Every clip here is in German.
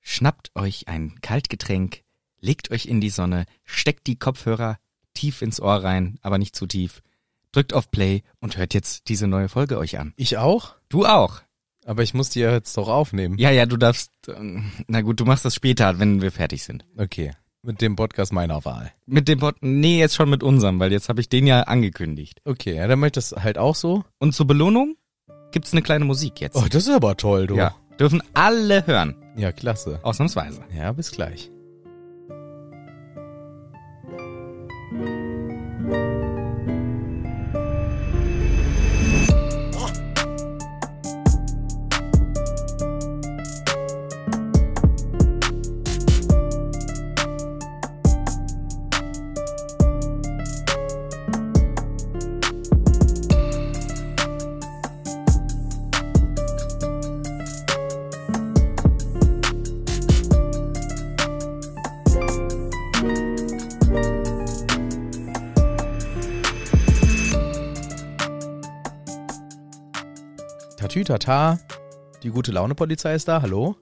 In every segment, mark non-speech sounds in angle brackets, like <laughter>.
Schnappt euch ein Kaltgetränk, legt euch in die Sonne, steckt die Kopfhörer tief ins Ohr rein, aber nicht zu tief. Drückt auf Play und hört jetzt diese neue Folge euch an. Ich auch? Du auch. Aber ich muss die ja jetzt doch aufnehmen. Ja, ja, du darfst. ähm, Na gut, du machst das später, wenn wir fertig sind. Okay. Mit dem Podcast meiner Wahl. Mit dem Pod. Nee, jetzt schon mit unserem, weil jetzt habe ich den ja angekündigt. Okay, ja, dann mache ich das halt auch so. Und zur Belohnung gibt's eine kleine Musik jetzt. Oh, das ist aber toll, du. ja. Dürfen alle hören. ja klasse. Ausnahmsweise. Ja, bis gleich. Tatütata. Die gute Laune-Polizei ist da, hallo?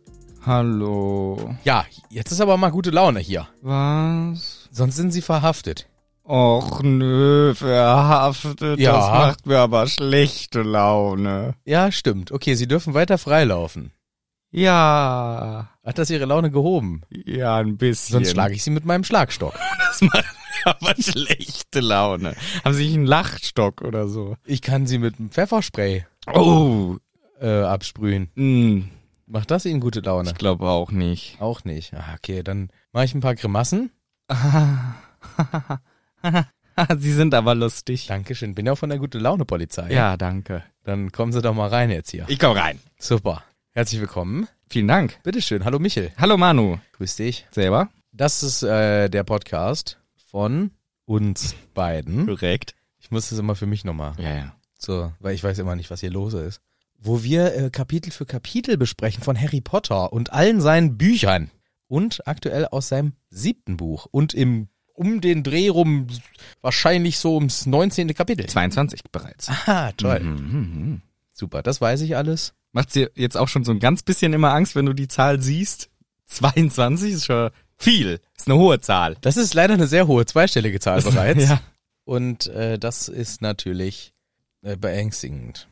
Hallo. Ja, jetzt ist aber mal gute Laune hier. Was? Sonst sind sie verhaftet. Och nö, verhaftet. Ja. Das macht mir aber schlechte Laune. Ja, stimmt. Okay, sie dürfen weiter freilaufen. Ja. Hat das ihre Laune gehoben? Ja, ein bisschen. Sonst schlage ich sie mit meinem Schlagstock. das macht mir <laughs> aber schlechte Laune. Haben Sie nicht einen Lachstock oder so? Ich kann sie mit einem Pfefferspray Oh. äh, absprühen. Hm, Macht das ihnen gute Laune? ich glaube auch nicht. Auch nicht. Ah, okay, dann mache ich ein paar Grimassen. <laughs> Sie sind aber lustig. Dankeschön. Bin ja auch von der gute Laune Polizei. Ja, danke. Dann kommen Sie doch mal rein jetzt hier. Ich komme rein. Super. Herzlich willkommen. Vielen Dank. Bitteschön. Hallo Michel. Hallo Manu. Grüß dich. Selber? Das ist äh, der Podcast von uns beiden. Korrekt. Ich muss das immer für mich nochmal. Ja, ja. So, weil ich weiß immer nicht, was hier los ist. Wo wir äh, Kapitel für Kapitel besprechen von Harry Potter und allen seinen Büchern. Und aktuell aus seinem siebten Buch. Und im um den Dreh rum, wahrscheinlich so ums 19. Kapitel. 22 bereits. Ah, toll. Mhm. Super, das weiß ich alles. Macht's dir jetzt auch schon so ein ganz bisschen immer Angst, wenn du die Zahl siehst? 22 ist schon viel. Ist eine hohe Zahl. Das ist leider eine sehr hohe zweistellige Zahl <laughs> bereits. ja. Und äh, das ist natürlich äh, beängstigend.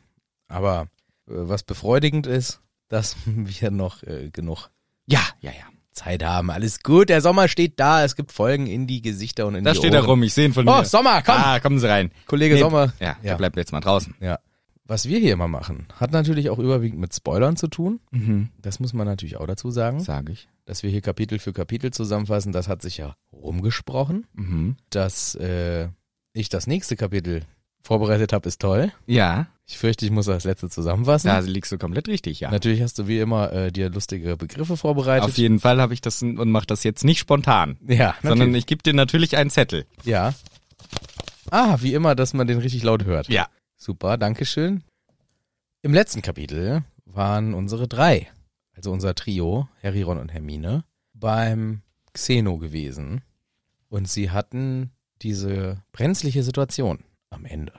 Aber äh, was befreudigend ist, dass <laughs> wir noch äh, genug Ja, ja, ja. Zeit haben. Alles gut, der Sommer steht da. Es gibt Folgen in die Gesichter und in Da die steht Ohren. er rum. Ich sehe ihn von mir. Oh, Sommer, komm! Ah, kommen Sie rein. Kollege Nee, Sommer. Ja, der ja. bleibt jetzt mal draußen. ja. Was wir hier immer machen, hat natürlich auch überwiegend mit Spoilern zu tun. Mhm. Das muss man natürlich auch dazu sagen, Sag ich. dass wir hier Kapitel für Kapitel zusammenfassen. Das hat sich ja rumgesprochen. Mhm. dass äh, ich das nächste Kapitel vorbereitet habe, ist toll. Ja, Ich fürchte, ich muss das letzte zusammenfassen. da liegst du komplett richtig, ja. Natürlich hast du wie immer äh, dir lustige Begriffe vorbereitet. Auf jeden Fall habe ich das und mache das jetzt nicht spontan, ja, sondern natürlich. ich gebe dir natürlich einen Zettel. ja. Ah, wie immer, dass man den richtig laut hört. Ja. Super, Dankeschön. Im letzten Kapitel waren unsere drei, also unser Trio, Harry, Ron und Hermine, beim Xeno gewesen. Und sie hatten diese brenzliche Situation am Ende.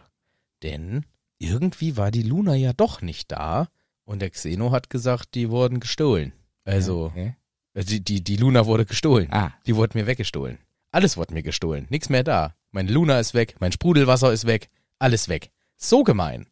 Denn irgendwie war die Luna ja doch nicht da. Und der Xeno hat gesagt, die wurden gestohlen. Also, Okay. äh, die, die, die Luna wurde gestohlen. Ah, Die wurde mir weggestohlen. Alles wurde mir gestohlen. Nix mehr da. Mein Luna ist weg, mein Sprudelwasser ist weg, alles weg. So gemein.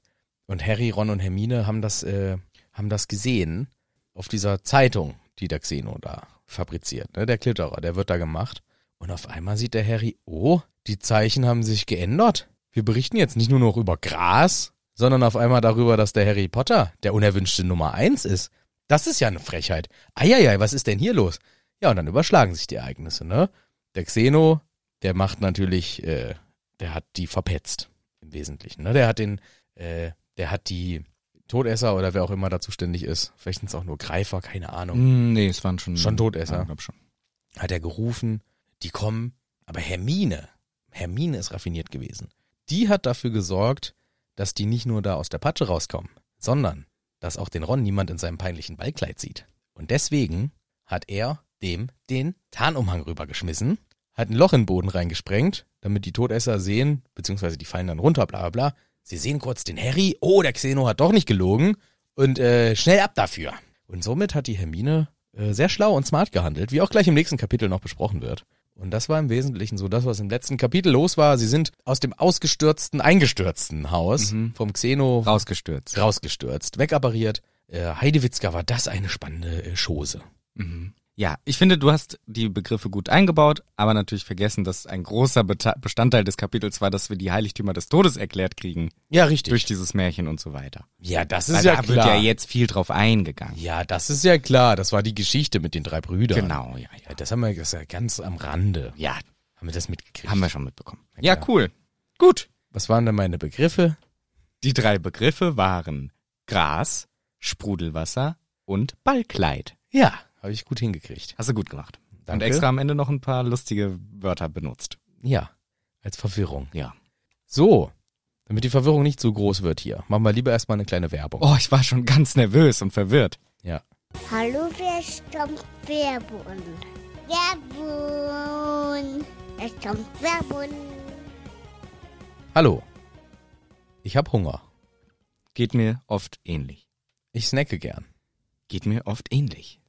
Und Harry, Ron und Hermine haben das, äh, haben das gesehen auf dieser Zeitung, die der Xeno da fabriziert, ne? Der Klitterer, der wird da gemacht. Und auf einmal sieht der Harry, oh, die Zeichen haben sich geändert. Wir berichten jetzt nicht nur noch über Gras, sondern auf einmal darüber, dass der Harry Potter der unerwünschte Nummer eins ist. Das ist ja eine Frechheit. Eieiei, was ist denn hier los? Ja, und dann überschlagen sich die Ereignisse, ne? Der Xeno, der macht natürlich, äh, der hat die verpetzt im Wesentlichen, ne? Der hat den, äh, der hat die Todesser oder wer auch immer da zuständig ist, vielleicht sind es auch nur Greifer, keine Ahnung, mm, nee, es waren schon... Schon Todesser. Ja, glaub schon. hat er gerufen, die kommen. Aber Hermine, Hermine ist raffiniert gewesen. Die hat dafür gesorgt, dass die nicht nur da aus der Patsche rauskommen, sondern dass auch den Ron niemand in seinem peinlichen Ballkleid sieht. Und deswegen hat er dem den Tarnumhang rübergeschmissen, hat ein Loch in den Boden reingesprengt, damit die Todesser sehen, beziehungsweise die fallen dann runter, bla bla bla. Sie sehen kurz den Harry, oh, der Xeno hat doch nicht gelogen und äh, schnell ab dafür. Und somit hat die Hermine äh, sehr schlau und smart gehandelt, wie auch gleich im nächsten Kapitel noch besprochen wird. Und das war im Wesentlichen so das, was im letzten Kapitel los war. Sie sind aus dem ausgestürzten, eingestürzten Haus Mhm. vom Xeno Rausgestürzt. rausgestürzt, wegappariert. Äh, Heidewitzka war das eine spannende äh, Chose. Mhm. Ja, ich finde, du hast die Begriffe gut eingebaut, aber natürlich vergessen, dass ein großer Beta- Bestandteil des Kapitels war, dass wir die Heiligtümer des Todes erklärt kriegen Ja, richtig. durch dieses Märchen und so weiter. ja, das Weil ist ja da wird ja klar. jetzt viel drauf eingegangen. Ja, das ist ja klar. Das war die Geschichte mit den drei Brüdern. Genau, ja, ja. Ja, das haben wir das ist ja ganz am Rande. Ja, Haben wir das mitgekriegt? haben wir schon mitbekommen. Ja, Ja, cool. Gut. Was waren denn meine Begriffe? Die drei Begriffe waren Gras, Sprudelwasser und Ballkleid. Ja, habe ich gut hingekriegt. Hast du gut gemacht. Danke. Und extra am Ende noch ein paar lustige Wörter benutzt. Ja, als Verwirrung. Ja. So, damit die Verwirrung nicht so groß wird hier, machen wir lieber erstmal eine kleine Werbung. Oh, ich war schon ganz nervös und verwirrt. Ja. Hallo, wer stammt Werbun? Werbun! Es kommt Werbun! Hallo. Ich habe Hunger. Geht mir oft ähnlich. Ich snacke gern. Geht mir oft ähnlich.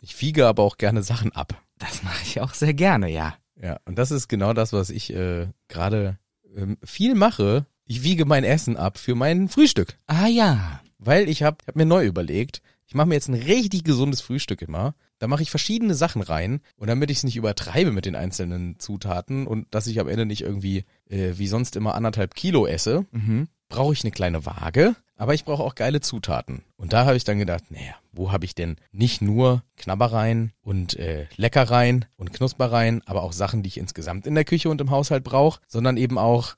Ich fiege aber auch gerne Sachen ab. Das mache ich auch sehr gerne, ja. Ja, und das ist genau das, was ich äh, gerade ähm, viel mache. Ich wiege mein Essen ab für mein Frühstück. Ah ja. Weil ich habe hab mir neu überlegt, ich mache mir jetzt ein richtig gesundes Frühstück immer. Da mache ich verschiedene Sachen rein und damit ich es nicht übertreibe mit den einzelnen Zutaten und dass ich am Ende nicht irgendwie äh, wie sonst immer anderthalb Kilo esse, Mhm. brauche ich eine kleine Waage, aber ich brauche auch geile Zutaten. Und da habe ich dann gedacht, naja, wo habe ich denn nicht nur Knabbereien und äh, Leckereien und Knuspereien, aber auch Sachen, die ich insgesamt in der Küche und im Haushalt brauche, sondern eben auch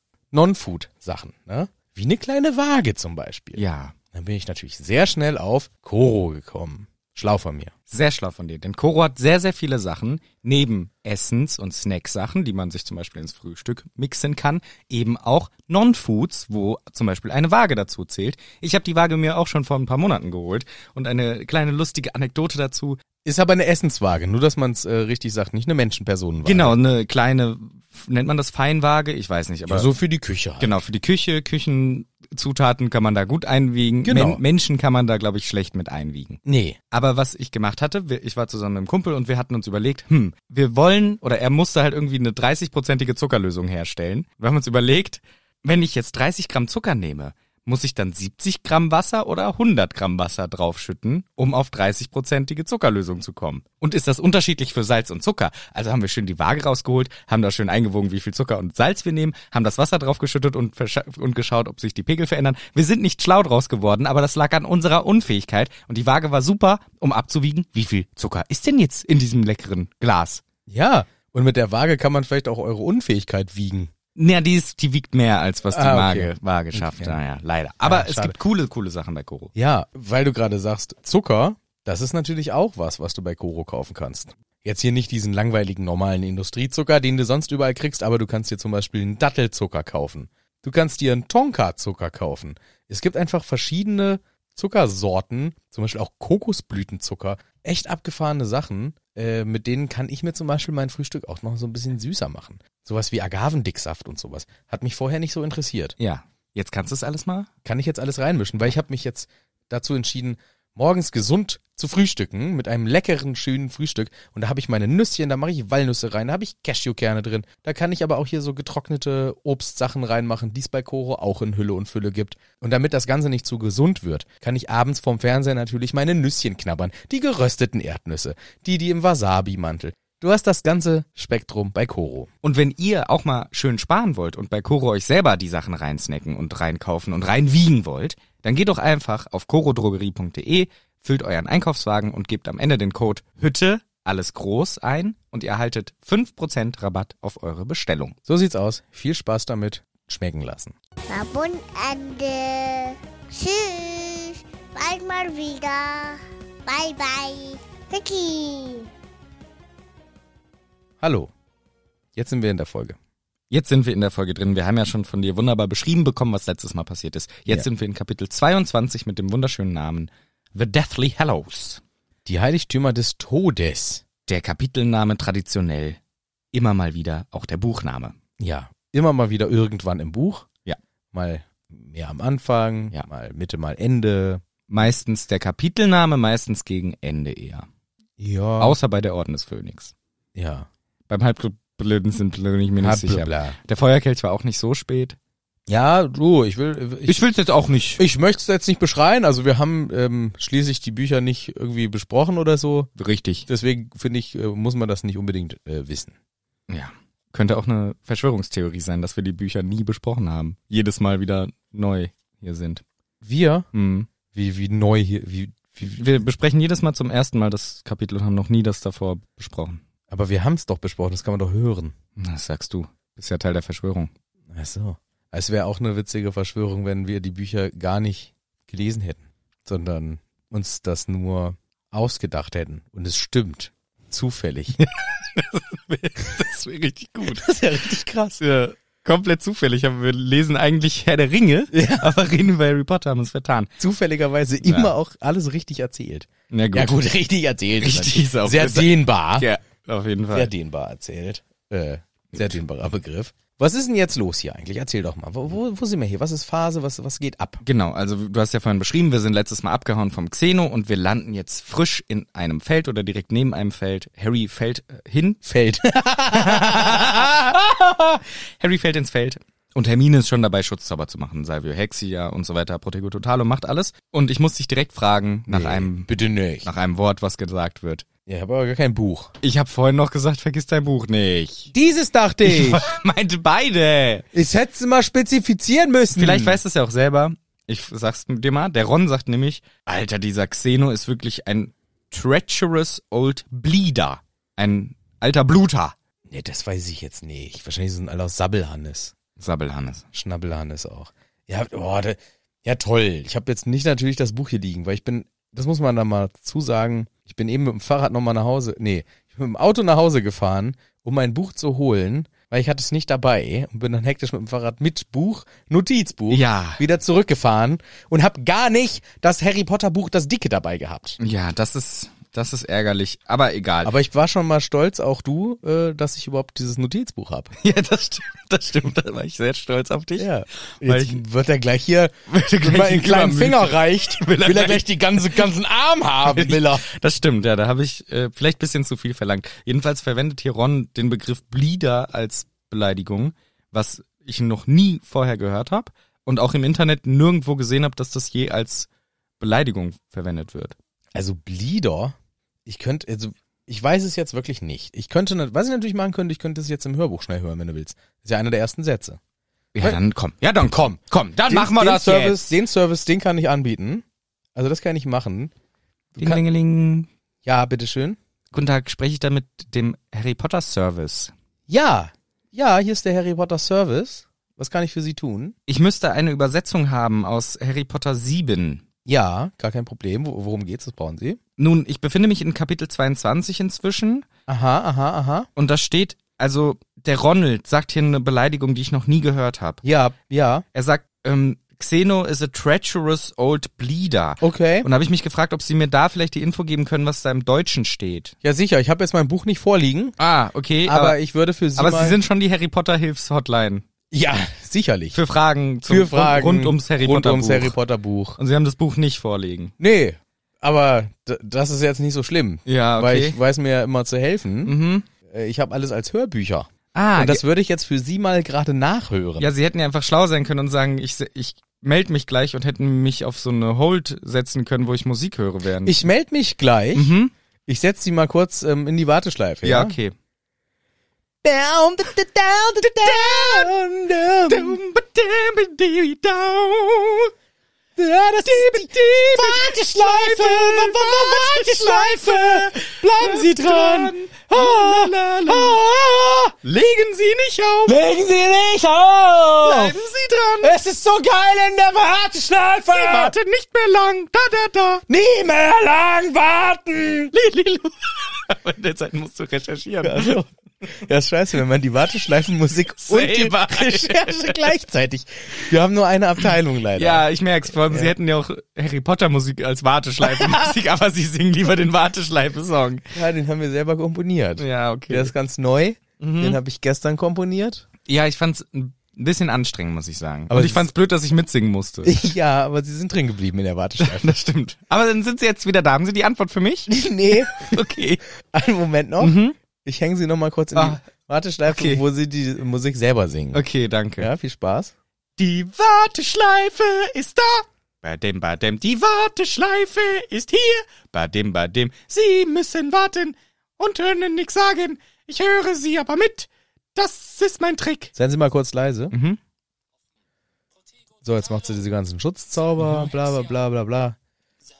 Non-Food-Sachen, ne? Wie eine kleine Waage zum Beispiel. Ja. Dann bin ich natürlich sehr schnell auf Koro gekommen. Schlau von mir. Sehr schlau von dir, denn Koro hat sehr, sehr viele Sachen, neben Essens- und Snacksachen, die man sich zum Beispiel ins Frühstück mixen kann, eben auch Non-Foods, wo zum Beispiel eine Waage dazu zählt. Ich habe die Waage mir auch schon vor ein paar Monaten geholt und eine kleine lustige Anekdote dazu. Ist aber eine Essenswaage, nur dass man es äh, richtig sagt, nicht eine Menschenpersonenwaage. Genau, eine kleine, nennt man das Feinwaage? Ich weiß nicht, aber Ja, so für die Küche. halt. Genau, für die Küche, Küchenzutaten kann man da gut einwiegen. Genau. Men Menschen kann man da, glaube ich, schlecht mit einwiegen. Nee. Aber was ich gemacht hatte, wir, ich war zusammen mit einem Kumpel und wir hatten uns überlegt, hm, wir wollen, oder er musste halt irgendwie eine 30-prozentige Zuckerlösung herstellen. Wir haben uns überlegt, wenn ich jetzt 30 Gramm Zucker nehme, muss ich dann 70 Gramm Wasser oder 100 Gramm Wasser draufschütten, um auf 30-prozentige Zuckerlösung zu kommen? Und ist das unterschiedlich für Salz und Zucker? Also haben wir schön die Waage rausgeholt, haben da schön eingewogen, wie viel Zucker und Salz wir nehmen, haben das Wasser draufgeschüttet und, versch- und geschaut, ob sich die Pegel verändern. Wir sind nicht schlau draus geworden, aber das lag an unserer Unfähigkeit. Und die Waage war super, um abzuwiegen, wie viel Zucker ist denn jetzt in diesem leckeren Glas? Ja. Und mit der Waage kann man vielleicht auch eure Unfähigkeit wiegen. Naja, die, ist, die wiegt mehr, als was die Ah, okay. Waage, Waage schafft. Okay. Naja, leider. Aber Ja, es schade. gibt coole, coole Sachen bei Koro. Ja, weil du gerade sagst, Zucker, das ist natürlich auch was, was du bei Koro kaufen kannst. Jetzt hier nicht diesen langweiligen normalen Industriezucker, den du sonst überall kriegst, aber du kannst dir zum Beispiel einen Dattelzucker kaufen. Du kannst dir einen Tonka-Zucker kaufen. Es gibt einfach verschiedene Zuckersorten, zum Beispiel auch Kokosblütenzucker. Echt abgefahrene Sachen, äh, mit denen kann ich mir zum Beispiel mein Frühstück auch noch so ein bisschen süßer machen. Sowas wie Agavendicksaft und sowas. Hat mich vorher nicht so interessiert Ja. Jetzt kannst du es alles mal? kann ich jetzt alles reinmischen, weil ich habe mich jetzt dazu entschieden, morgens gesund zu frühstücken mit einem leckeren, schönen Frühstück. Und da habe ich meine Nüsschen, da mache ich Walnüsse rein, da habe ich Cashewkerne drin. Da kann ich aber auch hier so getrocknete Obstsachen reinmachen, die es bei Koro auch in Hülle und Fülle gibt. Und damit das Ganze nicht zu gesund wird, kann ich abends vorm Fernseher natürlich meine Nüsschen knabbern. Die gerösteten Erdnüsse, die, die im Wasabi-Mantel. Du hast das ganze Spektrum bei Koro. Und wenn ihr auch mal schön sparen wollt und bei Koro euch selber die Sachen reinsnacken und reinkaufen und reinwiegen wollt, dann geht doch einfach auf korodrogerie.de, füllt euren Einkaufswagen und gebt am Ende den Code Hütte, alles groß ein und ihr erhaltet 5% Rabatt auf eure Bestellung. So sieht's aus. Viel Spaß damit. Schmecken lassen. Werbun Ende! Tschüss! Bald mal wieder! Bye bye! Vicky! Hallo. Jetzt sind wir in der Folge. Jetzt sind wir in der Folge drin. Wir haben ja schon von dir wunderbar beschrieben bekommen, was letztes Mal passiert ist. Jetzt Ja. sind wir in Kapitel 22 mit dem wunderschönen Namen The Deathly Hallows. Die Heiligtümer des Todes. Der Kapitelname traditionell immer mal wieder auch der Buchname. Ja. Immer mal wieder irgendwann im Buch. Ja. Mal mehr am Anfang, Ja. mal Mitte, mal Ende. Meistens der Kapitelname, meistens gegen Ende eher. Ja. Außer bei der Orden des Phönix. Ja. Beim Halbblöden sind bin ich mir nicht sicher. Blablabla. Der Feuerkelch war auch nicht so spät. Ja, du, ich will. Ich, will's jetzt auch nicht. ich möchte es jetzt nicht beschreien. Also wir haben ähm, schließlich die Bücher nicht irgendwie besprochen oder so. Richtig. Deswegen finde ich, äh, muss man das nicht unbedingt äh, wissen. Ja. Könnte auch eine Verschwörungstheorie sein, dass wir die Bücher nie besprochen haben. Jedes Mal wieder neu hier sind. Wir, Hm. wie, wie neu hier, wie, wie, Wir besprechen jedes Mal zum ersten Mal das Kapitel und haben noch nie das davor besprochen. aber wir haben es doch besprochen, das kann man doch hören. Das sagst du. Bist ja Teil der Verschwörung. Ach so. Es wäre auch eine witzige Verschwörung, wenn wir die Bücher gar nicht gelesen hätten, sondern uns das nur ausgedacht hätten. Und es stimmt. Zufällig. <laughs> Das wäre richtig gut. Das ist <laughs> ja richtig krass. Ja, komplett zufällig. Aber wir lesen eigentlich Herr der Ringe, aber reden über Harry Potter, haben uns vertan. Zufälligerweise Ja. immer auch alles richtig erzählt. Na Ja gut, <laughs> richtig erzählt. Richtig ist auch Sehr besser. dehnbar. Ja, auf jeden Fall. Sehr dehnbar erzählt. Äh, sehr dehnbarer Begriff. Was ist denn jetzt los hier eigentlich? Erzähl doch mal. Wo, wo, wo sind wir hier? Was ist Phase? Was, was geht ab? Genau, also du hast ja vorhin beschrieben, wir sind letztes Mal abgehauen vom Xeno und wir landen jetzt frisch in einem Feld oder direkt neben einem Feld. Harry fällt äh, hin. <laughs> <laughs> Feld. Harry fällt ins Feld. Und Hermine ist schon dabei, Schutzzauber zu machen. Salvio Hexia und so weiter, Protego Totalo macht alles. Und ich muss dich direkt fragen nach, einem, Bitte nicht. nach einem Wort, was gesagt wird. Ich habe aber gar kein Buch. Ich habe vorhin noch gesagt, vergiss dein Buch nicht. Dieses dachte ich. <laughs> meinte beide. Ich hätte es mal spezifizieren müssen. Vielleicht weißt du es ja auch selber. Ich sag's dir mal. Der Ron sagt nämlich, Alter, dieser Xeno ist wirklich ein treacherous old bleeder. Ein alter Bluter. Nee, das weiß ich jetzt nicht. Wahrscheinlich sind alle aus Sabbelhannes. Sabbelhannes. Schnabbelhannes auch. Ja, oh, da, ja toll. Ich habe jetzt nicht natürlich das Buch hier liegen, weil ich bin, das muss man da mal zusagen, ich bin eben mit dem Fahrrad nochmal nach Hause, nee, ich bin mit dem Auto nach Hause gefahren, um mein Buch zu holen, weil ich hatte es nicht dabei und bin dann hektisch mit dem Fahrrad mit Buch, Notizbuch, Ja. wieder zurückgefahren und habe gar nicht das Harry Potter Buch, das dicke, dabei gehabt. Ja, das ist, das ist ärgerlich. Aber <laughs> egal. <laughs> Aber ich war schon mal stolz, auch du, äh, dass ich überhaupt dieses Notizbuch habe. ja, das stimmt. Das stimmt. Da war ich sehr stolz auf <laughs> dich. Ja. Weil Jetzt wird er gleich <laughs> hier, Wird er gleich wenn man einen kleinen übermütig. <laughs> Finger reicht, will er, gleich- gleich die ganze, ganzen Arm haben, will er. Das stimmt, ja, da habe ich äh, vielleicht bisschen zu viel verlangt. Jedenfalls verwendet hier Ron den Begriff Bleeder als Beleidigung, was ich noch nie vorher gehört habe und auch im Internet nirgendwo gesehen habe, dass das je als Beleidigung verwendet wird. Also Bleeder, ich könnte, also ich weiß es jetzt wirklich nicht. Ich könnte, nat- was ich natürlich machen könnte, ich könnte es jetzt im Hörbuch schnell hören, wenn du willst. Das ist ja einer der ersten Sätze. Ja, dann komm. Ja, dann komm. Komm, dann machen wir den das Service, Den Service, den kann ich anbieten. Also das kann ich machen. jetzt. Dingelingeling. Ja, bitteschön. Guten Tag, spreche ich da mit dem Harry Potter Service? Ja, ja, hier ist der Harry Potter Service. Was kann ich für Sie tun? Ich müsste eine Übersetzung haben aus Harry Potter 7. Ja, gar kein Problem. Wo- Worum geht's? Was brauchen Sie? Nun, ich befinde mich in Kapitel 22 inzwischen. Aha, aha, aha. Und da steht, also der Ronald sagt hier eine Beleidigung, die ich noch nie gehört habe. Ja, ja. Er sagt, ähm, Xeno is a treacherous old bleeder. Okay. Und da habe ich mich gefragt, ob Sie mir da vielleicht die Info geben können, was da im Deutschen steht. Ja, sicher. Ich habe jetzt mein Buch nicht vorliegen, Ah, okay. aber, Aber, ich würde für Sie aber mal... Sie sind schon die Harry Potter Hilfshotline ja, sicherlich. für Fragen, zum, Für Fragen rund ums Harry rund Potter. ums Buch. Harry Potter Buch. Und Sie haben das Buch nicht vorliegen. Nee, aber d- das ist jetzt nicht so schlimm, Ja, okay. weil ich weiß mir ja immer zu helfen. mhm. Äh, Ich habe alles als Hörbücher. Ah, Und das würde ich jetzt für Sie mal gerade nachhören. Ja, sie hätten ja einfach schlau sein können und sagen, ich, se- ich melde mich gleich und hätten mich auf so eine Hold setzen können, wo ich Musik höre während. Ich melde mich gleich. mhm. Ich setze Sie mal kurz ähm, in die Warteschleife. ja, Ja, okay. Down, da, da, down, da, down, down. Ja, das ist die Warteschleife. Warteschleife. Bleiben Sie dran. Ah, ah. Legen Sie nicht auf! Legen Sie nicht auf! Bleiben Sie dran! Es ist so geil in der Warteschleife! Sie warten nicht mehr lang! Da, da, da! Nie mehr lang warten! Li, li, lu. <laughs> Aber in der Zeit musst du recherchieren. Also, Ja, ist scheiße, wenn man die <laughs> Warteschleifenmusik und die Selber. <laughs> Recherche gleichzeitig. Wir haben nur eine Abteilung leider. Ja, ich merk's. Vor allem, sie hätten ja auch Harry Potter Musik als Warteschleife-Musik, <laughs> aber sie singen lieber den Warteschleife-Song. ja den haben wir selber komponiert. Ja, okay. Mhm. Der ist ganz neu. Den habe ich gestern komponiert. Ja, ich fand's ein ein bisschen anstrengend, muss ich sagen. Aber Aber Und ich es- fand's blöd, dass ich mitsingen musste. <laughs> Ja, aber sie sind drin geblieben in der <laughs> Warteschleife. das stimmt. Aber dann sind sie jetzt wieder da. Haben sie die Antwort für <laughs> mich? nee, Okay. einen Moment noch. Ich hänge sie nochmal kurz in Mhm. Ah, die Warteschleife, okay. wo sie die Musik selber singen. Okay, danke. Ja, viel Spaß. Die Warteschleife ist da. Badem, badem, die Warteschleife ist hier. Badem, badem, Sie müssen warten und können nix sagen. Ich höre Sie aber mit. Das ist mein Trick. Seien Sie mal kurz leise. Mhm. So, jetzt macht sie diese ganzen Schutzzauber, Mhm. bla bla bla bla bla. Dieser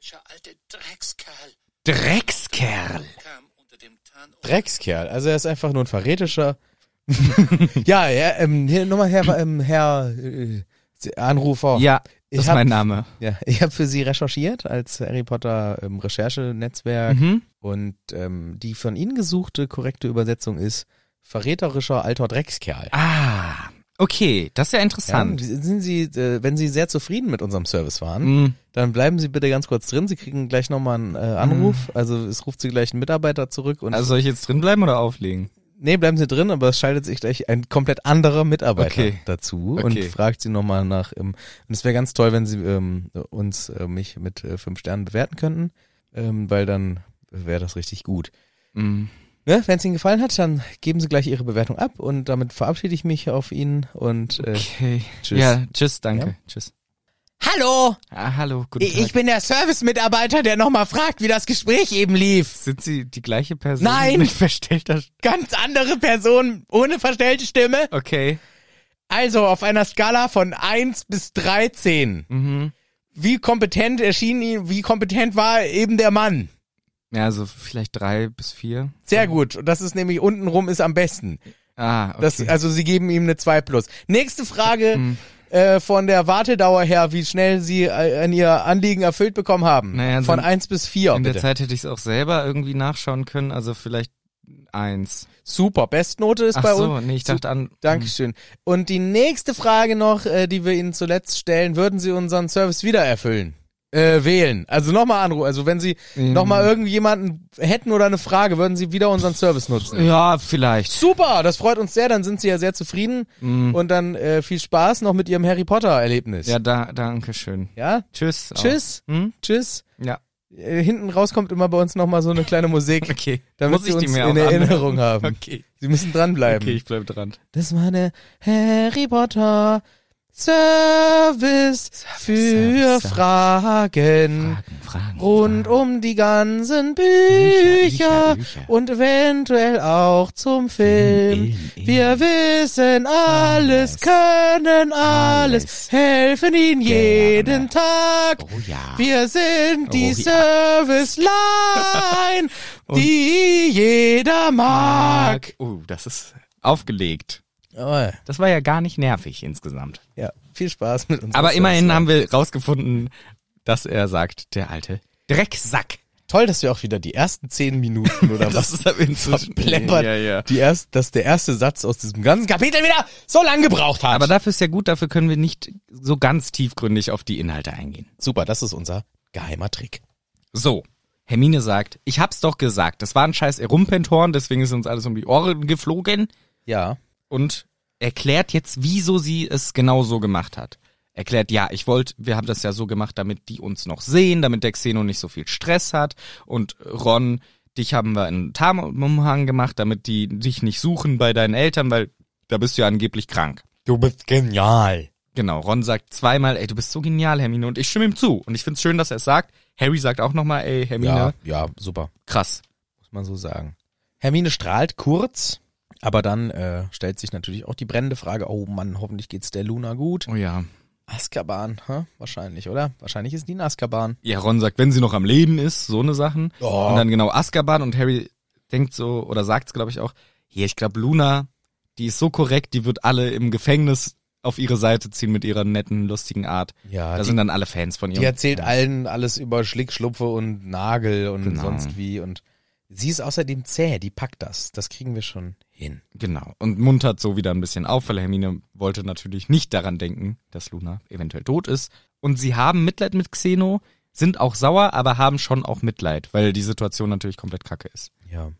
verräterische alte Dreckskerl Dreckskerl. kam unter dem Tarn. Dreckskerl. Also er ist einfach nur <laughs> ein verräterischer. ja, ja, ähm, hier nochmal Herr, ähm, Herr äh, Anrufer. Ja, das Ich ist hab- mein Name. Ja, <laughs> ich habe für Sie recherchiert als Harry Potter ähm, Recherchenetzwerk Mhm. und ähm, die von Ihnen gesuchte korrekte Übersetzung ist verräterischer alter Dreckskerl. Ah, okay, das ist ja Ja, interessant. sind Sie, äh, wenn Sie sehr zufrieden mit unserem Service waren, Mhm. dann bleiben Sie bitte ganz kurz drin. Sie kriegen gleich nochmal einen äh, Anruf. Also es ruft Sie gleich ein Mitarbeiter zurück und Mhm. Also soll ich jetzt drinbleiben oder auflegen? Nee, bleiben Sie drin, aber es schaltet sich gleich ein komplett anderer Mitarbeiter Okay. dazu und Okay. fragt Sie nochmal nach. Ähm, und es wäre ganz toll, wenn Sie ähm, uns, äh, mich mit äh, fünf Sternen bewerten könnten, ähm, weil dann wäre das richtig gut. Mhm. Ne? Wenn es Ihnen gefallen hat, dann geben Sie gleich Ihre Bewertung ab und damit verabschiede ich mich auf Ihnen und äh, Okay. tschüss. Ja, tschüss, danke. Ja. Tschüss. Hallo, Ah, hallo, guten Tag. bin der Service-Mitarbeiter, der nochmal fragt, wie das Gespräch eben lief. Sind Sie die gleiche Person? <laughs> Nein! Mit verstellter... Ganz andere Person, ohne verstellte Stimme. Okay. Also auf einer Skala von 1 bis 13. Mhm. Wie kompetent erschien Ihnen, wie kompetent war eben der Mann? Ja, also vielleicht drei bis vier. Sehr gut. Und das ist nämlich untenrum ist am besten. Ah, okay. Mhm. Das, Also sie geben ihm eine 2 plus. Nächste Frage äh, von der Wartedauer her, wie schnell sie äh, an ihr Anliegen erfüllt bekommen haben. Naja, von so 1 bis 4. In der bitte. Zeit hätte ich es auch selber irgendwie nachschauen können, also vielleicht eins. Super. Bestnote ist Ach bei so, uns. nee, ich dachte an... Dankeschön. Und die nächste Frage noch, äh, die wir Ihnen zuletzt stellen, würden Sie unseren Service wieder erfüllen? Äh, wählen. Also nochmal anrufen. Also wenn Sie Ähm. nochmal irgendjemanden hätten oder eine Frage, würden Sie wieder unseren Service nutzen. Ja, vielleicht. Super, das freut uns sehr, dann sind Sie ja sehr zufrieden. Und dann äh, viel Spaß noch mit Ihrem Harry Potter-Erlebnis. Mhm. Ja, da, danke schön. ja? Tschüss. auch. Tschüss, Hm? tschüss. Ja, Äh, hinten raus kommt immer bei uns nochmal so eine kleine Musik, okay. damit Muss Sie ich uns die mir in auch anhören? Erinnerung haben. Ähm, Okay. Sie müssen dranbleiben. Okay, ich bleib dran. Das war eine Harry Potter Service, für Service, Service. Fragen. Fragen, Fragen. Rund Fragen. um die ganzen Bücher, Bücher, Bücher. und eventuell auch zum Film. Film, Film. Wir wissen alles, Alles. können alles, Alles. helfen Ihnen Gerne. jeden Tag. Oh ja. Wir sind die Oh <laughs> Service Line, die jeder mag. Oh, das ist aufgelegt. Oh, Das war ja gar nicht nervig insgesamt. ja, viel Spaß mit uns. Aber immerhin haben wir rausgefunden, dass er sagt, der alte Drecksack. Toll, dass wir auch wieder die ersten zehn Minuten <laughs> oder was ist aber inzwischen verbleppert, Ja, ja. Die erst, dass der erste Satz aus diesem ganzen Kapitel wieder so lang gebraucht hat. Aber dafür ist ja gut, dafür können wir nicht so ganz tiefgründig auf die Inhalte eingehen. Super, das ist unser geheimer Trick. So. Hermine sagt, ich hab's doch gesagt, das war ein scheiß Erumpentorn, deswegen ist uns alles um die Ohren geflogen Ja. und erklärt jetzt, wieso sie es genau so gemacht hat. Erklärt, ja, ich wollte, wir haben das ja so gemacht, damit die uns noch sehen, damit der Xeno nicht so viel Stress hat und Ron, dich haben wir in Tarnumhang gemacht, damit die dich nicht suchen bei deinen Eltern, weil da bist du ja angeblich krank. Du bist genial. Genau, Ron sagt zweimal, ey, du bist so genial, Hermine, und ich stimme ihm zu. Und ich find's schön, dass er es sagt. Harry sagt auch nochmal, ey, Hermine, Ja, ja, super. krass. Muss man so sagen. Hermine strahlt kurz, aber dann äh, stellt sich natürlich auch die brennende Frage, oh Mann, hoffentlich geht's der Luna gut. Oh ja. Azkaban, hä? wahrscheinlich, oder? Wahrscheinlich ist die in Azkaban. Ja, Ron sagt, wenn sie noch am Leben ist, so ne Sachen. Ja. Und dann genau Azkaban und Harry denkt so, oder sagt's, glaube ich, auch, hier, ich glaube, Luna, die ist so korrekt, die wird alle im Gefängnis auf ihre Seite ziehen mit ihrer netten, lustigen Art. Ja, Da die- sind dann alle Fans von ihr. Die erzählt allen alles über Schlickschlupfe und Nagel und Genau. sonst wie. Und sie ist außerdem zäh, die packt das. Das kriegen wir schon hin. Genau. Und muntert so wieder ein bisschen auf, weil Hermine wollte natürlich nicht daran denken, dass Luna eventuell tot ist. Und sie haben Mitleid mit Xeno, sind auch sauer, aber haben schon auch Mitleid, weil die Situation natürlich komplett kacke ist. Ja.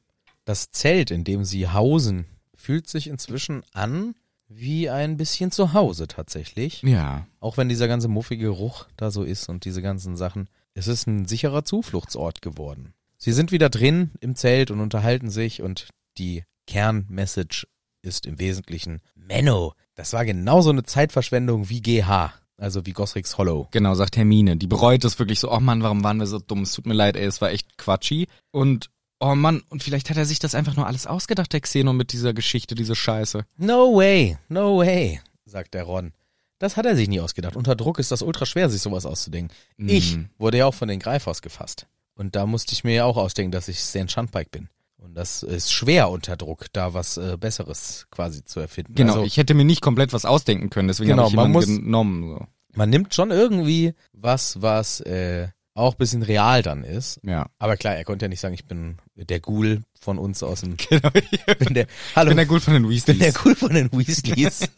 Das Zelt, in dem sie hausen, fühlt sich inzwischen an, wie ein bisschen zu Hause tatsächlich. Ja. Auch wenn dieser ganze muffige Geruch da so ist und diese ganzen Sachen. Es ist ein sicherer Zufluchtsort geworden. Sie sind wieder drin im Zelt und unterhalten sich und die Kernmessage ist im Wesentlichen Menno. Das war genauso eine Zeitverschwendung wie GH, also wie Gosricks Hollow. Genau, sagt Hermine. Die bereut es wirklich so, oh Mann, warum waren wir so dumm? Es tut mir leid, ey, es war echt quatschi. Und, oh Mann, und vielleicht hat er sich das einfach nur alles ausgedacht, der Xenon, mit dieser Geschichte, diese Scheiße. No way, no way, sagt der Ron. Das hat er sich nie ausgedacht. Unter Druck ist das ultra schwer, sich sowas auszudenken. Ich Mhm. wurde ja auch von den Greifers gefasst. Und da musste ich mir ja auch ausdenken, dass ich Stan Shunpike bin. Und das ist schwer unter Druck, da was äh, Besseres quasi zu erfinden. Genau, Also, ich hätte mir nicht komplett was ausdenken können, deswegen Genau, habe ich man jemanden muss- genommen. So. man nimmt schon irgendwie was, was äh, auch ein bisschen real dann ist. Ja. Aber klar, er konnte ja nicht sagen, ich bin der Ghoul von uns <laughs> aus dem... <laughs> Genau, ich Bin der, hallo, bin der gut von den bin der Weasleys. Ghoul von <laughs> den Weasleys.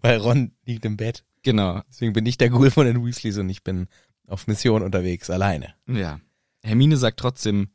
Weil Ron liegt im Bett. Genau, Deswegen bin ich der Ghoul von den Weasleys und ich bin auf Mission unterwegs, alleine. ja. Hermine sagt trotzdem,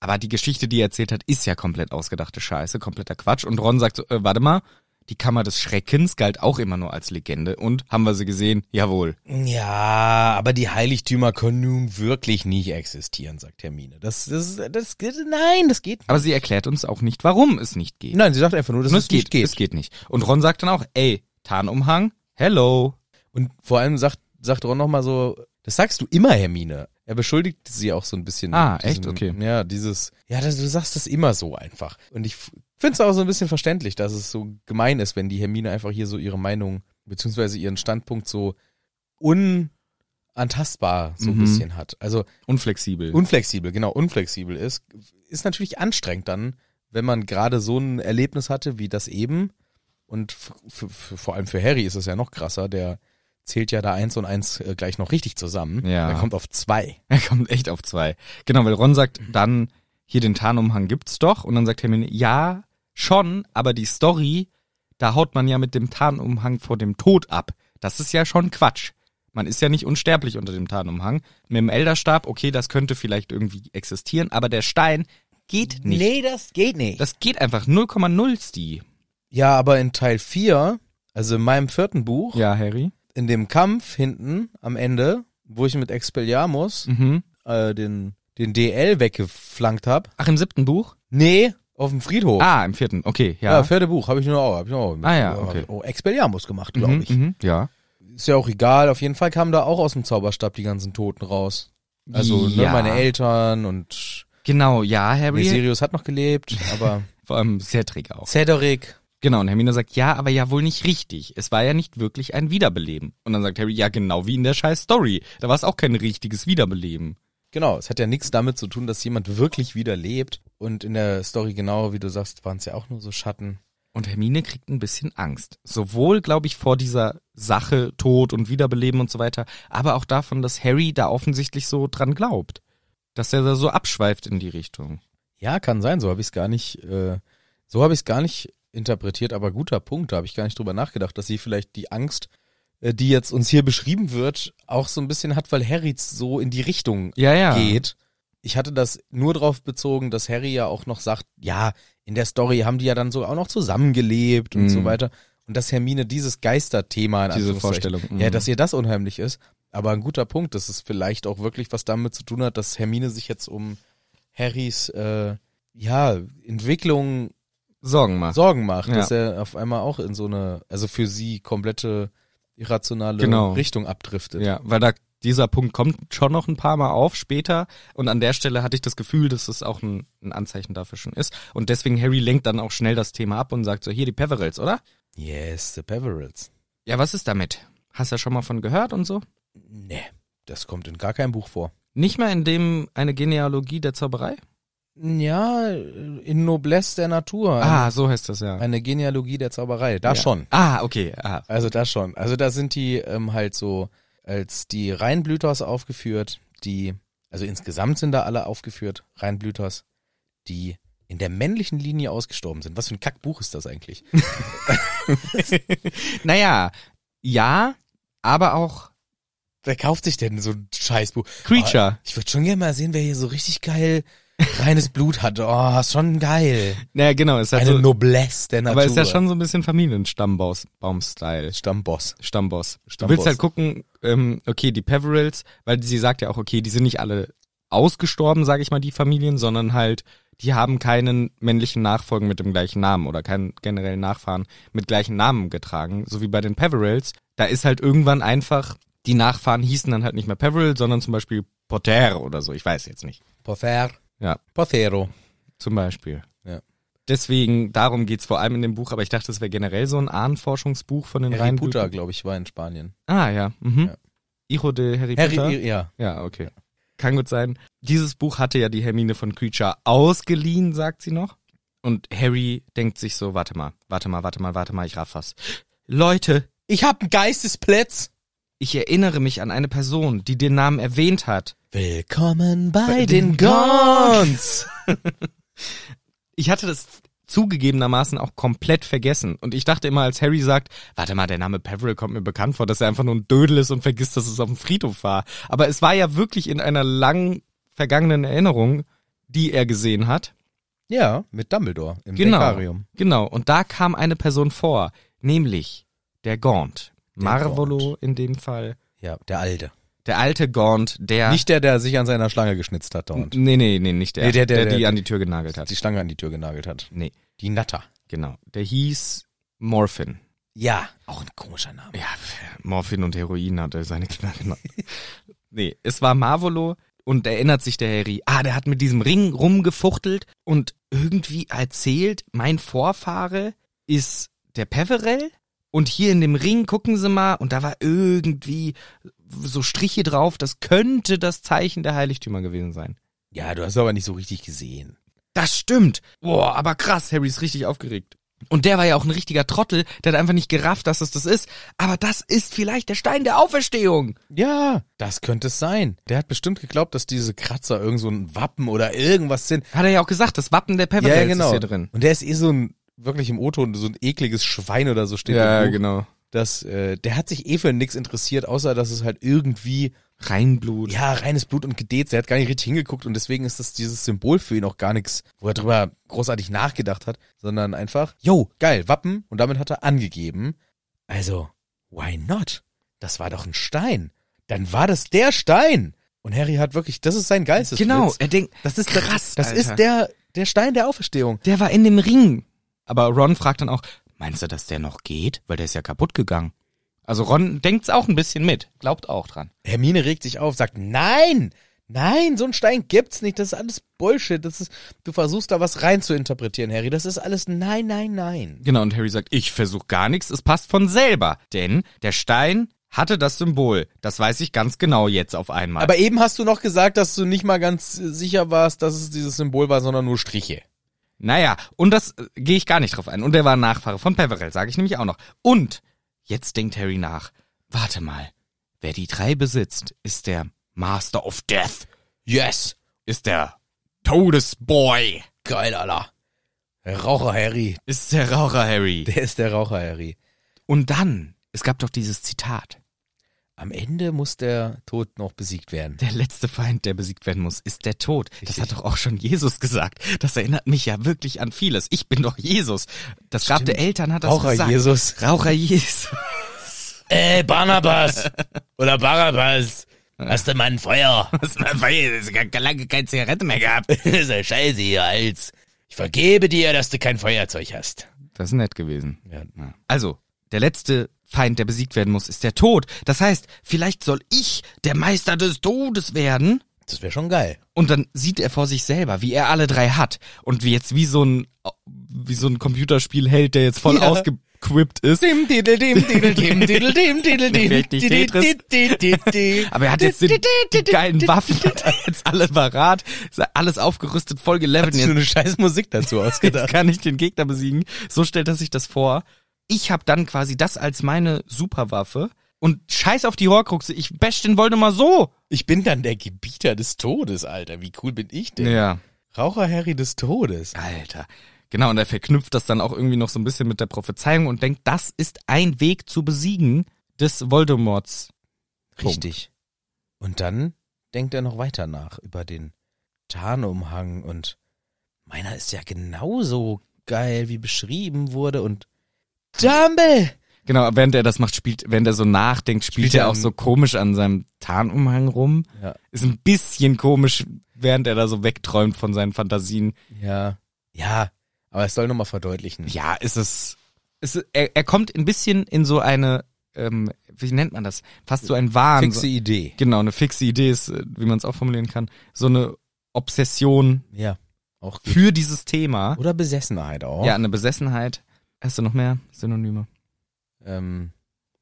aber die Geschichte, die er erzählt hat, ist ja komplett ausgedachte Scheiße, kompletter Quatsch. Und Ron sagt so, äh, warte mal, die Kammer des Schreckens galt auch immer nur als Legende. Und, haben wir sie gesehen? Jawohl. Ja, aber die Heiligtümer können nun wirklich nicht existieren, sagt Hermine. Das ist, das, geht- nein, das geht Aber sie erklärt uns auch nicht, warum es nicht geht. Nein, sie sagt einfach nur, dass Nur es nicht geht. Es geht nicht. Und Ron sagt dann auch, ey, Tarnumhang, hello. Und vor allem sagt, sagt Ron nochmal so, das sagst du immer, Hermine. Er beschuldigt sie auch so ein bisschen. Ah, mit diesem- echt? Okay. Ja, dieses, ja, das, du sagst das immer so einfach. Und ich finde es auch so ein bisschen verständlich, dass es so gemein ist, wenn die Hermine einfach hier so ihre Meinung, beziehungsweise ihren Standpunkt so unantastbar so ein Mhm. bisschen hat. Also Unflexibel. unflexibel, genau, unflexibel ist, ist natürlich anstrengend dann, wenn man gerade so ein Erlebnis hatte wie das eben. Und f- f- f- vor allem für Harry ist es ja noch krasser, der zählt ja da eins und eins äh, gleich noch richtig zusammen. Ja. Er kommt auf zwei. er kommt echt auf zwei. Genau, weil Ron sagt dann, hier den Tarnumhang gibt's doch. Und dann sagt Hermine, ja, schon, aber die Story, da haut man ja mit dem Tarnumhang vor dem Tod ab. Das ist ja schon Quatsch. Man ist ja nicht unsterblich unter dem Tarnumhang. Mit dem Elderstab, okay, das könnte vielleicht irgendwie existieren, aber der Stein geht nicht. das geht nicht. Das geht einfach 0,0 Sti. ja, aber in Teil vier, also in meinem vierten Buch, Ja, Harry. in dem Kampf hinten am Ende, wo ich mit Expelliarmus Mhm. äh, den, den DL weggeflankt habe. Ach, im siebten Buch? Nee, auf dem Friedhof. Ah, im vierten, okay, Ja, ja. vierte Buch, habe ich nur auch. Hab ich nur auch mit, Ah ja, okay. Oh, Expelliarmus gemacht, glaube ich. Mhm, ja. Ist ja auch egal. Auf jeden Fall kamen da auch aus dem Zauberstab die ganzen Toten raus. Also ne, Ja. meine Eltern und Genau, ja, nee, Harry. Sirius hat noch gelebt, <laughs> aber Vor allem Cedric auch. Cedric. Genau, und Hermine sagt, ja, aber ja wohl nicht richtig. Es war ja nicht wirklich ein Wiederbeleben. Und dann sagt Harry, ja, genau wie in der scheiß Story. Da war es auch kein richtiges Wiederbeleben. Genau, es hat ja nichts damit zu tun, dass jemand wirklich wieder lebt. Und in der Story, genau wie du sagst, waren es ja auch nur so Schatten. Und Hermine kriegt ein bisschen Angst. Sowohl, glaube ich, vor dieser Sache, Tod und Wiederbeleben und so weiter, aber auch davon, dass Harry da offensichtlich so dran glaubt. Dass er da so abschweift in die Richtung. Ja, kann sein, so habe ich es gar nicht, äh, so habe ich es gar nicht interpretiert, aber guter Punkt, da habe ich gar nicht drüber nachgedacht, dass sie vielleicht die Angst, äh, die jetzt uns hier beschrieben wird, auch so ein bisschen hat, weil Harry so in die Richtung Ja, ja. geht. Ich hatte das nur darauf bezogen, dass Harry ja auch noch sagt, ja, in der Story haben die ja dann so auch noch zusammengelebt und Mhm. so weiter. Und dass Hermine dieses Geisterthema in Diese Anführungszeichen- Vorstellung. mhm. ja, dass ihr das unheimlich ist. Aber ein guter Punkt, dass es vielleicht auch wirklich was damit zu tun hat, dass Hermine sich jetzt um Harrys äh, ja, Entwicklung Sorgen macht. Sorgen macht, Ja. dass er auf einmal auch in so eine, also für sie komplette irrationale Genau. Richtung abdriftet. Ja, weil da dieser Punkt kommt schon noch ein paar Mal auf später und an der Stelle hatte ich das Gefühl, dass es auch ein, ein Anzeichen dafür schon ist und deswegen Harry lenkt dann auch schnell das Thema ab und sagt so hier die Peverils, oder? Yes, the Peverils. Ja, was ist damit? Hast du ja schon mal von gehört und so? Nee, das kommt in gar keinem Buch vor. Nicht mal in dem eine Genealogie der Zauberei? Ja, äh, in Noblesse der Natur. Ah, so heißt das ja. eine, eine Genealogie der Zauberei. Da ja. schon. Ah, okay. <laughs> Ah. Also das schon. Also da sind die ähm, halt so als die Reinblüters aufgeführt, die, also insgesamt sind da alle aufgeführt, Reinblüters, die in der männlichen Linie ausgestorben sind. Was für ein Kackbuch ist <laughs> das eigentlich? Naja, ja, aber auch Wer kauft sich denn so ein Scheißbuch? Creature. Ich würde schon gerne mal sehen, wer hier so richtig geil reines Blut hat. Oh, ist schon geil. Naja, genau, ist halt Eine so, Noblesse der Natur. aber ist ja schon so ein bisschen Familienstammbaum-Style. Stammboss. Stammboss. Du Stammboss. willst halt gucken, ähm, okay, die Peverils, weil sie sagt ja auch, okay, die sind nicht alle ausgestorben, sage ich mal, die Familien, sondern halt, die haben keinen männlichen Nachfolgen mit dem gleichen Namen oder keinen generellen Nachfahren mit gleichen Namen getragen, so wie bei den Peverils. Da ist halt irgendwann einfach, die Nachfahren hießen dann halt nicht mehr Peveril, sondern zum Beispiel Potter oder so, ich weiß jetzt nicht. Pother. Ja, Pothero. zum Beispiel. Ja. Deswegen, darum geht's vor allem in dem Buch, aber ich dachte, es wäre generell so ein Ahnenforschungsbuch von den Harry reinen Potter, Blüten. glaube ich, war in Spanien. Ah, ja. Mhm. Ja. Hijo de Harry, Harry, Potter. ja. Ja, okay. Kann gut sein. Dieses Buch hatte ja die Hermine von Creature ausgeliehen, sagt sie noch. Und Harry denkt sich so, warte mal, warte mal, warte mal, warte mal, ich raff was. Leute, Ich hab einen Geistesplatz. ich erinnere mich an eine Person, die den Namen erwähnt hat. Willkommen bei, den den Gons. Ich hatte das zugegebenermaßen auch komplett vergessen. Und ich dachte immer, als Harry sagt, warte mal, der Name Peveril kommt mir bekannt vor, dass er einfach nur ein Dödel ist und vergisst, dass es auf dem Friedhof war. Aber es war ja wirklich in einer lang vergangenen Erinnerung, die er gesehen hat. Ja, mit Dumbledore im Genau. Denkarium. Genau, und da kam eine Person vor, nämlich der Gaunt. Der Marvolo Gaunt. in dem Fall. Ja, der Alte. Der alte Gaunt, der. Nicht der, der sich an seiner Schlange geschnitzt hat dauernd. Nee, nee, nee, nicht der. Nee, der, der, der- die an die Tür genagelt hat. Die Schlange an die Tür genagelt hat. Nee, Die Natter. genau. Der hieß Morphin. Ja. Auch ein komischer Name. Ja, Morphin und Heroin hat er seine Kinder genannt. <laughs> nee, es war Marvolo und erinnert sich der Harry, ah, der hat mit diesem Ring rumgefuchtelt und irgendwie erzählt, mein Vorfahre ist der Peverell und hier in dem Ring, gucken Sie mal, und da war irgendwie so Striche drauf, das könnte das Zeichen der Heiligtümer gewesen sein. Ja, du hast aber nicht so richtig gesehen. Das stimmt. Boah, aber krass, Harry ist richtig aufgeregt. Und der war ja auch ein richtiger Trottel, der hat einfach nicht gerafft, dass es das ist. Aber das ist vielleicht der Stein der Auferstehung. Ja, das könnte es sein. Der hat bestimmt geglaubt, dass diese Kratzer irgend so ein Wappen oder irgendwas sind. Hat er ja auch gesagt, das Wappen der Peverils ist hier drin. Und der ist eh so ein, wirklich im O-Ton, so ein ekliges Schwein oder so steht im Buch. genau. Dass, äh, der hat sich eh für nichts interessiert, außer dass es halt irgendwie, Reinblut. ja, reines Blut und Gedäts, der hat gar nicht richtig hingeguckt und deswegen ist das dieses Symbol für ihn auch gar nichts, wo er drüber großartig nachgedacht hat, sondern einfach, yo, geil, Wappen und damit hat er angegeben. Also, why not? Das war doch ein Stein. Dann war das der Stein. Und Harry hat wirklich, das ist sein Geistes. genau, er denkt, Das ist Krass, das, das Alter. ist der der Stein der Auferstehung. der war in dem Ring. Aber Ron fragt dann auch, meinst du, dass der noch geht? Weil der ist ja kaputt gegangen. Also Ron denkt's auch ein bisschen mit, glaubt auch dran. Hermine regt sich auf, sagt, nein, nein, so einen Stein gibt's nicht, das ist alles Bullshit, das ist, du versuchst da was rein zu interpretieren, Harry, das ist alles nein, nein, nein. Genau, und Harry sagt, ich versuche gar nichts, es passt von selber. Denn der Stein hatte das Symbol. Das weiß ich ganz genau jetzt auf einmal. Aber eben hast du noch gesagt, dass du nicht mal ganz äh, sicher warst, dass es dieses Symbol war, sondern nur Striche. Naja, und das äh, gehe ich gar nicht drauf ein. Und er war ein Nachfahre von Peverell, sage ich nämlich auch noch. Und jetzt denkt Harry nach. Warte mal, wer die drei besitzt, ist der Master of Death, Yes, ist der Todesboy, geil, Alter. Raucher Harry, <laughs> ist der Raucher Harry. der ist der Raucher Harry. Und dann, es gab doch dieses Zitat. Am Ende muss der Tod noch besiegt werden. Der letzte Feind, der besiegt werden muss, ist der Tod. Das Richtig. hat doch auch schon Jesus gesagt. Das erinnert mich ja wirklich an vieles. Ich bin doch Jesus. Das Grab der Eltern hat das Raucher gesagt. Jesus. Raucher Jesus. <laughs> Ey, <laughs> Barnabas oder Barabbas, hast du mal ein Feuer? <laughs> Das ist lange keine Zigarette mehr gehabt. ist ja scheiße, ihr Hals. Ich vergebe dir, dass du kein Feuerzeug hast. Das ist nett gewesen. Ja. Also, der letzte Feind, der besiegt werden muss, ist der Tod. Das heißt, vielleicht soll ich der Meister des Todes werden. Das wäre schon geil. Und dann sieht er vor sich selber, wie er alle drei hat. Und wie jetzt wie so ein, wie so ein Computerspielheld, der jetzt voll Ja. ausgequippt ist. Dim, didel, dim, didel, dim, didel, dim, <laughs> didel, dim. Vielleicht nicht Didi, Tetris. didi, didi. Aber er hat jetzt den, die geilen Waffen, hat er jetzt alle parat, ist alles aufgerüstet, voll gelevelt. Hat sich so eine scheiß Musik <laughs> dazu Jetzt ausgedacht. kann ich den Gegner besiegen. So stellt er sich das vor. Ich habe dann quasi das als meine Superwaffe und scheiß auf die Horcruxe. Ich bash den Voldemort so. Ich bin dann der Gebieter des Todes, Alter. Wie cool bin ich denn? Ja. Raucher Harry des Todes. Alter. Genau, und er verknüpft das dann auch irgendwie noch so ein bisschen mit der Prophezeiung und denkt, das ist ein Weg zu besiegen des Voldemorts. Richtig. Und dann denkt er noch weiter nach über den Tarnumhang und meiner ist ja genauso geil, wie beschrieben wurde und Dumble! Genau, aber während er das macht, spielt, während er so nachdenkt, spielt, Spielt er er auch am- so komisch an seinem Tarnumhang rum. Ja. Ist ein bisschen komisch, während er da so wegträumt von seinen Fantasien. Ja. Ja, aber es soll nochmal verdeutlichen. Ja, ist es. Ist, es- er, er kommt ein bisschen in so eine, ähm, wie nennt man das? Fast so ein Wahn. Fixe so, Idee. genau, eine fixe Idee ist, äh, wie man es auch formulieren kann. So eine Obsession Ja. Auch gut. für dieses Thema. Oder Besessenheit auch. Ja, eine Besessenheit. Hast du noch mehr Synonyme? Ähm,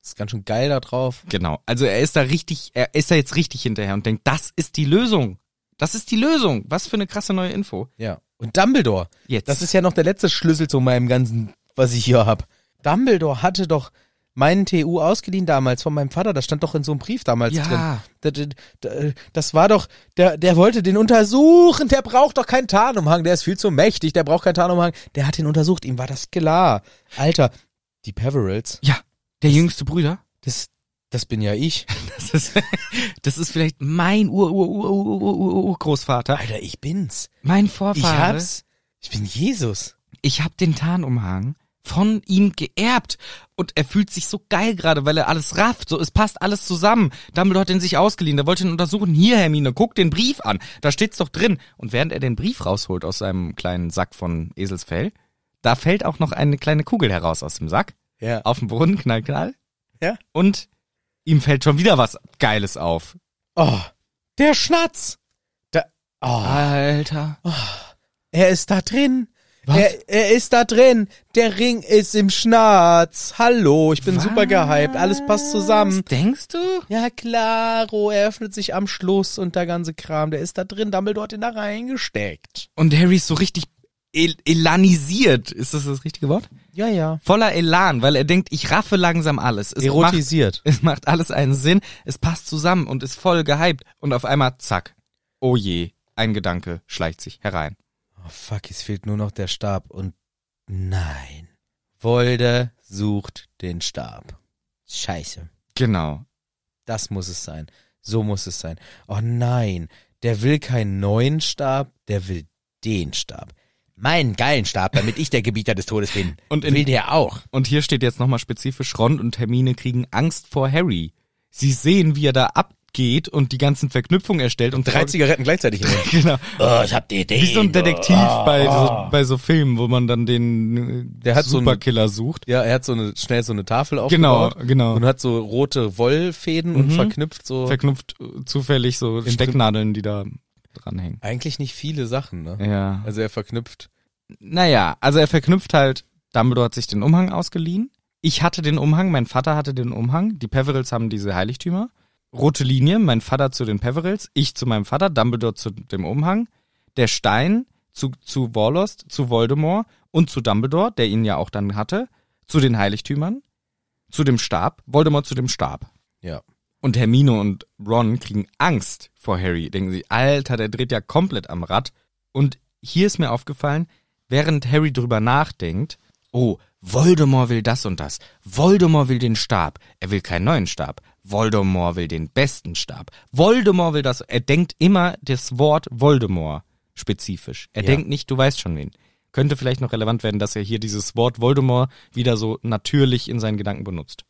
ist ganz schön geil da drauf. Genau. Also er ist da richtig, er ist da jetzt richtig hinterher und denkt, das ist die Lösung. Das ist die Lösung. Was für eine krasse neue Info. Ja. Und Dumbledore. Jetzt. Das ist ja noch der letzte Schlüssel zu meinem ganzen, was ich hier hab. Dumbledore hatte doch meinen TU ausgeliehen damals von meinem Vater. Das stand doch in so einem Brief damals drin. ja. Das, das, das war doch, der, der wollte den untersuchen, der braucht doch keinen Tarnumhang, der ist viel zu mächtig, der braucht keinen Tarnumhang. Der hat ihn untersucht, ihm war das klar. Alter, die Peverils, Ja. Der jüngste Bruder. das, das bin ja ich. Das ist, <laughs> das ist vielleicht mein Ur, Ur, Ur, Ur, Ur, Ur, Ur Großvater. Alter, ich bin's. Mein Ich Vorfahre. hab's. Ich bin Jesus. Ich hab den Tarnumhang von ihm geerbt und er fühlt sich so geil gerade, weil er alles rafft, so es passt alles zusammen. Dumbledore hat den sich ausgeliehen, der wollte ihn untersuchen. Hier Hermine, guck den Brief an, da steht's doch drin. Und während er den Brief rausholt aus seinem kleinen Sack von Eselsfell, da fällt auch noch eine kleine Kugel heraus aus dem Sack, Ja. auf den Boden, knall knall. Ja. Und ihm fällt schon wieder was Geiles auf. Oh, der Schnatz. Da, oh. Alter. Er ist da drin. Er, er ist da drin. Der Ring ist im Schnatz. Hallo, ich bin super gehypt. Alles passt zusammen. Was denkst du? Ja, klaro, er öffnet sich am Schluss und der ganze Kram, der ist da drin. Dumbledore hat ihn da reingesteckt. Und Harry ist so richtig el elanisiert. Ist das das richtige Wort? Ja, ja. voller Elan, weil er denkt, ich raffe langsam alles. Es macht, <laughs> Erotisiert. es macht alles einen Sinn, es passt zusammen und ist voll gehypt. Und auf einmal, zack. Oh je, ein Gedanke schleicht sich herein. Oh fuck, es fehlt nur noch der Stab und nein. Wolde sucht den Stab. Scheiße. Genau. Das muss es sein. So muss es sein. Oh nein, der will keinen neuen Stab, der will den Stab. Meinen geilen Stab, damit ich der Gebieter des Todes bin. Und in- will der auch. Und hier steht jetzt nochmal spezifisch, Ron und Hermine kriegen Angst vor Harry. Sie sehen, wie er da abgeht und die ganzen Verknüpfungen erstellt und Zigaretten gleichzeitig. <laughs> Genau. <laughs> oh, ich hab die Idee. Ah. Wie so ein Detektiv bei, so, bei so Filmen, wo man dann den Der hat so einen- Superkiller sucht. Ja, er hat so eine, schnell so eine Tafel Genau, aufgebaut. genau. Mhm. Und hat so rote Wollfäden und verknüpft so. Verknüpft äh, zufällig so Stecknadeln, die da dranhängen. Eigentlich nicht viele Sachen, ne? Ja. Also er verknüpft. Naja, also er verknüpft halt, Dumbledore hat sich den Umhang ausgeliehen. Ich hatte den Umhang, mein Vater hatte den Umhang. Die Peverils haben diese Heiligtümer. Rote Linie, mein Vater zu den Peverils, ich zu meinem Vater, Dumbledore zu dem Umhang. Der Stein zu, zu Warlost, zu Voldemort und zu Dumbledore, der ihn ja auch dann hatte. Zu den Heiligtümern, zu dem Stab, Voldemort zu dem Stab. Ja. Und Hermine und Ron kriegen Angst vor Harry. Denken sie, Alter, der dreht ja komplett am Rad. Und hier ist mir aufgefallen, während Harry drüber nachdenkt, oh, Voldemort will das und das. Voldemort will den Stab. Er will keinen neuen Stab. Voldemort will den besten Stab. Voldemort will das. Er denkt immer das Wort Voldemort spezifisch. Er Ja. denkt nicht, du weißt schon wen. Könnte vielleicht noch relevant werden, dass er hier dieses Wort Voldemort wieder so natürlich in seinen Gedanken benutzt.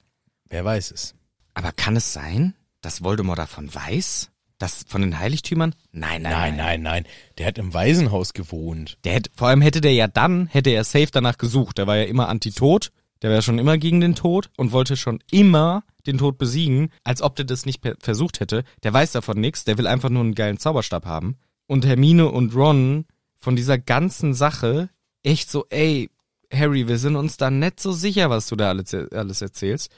Wer weiß es. Aber kann es sein, dass Voldemort davon weiß? Das von den Heiligtümern? Nein, nein, nein. nein, nein. Der hat im Waisenhaus gewohnt. Der hätte, vor allem hätte der ja dann, hätte er safe danach gesucht. Der war ja immer anti-Tod. Der war schon immer gegen den Tod und wollte schon immer den Tod besiegen, als ob der das nicht per- versucht hätte. Der weiß davon nichts. Der will einfach nur einen geilen Zauberstab haben. Und Hermine und Ron von dieser ganzen Sache echt so, ey, Harry, wir sind uns da nicht so sicher, was du da alles, alles erzählst.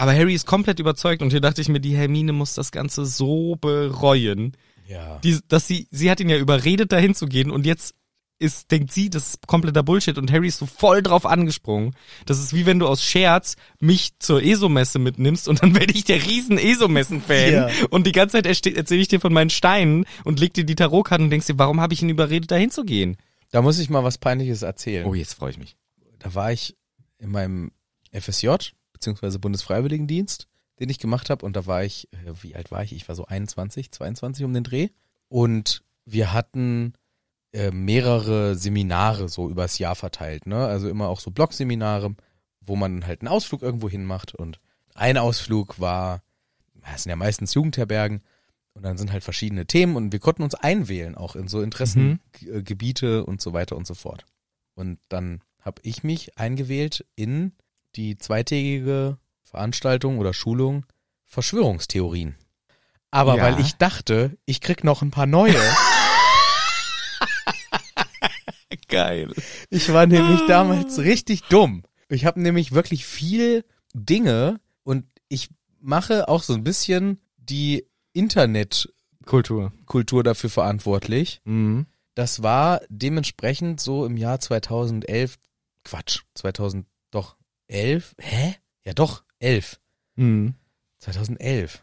Aber Harry ist komplett überzeugt und hier dachte ich mir, die Hermine muss das Ganze so bereuen Ja. die, dass sie, sie hat ihn ja überredet, dahin zu gehen und jetzt ist, denkt sie, das ist kompletter Bullshit und Harry ist so voll drauf angesprungen. Das ist wie wenn du aus Scherz mich zur ESO-Messe mitnimmst und dann werde ich der riesen ESO-Messen-Fan Ja. und die ganze Zeit erzähle ich dir von meinen Steinen und leg dir die Tarotkarten und denkst dir, warum habe ich ihn überredet, dahin zu gehen? Da muss ich mal was Peinliches erzählen. Oh, jetzt freue ich mich. da war ich in meinem FSJ, beziehungsweise Bundesfreiwilligendienst, den ich gemacht habe. Und da war ich, äh, wie alt war ich? Ich war so 21, 22 um den Dreh. Und wir hatten äh, mehrere Seminare so übers Jahr verteilt, ne? Also immer auch so Blogseminare, wo man halt einen Ausflug irgendwo hin macht. Und ein Ausflug war, das sind ja meistens Jugendherbergen, und dann sind halt verschiedene Themen und wir konnten uns einwählen, auch in so Interessengebiete und so weiter und so fort. Und dann habe ich mich eingewählt in die zweitägige Veranstaltung oder Schulung Verschwörungstheorien. Aber Ja. weil ich dachte, ich krieg noch ein paar neue. Geil. <laughs> Ich war nämlich damals richtig dumm. Ich habe nämlich wirklich viel Dinge und ich mache auch so ein bisschen die Internetkultur Kultur. dafür verantwortlich. Mhm. Das war dementsprechend so im Jahr 2011, Quatsch, 2000, doch, 11? Hä? Ja doch, 11. Mhm. 2011.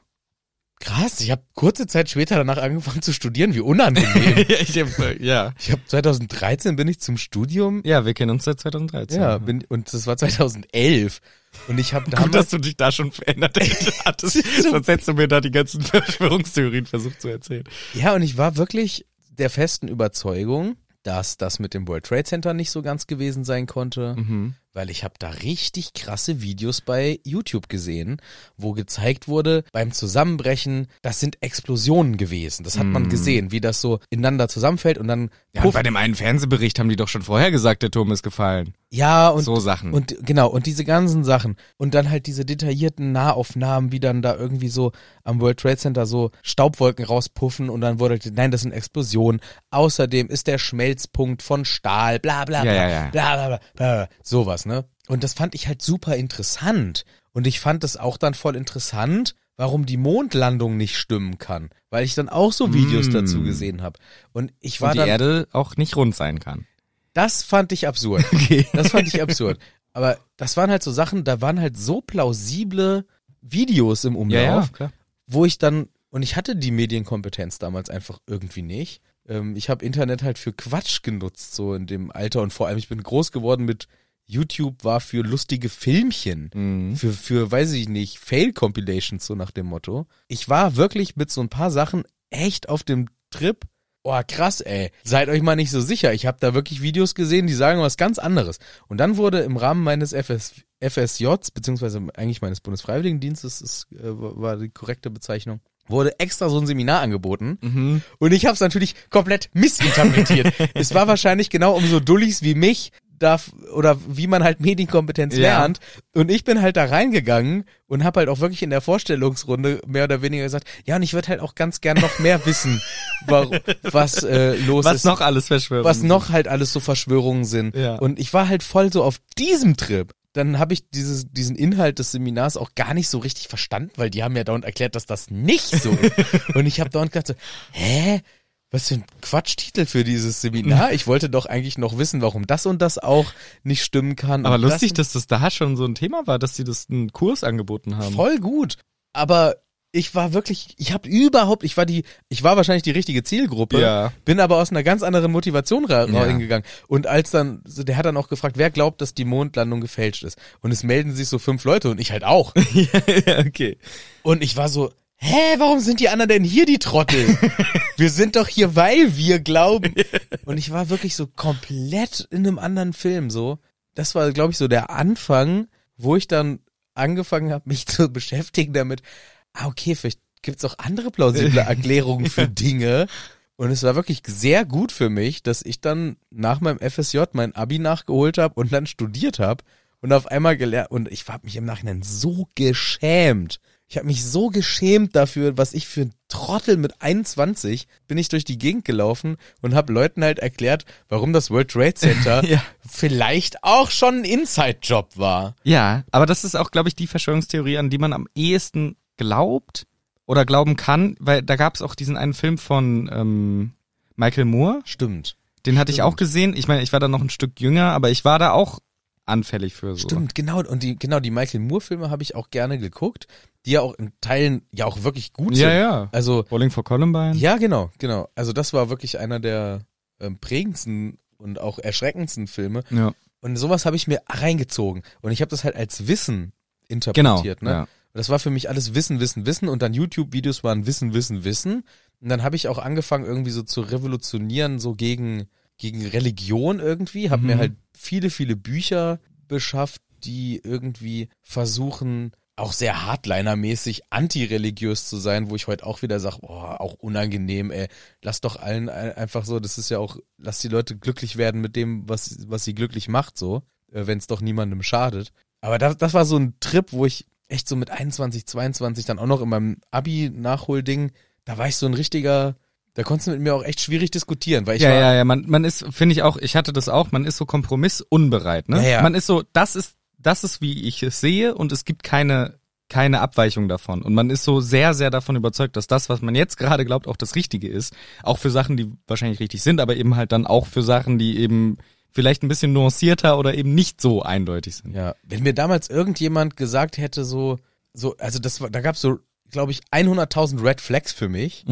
Krass, ich habe kurze Zeit später danach angefangen zu studieren, wie <laughs> unangenehm. ich hab, äh, <laughs> ja. ich habe 2013 bin ich zum Studium Ja, wir kennen uns seit 2013. Ja, bin, und das war 2011. Und ich habe mhm. <laughs> Gut, dass damals, du dich da schon verändert <laughs> hattest. Sonst hättest du mir da die ganzen <laughs> Verschwörungstheorien versucht zu erzählen. ja, und ich war wirklich der festen Überzeugung, dass das mit dem World Trade Center nicht so ganz gewesen sein konnte, Mhm. weil ich habe da richtig krasse Videos bei YouTube gesehen, wo gezeigt wurde, beim Zusammenbrechen, das sind Explosionen gewesen. Das hat man gesehen, wie das so ineinander zusammenfällt und dann Mhm. Ja, und bei dem einen Fernsehbericht haben die doch schon vorher gesagt, der Turm ist gefallen. Ja, und So Sachen. Und genau, und diese ganzen Sachen. Und dann halt diese detaillierten Nahaufnahmen, wie dann da irgendwie so am World Trade Center so Staubwolken rauspuffen und dann wurde, nein, das sind Explosionen. Außerdem ist der Schmelzpunkt von Stahl, bla bla bla, Ja, ja, ja. bla, bla, bla, bla, bla, sowas, ne? Und das fand ich halt super interessant. Und ich fand das auch dann voll interessant, warum die Mondlandung nicht stimmen kann. Weil ich dann auch so Videos Mm. dazu gesehen habe. Und ich war Und die dann, Erde auch nicht rund sein kann. das fand ich absurd. <laughs> Okay. Das fand <laughs> ich absurd. Aber das waren halt so Sachen, da waren halt so plausible Videos im Umlauf, Ja, ja, klar. wo ich dann, und ich hatte die Medienkompetenz damals einfach irgendwie nicht. Ähm, ich habe Internet halt für Quatsch genutzt, so in dem Alter. Und vor allem, ich bin groß geworden mit YouTube war für lustige Filmchen. Mhm. Für, für, weiß ich nicht, Fail-Compilations, so nach dem Motto. Ich war wirklich mit so ein paar Sachen echt auf dem Trip. Oh, krass, ey. Seid euch mal nicht so sicher. Ich habe da wirklich Videos gesehen, die sagen was ganz anderes. Und dann wurde im Rahmen meines FS, FSJs, beziehungsweise eigentlich meines Bundesfreiwilligendienstes, ist, äh, war die korrekte Bezeichnung, wurde extra so ein Seminar angeboten. Mhm. Und ich habe es natürlich komplett <laughs> missinterpretiert. es war wahrscheinlich genau um so Dullis wie mich darf oder wie man halt Medienkompetenz Ja. lernt. Und ich bin halt da reingegangen und habe halt auch wirklich in der Vorstellungsrunde mehr oder weniger gesagt, ja, und ich würde halt auch ganz gern noch mehr wissen, <laughs> warum, was äh, los Was ist, noch alles Verschwörung. was noch halt alles so Verschwörungen sind. Ja. Und ich war halt voll so auf diesem Trip. Dann habe ich dieses, diesen Inhalt des Seminars auch gar nicht so richtig verstanden, weil die haben ja dauernd erklärt, dass das nicht so <laughs> ist. Und ich habe dauernd gedacht so, hä? Was für ein Quatschtitel für dieses Seminar? Ich wollte doch eigentlich noch wissen, warum das und das auch nicht stimmen kann. Aber und lustig, das dass das da schon so ein Thema war, dass sie das einen Kurs angeboten haben. voll gut. Aber ich war wirklich, ich habe überhaupt, ich war die, ich war wahrscheinlich die richtige Zielgruppe. Ja. Bin aber aus einer ganz anderen Motivation ra- Ja. reingegangen. Und als dann, so, der hat dann auch gefragt, wer glaubt, dass die Mondlandung gefälscht ist? Und es melden sich so fünf Leute und ich halt <laughs> auch. <laughs> ja, okay. Und ich war so, hä, warum sind die anderen denn hier <laughs> die Trottel? wir sind doch hier, weil wir glauben. Und ich war wirklich so komplett in einem anderen Film so. Das war, glaube ich, so der Anfang, wo ich dann angefangen habe, mich zu beschäftigen damit. Ah, okay, vielleicht gibt's auch andere plausible Erklärungen für Dinge. Und es war wirklich sehr gut für mich, dass ich dann nach meinem FSJ mein Abi nachgeholt habe und dann studiert habe und auf einmal gelernt und ich habe mich im Nachhinein so geschämt. Ich habe mich so geschämt dafür, was ich für ein Trottel mit 21 bin ich durch die Gegend gelaufen und habe Leuten halt erklärt, warum das World Trade Center Ja. vielleicht auch schon ein Inside Job war. Ja, aber das ist auch, glaube ich, die Verschwörungstheorie, an die man am ehesten glaubt oder glauben kann, weil da gab es auch diesen einen Film von ähm, Michael Moore, Stimmt. den hatte ich auch gesehen. Ich meine, ich war da noch ein Stück jünger, aber ich war da auch anfällig für so. Stimmt, genau. Und die, genau, die Michael Moore-Filme habe ich auch gerne geguckt, die ja auch in Teilen ja auch wirklich gut Ja, sind. ja. Also, Bowling for Columbine. ja, genau, genau. Also, das war wirklich einer der ähm, prägendsten und auch erschreckendsten Filme. ja. Und sowas habe ich mir reingezogen. Und ich habe das halt als Wissen interpretiert. Genau, ne? ja. Und Das war für mich alles Wissen, Wissen, Wissen. Und dann YouTube-Videos waren Wissen, Wissen, Wissen. Und dann habe ich auch angefangen, irgendwie so zu revolutionieren, so gegen, gegen Religion irgendwie. Habe mir Mhm. halt viele, viele Bücher beschafft, die irgendwie versuchen, auch sehr Hardliner-mäßig antireligiös zu sein, wo ich heute auch wieder sage, boah, auch unangenehm, ey. Lass doch allen ein- einfach so, das ist ja auch, lass die Leute glücklich werden mit dem, was, was sie glücklich macht, so, wenn es doch niemandem schadet. Aber das, das war so ein Trip, wo ich echt so mit 21, 22 dann auch noch in meinem Abi-Nachholding, da war ich so ein richtiger, da konntest du mit mir auch echt schwierig diskutieren, weil ich ja, war, ja, ja, man, man ist, finde ich auch, ich hatte das auch, man ist so kompromissunbereit, ne? Ja, ja. Man ist so, das ist, das ist, wie ich es sehe und es gibt keine, keine Abweichung davon. Und man ist so sehr, sehr davon überzeugt, dass das, was man jetzt gerade glaubt, auch das Richtige ist. Auch für Sachen, die wahrscheinlich richtig sind, aber eben halt dann auch für Sachen, die eben vielleicht ein bisschen nuancierter oder eben nicht so eindeutig sind. Ja, wenn mir damals irgendjemand gesagt hätte, so, so, also das war, da gab's so, glaube ich, 100.000 Red Flags für mich.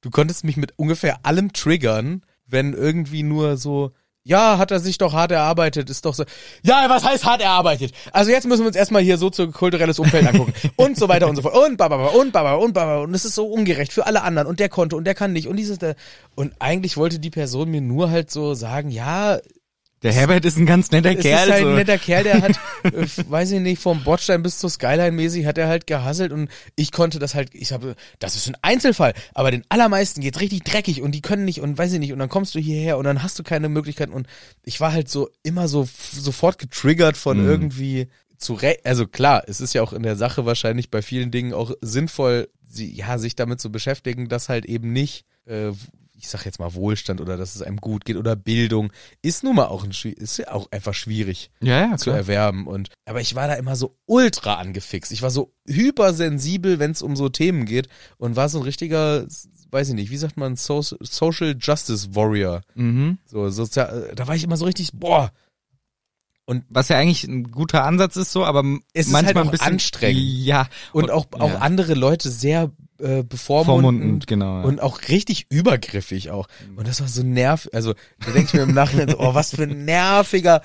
Du konntest mich mit ungefähr allem triggern, wenn irgendwie nur so, ja, hat er sich doch hart erarbeitet, ist doch so, ja, was heißt hart erarbeitet? Also jetzt müssen wir uns erstmal hier soziokulturelles Umfeld angucken und so weiter und so fort und bababa und bababa und bababa und es ist so ungerecht für alle anderen und der konnte und der kann nicht und dieses, der, und eigentlich wollte die Person mir nur halt so sagen, ja, Der Herbert ist ein ganz netter es Kerl. ist halt so. ein netter Kerl, der hat, äh, weiß ich nicht, vom Bordstein bis zur Skyline mäßig hat er halt gehasselt und ich konnte das halt, ich habe, das ist ein Einzelfall, aber den allermeisten geht's richtig dreckig und die können nicht und weiß ich nicht und dann kommst du hierher und dann hast du keine Möglichkeiten und ich war halt so immer so f- sofort getriggert von Mhm. irgendwie zu re also klar, es ist ja auch in der Sache wahrscheinlich bei vielen Dingen auch sinnvoll, sie, ja, sich damit zu beschäftigen, dass halt eben nicht äh, ich sag jetzt mal Wohlstand oder dass es einem gut geht oder Bildung ist nun mal auch ein schwi- ist ja auch einfach schwierig ja, ja, zu klar. erwerben und aber ich war da immer so ultra angefixt. Ich war so hypersensibel, wenn es um so Themen geht und war so ein richtiger weiß ich nicht, wie sagt man so Social Justice Warrior. Mhm. So sozial da war ich immer so richtig boah Was ja eigentlich ein guter Ansatz ist so, aber m- Es ist manchmal halt auch ein bisschen anstrengend. Ja, und auch auch ja. andere Leute sehr äh, bevormundend vormundend, genau. ja. Und auch richtig übergriffig auch. Und das war so nervig. Also, da denke ich mir im Nachhinein so, oh, was für ein nerviger,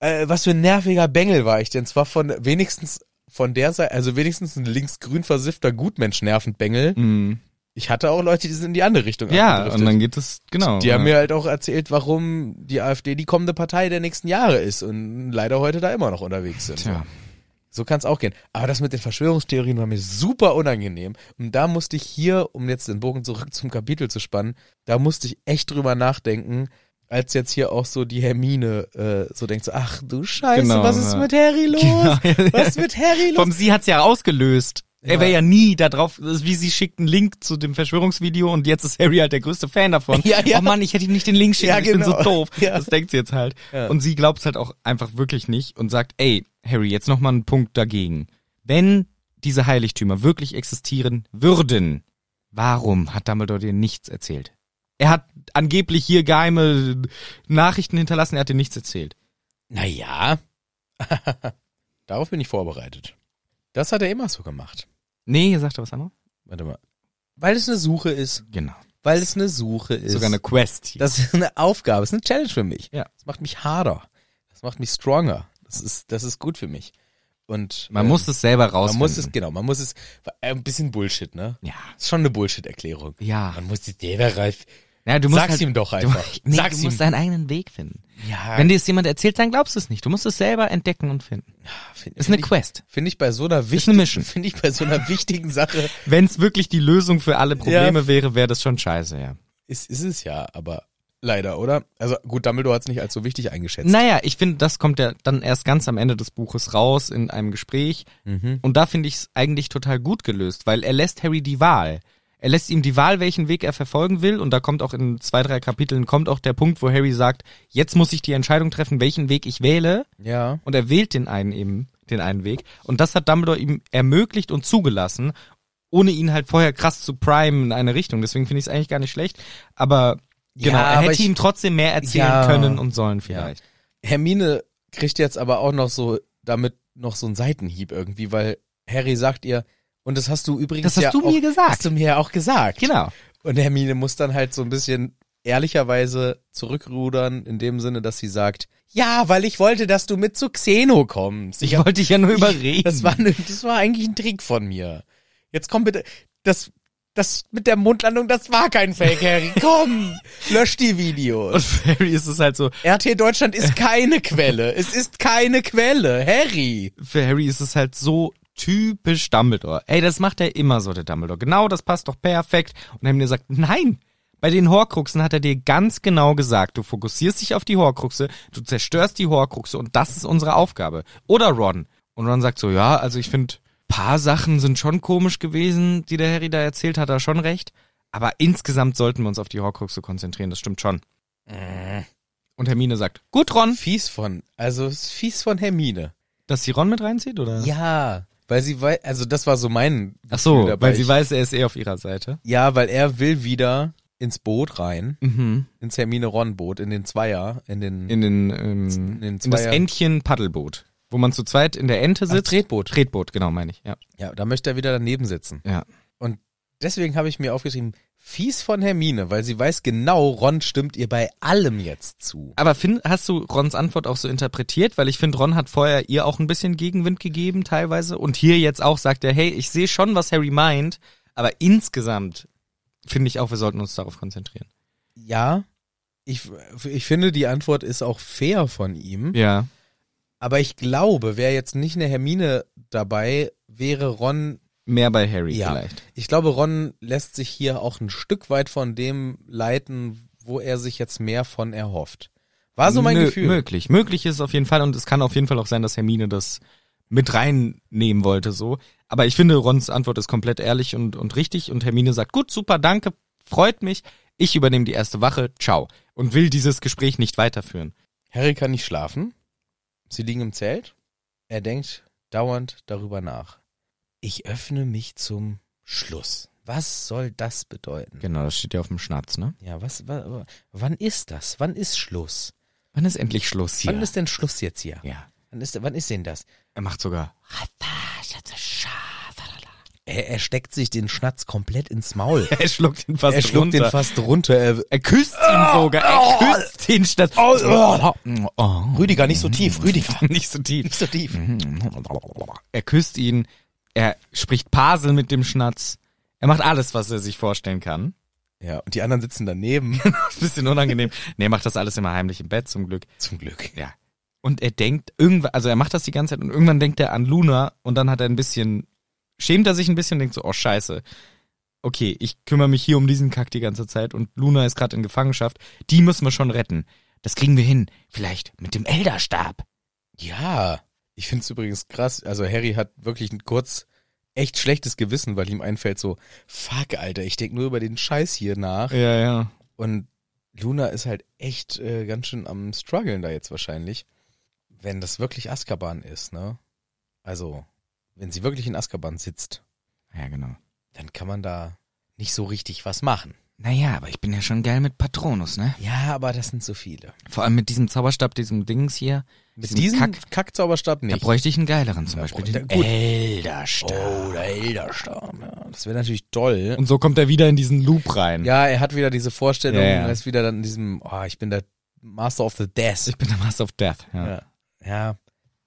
äh, was für ein nerviger Bengel war ich denn? Zwar von wenigstens von der Seite, also wenigstens ein linksgrün versiffter Gutmensch nervend Bengel. Mhm. Ich hatte auch Leute, die sind in die andere Richtung Ja, abgedriftet. und dann geht es, genau. Die haben ja. mir halt auch erzählt, warum die AfD die kommende Partei der nächsten Jahre ist und leider heute da immer noch unterwegs sind. Tja. So kann es auch gehen. Aber das mit den Verschwörungstheorien war mir super unangenehm. Und da musste ich hier, um jetzt den Bogen zurück zum Kapitel zu spannen, da musste ich echt drüber nachdenken, als jetzt hier auch so die Hermine äh, so denkt, so, ach du Scheiße, Genau, was ist ja. mit Harry los? Genau. Was ist mit Harry los? Vom Sie hat's ja ausgelöst. Ja. Er wäre ja nie da drauf, das ist wie sie schickt einen Link zu dem Verschwörungsvideo und jetzt ist Harry halt der größte Fan <laughs> davon. Ja, ja. Oh Mann, ich hätte ihm nicht den Link schicken, Ja, ich bin so genau. doof. Ja. Das denkt sie jetzt halt. Ja. Und sie glaubt halt auch einfach wirklich nicht und sagt, ey, Harry, jetzt nochmal einen Punkt dagegen. Wenn diese Heiligtümer wirklich existieren würden, warum hat Dumbledore dir nichts erzählt? Er hat angeblich hier geheime Nachrichten hinterlassen, er hat dir nichts erzählt. Naja, <laughs> darauf bin ich vorbereitet. Das hat er immer so gemacht. Nee, sagt er was anderes? Warte mal. Weil es eine Suche ist. Genau. Weil es eine Suche ist. Sogar eine Quest hier. Das ist eine Aufgabe, ist eine Challenge für mich. Ja. Das macht mich harder. Das macht mich stronger. Das ist, das ist gut für mich. Und Man ähm, muss es selber rausfinden. man muss es, genau, man muss es, äh, ein bisschen Bullshit, ne? Ja. Ist schon eine Bullshit-Erklärung. Ja. Man muss es selber reif. ja du halt- Sag's ihm doch einfach. Du, <laughs> nee, Sag's du musst ihm. deinen eigenen Weg finden. Ja. Wenn dir es jemand erzählt, dann glaubst du es nicht. Du musst es selber entdecken und finden. find, Ist eine find ich- Quest. Finde ich bei so Ist einer eine wichtigen, Mission. finde ich bei so einer wichtigen Sache, Wenn es wirklich die Lösung für alle Probleme wäre, wäre das schon scheiße, ja. ist, ist es ja, aber leider, oder? Also gut, Dumbledore hat's nicht als so wichtig eingeschätzt. Naja, ich finde, das kommt ja dann erst ganz am Ende des Buches raus in einem Gespräch. Mhm. Und da finde ich es eigentlich total gut gelöst, weil er lässt Harry die Wahl. Er lässt ihm die Wahl, welchen Weg er verfolgen will. Und da kommt auch in zwei, drei Kapiteln kommt auch der Punkt, wo Harry sagt, jetzt muss ich die Entscheidung treffen, welchen Weg ich wähle. Ja. Und er wählt den einen eben, den einen Weg. Und das hat Dumbledore ihm ermöglicht und zugelassen, ohne ihn halt vorher krass zu primen in eine Richtung. Deswegen finde ich es eigentlich gar nicht schlecht. Aber genau, Ja, er aber hätte ich- ihm trotzdem mehr erzählen Ja. können und sollen vielleicht. Hermine kriegt jetzt aber auch noch so damit noch so einen Seitenhieb irgendwie, weil Harry sagt ihr, und das hast du übrigens Das hast ja du auch, mir gesagt. Hast du mir ja auch gesagt. Genau. Und Hermine muss dann halt so ein bisschen ehrlicherweise zurückrudern, in dem Sinne, dass sie sagt, ja, weil ich wollte, dass du mit zu Xeno kommst. Ich wollte dich ja nur Ich- überreden. Das war, ne, das war eigentlich ein Trick von mir. Jetzt komm bitte. Das Das mit der Mundlandung, das war kein Fake, Harry. Komm, lösch die Videos. Und Ferry ist es halt so, RT Deutschland ist keine Quelle. Es ist keine Quelle, Harry. für Harry ist es halt so typisch Dumbledore. Ey, das macht er immer so, der Dumbledore. Genau, das passt doch perfekt. Und Hermine sagt, nein, bei den Horcruxen hat er dir ganz genau gesagt, du fokussierst dich auf die Horcruxe, du zerstörst die Horcruxe und das ist unsere Aufgabe. Oder Ron. Und Ron sagt so, ja, also ich finde, paar Sachen sind schon komisch gewesen, die der Harry da erzählt hat, hat er schon recht. Aber insgesamt sollten wir uns auf die Horcruxe konzentrieren, das stimmt schon. Äh. Und Hermine sagt, gut, Ron, Fies von, also es ist fies von Hermine. dass sie Ron mit reinzieht, oder? Ja, weil sie weiß, also das war so mein. Ach so, Gefühl dabei. weil sie weiß, er ist eh auf ihrer Seite. Ja, weil er will wieder ins Boot rein, ins Hermine Ron Boot, in den Zweier, in den In den, ähm, In den in das Zweier- Entchen Paddelboot, wo man zu zweit in der Ente Ach, sitzt. Tretboot. Tretboot, genau, meine ich. Ja. Ja, da möchte er wieder daneben sitzen. ja. Und deswegen habe ich mir aufgeschrieben, fies von Hermine, weil sie weiß genau, Ron stimmt ihr bei allem jetzt zu. Aber find, hast du Rons Antwort auch so interpretiert? Weil ich finde, Ron hat vorher ihr auch ein bisschen Gegenwind gegeben, teilweise. Und hier jetzt auch sagt er, hey, ich sehe schon, was Harry meint, aber insgesamt finde ich auch, wir sollten uns darauf konzentrieren. Ja, ich, ich finde, die Antwort ist auch fair von ihm. Ja. Aber ich glaube, wäre jetzt nicht eine Hermine dabei, wäre Ron Mehr bei Harry Ja. vielleicht. Ich glaube, Ron lässt sich hier auch ein Stück weit von dem leiten, wo er sich jetzt mehr von erhofft. War so mein Mö- Gefühl. Möglich. Möglich ist es auf jeden Fall und es kann auf jeden Fall auch sein, dass Hermine das mit reinnehmen wollte, so. Aber ich finde, Rons Antwort ist komplett ehrlich und, und richtig und Hermine sagt, gut, super, danke, freut mich, ich übernehme die erste Wache, ciao. Und will dieses Gespräch nicht weiterführen. Harry kann nicht schlafen. Sie liegen im Zelt. Er denkt dauernd darüber nach. Ich öffne mich zum Schluss. Was soll das bedeuten? Genau, das steht ja auf dem Schnatz, ne? Ja, was, wa, wann ist das? Wann ist Schluss? Wann ist endlich Schluss hier? Wann ist denn Schluss jetzt hier? ja. Wann ist, wann ist denn das? Er macht sogar. <laughs> Er, er steckt sich den Schnatz komplett ins <laughs> Maul. Er schluckt ihn fast er schluckt den runter. fast runter. Er, er küsst ihn sogar. Er küsst ihn statt. Oh, Mhm. Oh. Rüdiger, nicht so tief, Rüdiger. <laughs> Nicht so tief. Nicht so tief. Er küsst ihn, er spricht Pasel mit dem Schnatz. Er macht alles, was er sich vorstellen kann. <laughs> Ja, und die anderen sitzen daneben. Bisschen unangenehm. Nee, er macht das alles immer heimlich im Bett, zum Glück. <laughs> Zum Glück. Ja. Und er denkt, irgendwann, also er macht das die ganze Zeit und irgendwann denkt er an Luna und dann hat er ein bisschen, schämt er sich ein bisschen und denkt so, oh scheiße. Okay, ich kümmere mich hier um diesen Kack die ganze Zeit und Luna ist gerade in Gefangenschaft. Die müssen wir schon retten. Das kriegen wir hin. Vielleicht mit dem Elderstab. Ja. Ich find's übrigens krass. Also Harry hat wirklich ein kurz echt schlechtes Gewissen, weil ihm einfällt so, fuck, Alter, ich denk nur über den Scheiß hier nach. Ja, ja. Und Luna ist halt echt äh, ganz schön am struggeln da jetzt wahrscheinlich. Wenn das wirklich Azkaban ist, ne? Also, wenn sie wirklich in Azkaban sitzt, Ja, genau. dann kann man da nicht so richtig was machen. Naja, aber ich bin ja schon geil mit Patronus, ne? Ja, aber das sind so viele. Vor allem mit diesem Zauberstab, diesem Dings hier. Mit diesem Kack, Kack Kackzauberstab da nicht. bräuchte ich einen geileren zum Da Beispiel. bräuchte- Den gut. Elderstab. Oh, der Elderstab. Ja, das wäre natürlich toll. Und so kommt er wieder in diesen Loop rein. ja, er hat wieder diese Vorstellung, Ja, ja. er ist wieder dann in diesem, oh, ich bin der Master of the Death. Ich bin der Master of Death. Ja. Ja. ja.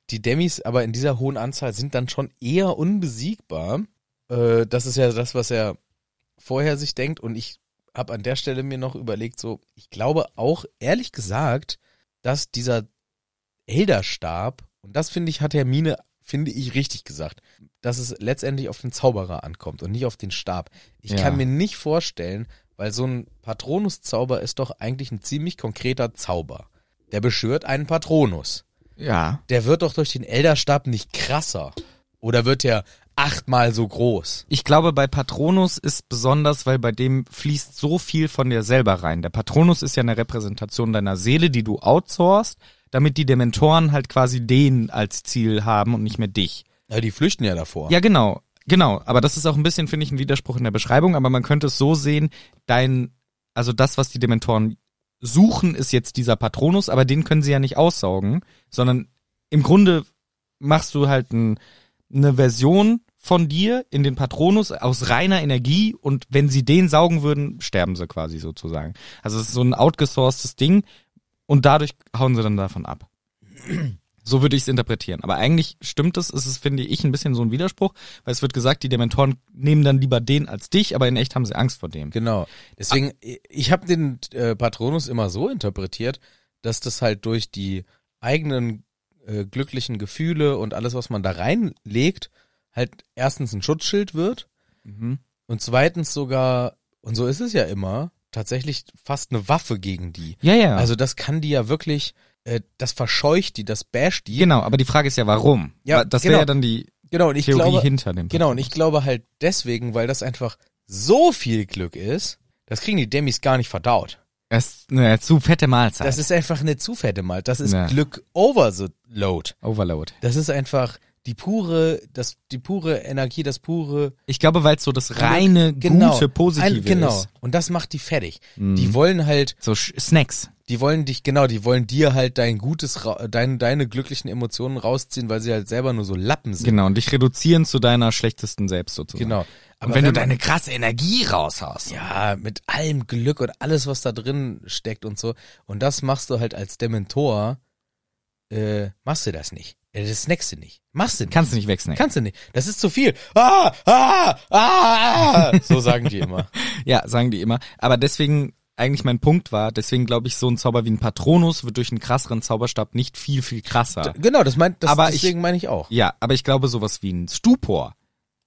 Die Demis aber in dieser hohen Anzahl sind dann schon eher unbesiegbar. Äh, das ist ja das, was er vorher sich denkt. Und ich habe an der Stelle mir noch überlegt, so, ich glaube auch, ehrlich gesagt, dass dieser Elderstab, und das finde ich, hat Hermine, finde ich, richtig gesagt, dass es letztendlich auf den Zauberer ankommt und nicht auf den Stab. Ich Ja. kann mir nicht vorstellen, weil so ein Patronuszauber ist doch eigentlich ein ziemlich konkreter Zauber. Der beschwört einen Patronus ja. der wird doch durch den Elderstab nicht krasser. Oder wird der achtmal so groß? Ich glaube, bei Patronus ist besonders, weil bei dem fließt so viel von dir selber rein. Der Patronus ist ja eine Repräsentation deiner Seele, die du outsourcest, damit die Dementoren halt quasi den als Ziel haben und nicht mehr dich. Ja, die flüchten ja davor. Ja, genau. Genau. Aber das ist auch ein bisschen, finde ich, ein Widerspruch in der Beschreibung. Aber man könnte es so sehen, dein, also das, was die Dementoren suchen, ist jetzt dieser Patronus, aber den können sie ja nicht aussaugen, sondern im Grunde machst du halt ein, eine Version von dir in den Patronus aus reiner Energie und wenn sie den saugen würden, sterben sie quasi sozusagen. Also es ist so ein outgesourcetes Ding und dadurch hauen sie dann davon ab. So würde ich es interpretieren. Aber eigentlich stimmt es, es ist, finde ich, ein bisschen so ein Widerspruch, weil es wird gesagt, die Dementoren nehmen dann lieber den als dich, aber in echt haben sie Angst vor dem. Genau. Deswegen, ich habe den äh, Patronus immer so interpretiert, dass das halt durch die eigenen äh, glücklichen Gefühle und alles, was man da reinlegt, halt erstens ein Schutzschild wird Mhm. und zweitens sogar, und so ist es ja immer, tatsächlich fast eine Waffe gegen die. Ja, ja. Also, Also das kann die ja wirklich, äh, das verscheucht die, das basht die. genau, aber die Frage ist ja, warum? Ja, Wa- das genau. wäre ja dann die Genau, und ich Theorie glaube, hinter dem. Genau, und ich glaube halt deswegen, weil das einfach so viel Glück ist, das kriegen die Demis gar nicht verdaut. Es, ne, zu fette Mahlzeit. Das ist einfach eine zu fette Mal. Das ist Ja. Glück over the load. Overload. Das ist einfach die pure, das, die pure Energie, das pure Ich glaube, weil es so das reine, genau, gute, positive Ein, genau. ist. Mhm. Und das macht die fertig. Die wollen halt, So Sch- Snacks. die wollen dich, genau, die wollen dir halt dein gutes, Ra- dein, deine glücklichen Emotionen rausziehen, weil sie halt selber nur so Lappen sind. Genau, und dich reduzieren zu deiner schlechtesten selbst sozusagen. Genau. Und wenn, du deine krasse Energie raushaust. Ja, mit allem Glück und alles, was da drin steckt und so. Und das machst du halt als Dementor, äh, machst du das nicht. Äh, Das snackst du nicht. Machst du nicht. Kannst du nicht wegsnacken. Kannst du nicht. Das ist zu viel. Ah, ah, ah. <laughs> So sagen die immer. Ja, sagen die immer. Aber deswegen, eigentlich mein Punkt war, deswegen glaube ich, so ein Zauber wie ein Patronus wird durch einen krasseren Zauberstab nicht viel, viel krasser. Genau, das meint, das, Aber ich- deswegen meine ich auch. Ja, aber ich glaube sowas wie ein Stupor,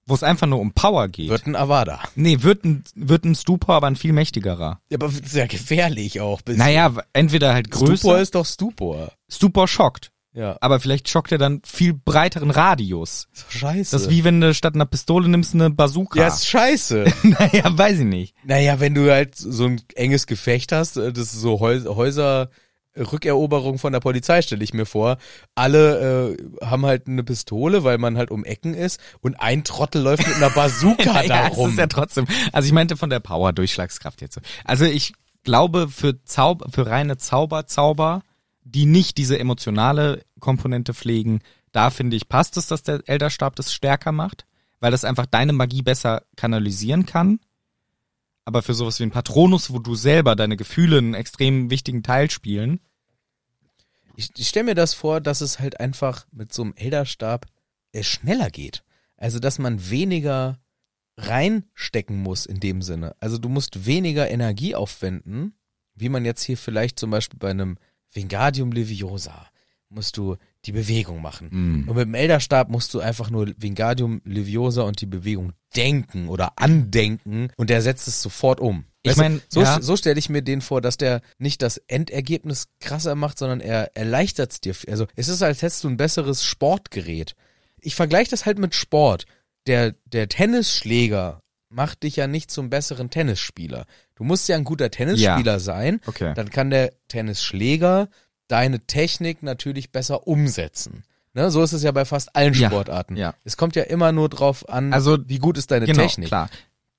wo es einfach nur um Power geht. Wird ein Avada. nee, wird ein, wird ein Stupor, aber ein viel mächtigerer. Ja, aber sehr gefährlich auch. Bis Naja, w- entweder halt größer. Stupor ist doch Stupor. Stupor schockt. Ja. Aber vielleicht schockt er dann viel breiteren Radius. So scheiße. Das ist wie wenn du statt einer Pistole nimmst eine Bazooka. <laughs> ja, ist scheiße. naja, weiß ich nicht. Naja, wenn du halt so ein enges Gefecht hast, äh, das ist so Häus Häuser. Rückeroberung von der Polizei stelle ich mir vor. Alle äh, haben halt eine Pistole, weil man halt um Ecken ist und ein Trottel läuft mit einer Bazooka da Naja, Es rum. ist <laughs> ja trotzdem. Also ich meinte von der Power Durchschlagskraft jetzt. so. Also ich glaube für Zauber, für reine Zauber, Zauber, die nicht diese emotionale Komponente pflegen, da finde ich passt es, dass der Elderstab das stärker macht, weil das einfach deine Magie besser kanalisieren kann. Aber für sowas wie ein Patronus, wo du selber deine Gefühle einen extrem wichtigen Teil spielen, Ich, ich stelle mir das vor, dass es halt einfach mit so einem Elderstab äh, schneller geht. Also, dass man weniger reinstecken muss in dem Sinne. Also, du musst weniger Energie aufwenden, wie man jetzt hier vielleicht zum Beispiel bei einem Vingadium Leviosa musst du die Bewegung machen. Und mit dem Elderstab musst du einfach nur Vingadium Leviosa und die Bewegung denken oder andenken und der setzt es sofort um. Ich Weißt du, mein, so, ja. so stelle ich mir den vor, dass der nicht das Endergebnis krasser macht, sondern er erleichtert es dir. Also es ist, als hättest du ein besseres Sportgerät. Ich vergleiche das halt mit Sport. Der, der Tennisschläger macht dich ja nicht zum besseren Tennisspieler. Du musst ja ein guter Tennisspieler sein. Okay. Dann kann der Tennisschläger deine Technik natürlich besser umsetzen. Ne, so ist es ja bei fast allen Ja, Sportarten. ja. Es kommt ja immer nur drauf an, Also, wie gut ist deine genau, Technik. klar.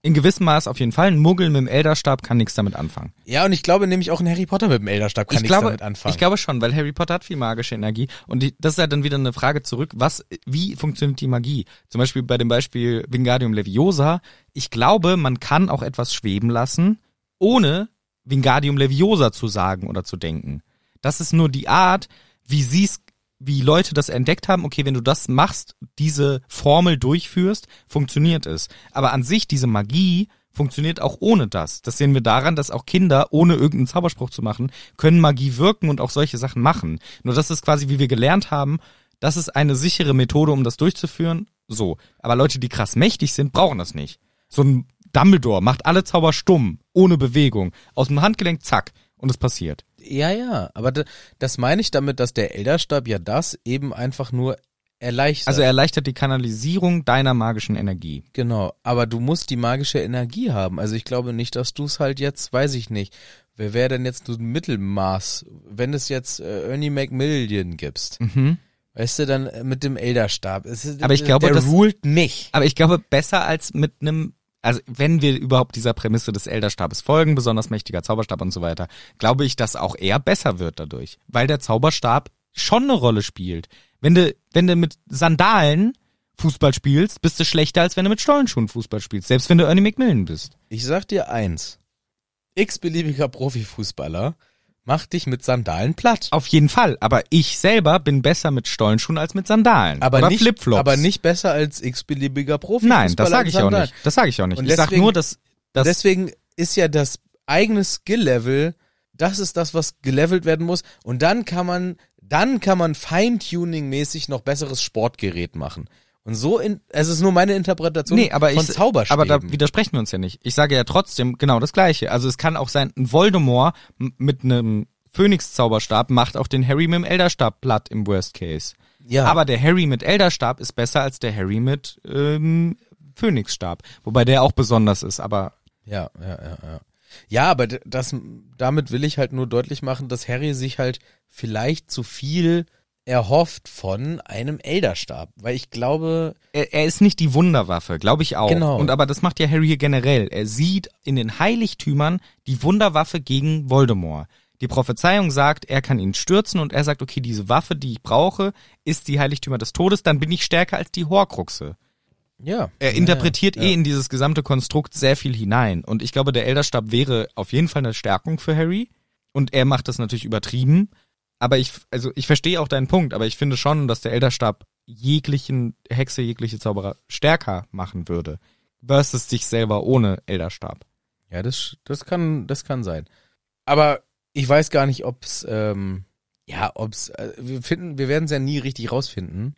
In gewissem Maß auf jeden Fall. Ein Muggel mit dem Elderstab kann nichts damit anfangen. Ja, und ich glaube nämlich auch ein Harry Potter mit dem Elderstab kann nichts damit anfangen. Ich glaube schon, weil Harry Potter hat viel magische Energie. Und die, das ist ja dann wieder eine Frage zurück, was, wie funktioniert die Magie? Zum Beispiel bei dem Beispiel Wingardium Leviosa. Ich glaube, man kann auch etwas schweben lassen, ohne Wingardium Leviosa zu sagen oder zu denken. Das ist nur die Art, wie sie's, wie Leute das entdeckt haben, okay, wenn du das machst, diese Formel durchführst, funktioniert es. Aber an sich, diese Magie funktioniert auch ohne das. Das sehen wir daran, dass auch Kinder, ohne irgendeinen Zauberspruch zu machen, können Magie wirken und auch solche Sachen machen. Nur das ist quasi, wie wir gelernt haben, das ist eine sichere Methode, um das durchzuführen. So. Aber Leute, die krass mächtig sind, brauchen das nicht. So ein Dumbledore macht alle Zauber stumm, ohne Bewegung. Aus dem Handgelenk, zack. Und es passiert. Ja, ja, aber da, das meine ich damit, dass der Elderstab ja das eben einfach nur erleichtert. Also er erleichtert die Kanalisierung deiner magischen Energie. genau, aber du musst die magische Energie haben. Also ich glaube nicht, dass du es halt jetzt, weiß ich nicht. Wer wäre denn jetzt nur ein Mittelmaß, wenn es jetzt äh, Ernie McMillian gibst? Weißt du, dann äh, mit dem Elderstab. Es ist, Mhm. äh, Aber ich glaube, der das- ruled nicht. Aber ich glaube, besser als mit einem, also wenn wir überhaupt dieser Prämisse des Elderstabes folgen, besonders mächtiger Zauberstab und so weiter, glaube ich, dass auch er besser wird dadurch, weil der Zauberstab schon eine Rolle spielt. Wenn du, wenn du mit Sandalen Fußball spielst, bist du schlechter, als wenn du mit Stollenschuhen Fußball spielst, selbst wenn du Ernie McMillan bist. Ich sag dir eins. x-beliebiger Profifußballer Mach dich mit Sandalen platt. Auf jeden Fall. Aber ich selber bin besser mit Stollenschuhen als mit Sandalen. Aber Oder nicht, Flipflops. aber nicht besser als x-beliebiger Profi. Nein, das sage ich auch nicht. Das sage ich auch nicht. Und ich sage deswegen- nur, dass, dass Deswegen ist ja das eigene Skill-Level, das ist das, was gelevelt werden muss. Und dann kann man, dann kann man Feintuning-mäßig noch besseres Sportgerät machen. Und so, in, also es ist nur meine Interpretation nee, aber von ich, Zauberstäben. aber da widersprechen wir uns ja nicht. Ich sage ja trotzdem genau das Gleiche. Also es kann auch sein, ein Voldemort m- mit einem Phönix-Zauberstab macht auch den Harry mit dem Elderstab platt im Worst Case. ja. Aber der Harry mit Elderstab ist besser als der Harry mit ähm, Phönixstab. Wobei der auch besonders ist, aber Ja, ja, ja, ja. Ja, aber d- das, damit will ich halt nur deutlich machen, dass Harry sich halt vielleicht zu viel erhofft von einem Elderstab. Weil ich glaube, er, er ist nicht die Wunderwaffe, glaube ich auch. Genau. Und aber das macht ja Harry hier generell. Er sieht in den Heiligtümern die Wunderwaffe gegen Voldemort. Die Prophezeiung sagt, er kann ihn stürzen und er sagt, okay, diese Waffe, die ich brauche, ist die Heiligtümer des Todes, dann bin ich stärker als die Horcruxe. ja. Er interpretiert ja, eh ja. in dieses gesamte Konstrukt sehr viel hinein. Und ich glaube, der Elderstab wäre auf jeden Fall eine Stärkung für Harry. Und er macht das natürlich übertrieben. Aber ich, also ich verstehe auch deinen Punkt, aber ich finde schon, dass der Elderstab jeglichen Hexe, jegliche Zauberer stärker machen würde. Versus sich selber ohne Elderstab. Ja, das, das kann, das kann sein. Aber ich weiß gar nicht, ob's, ähm, ja, ob's, äh, wir finden, wir werden es ja nie richtig rausfinden,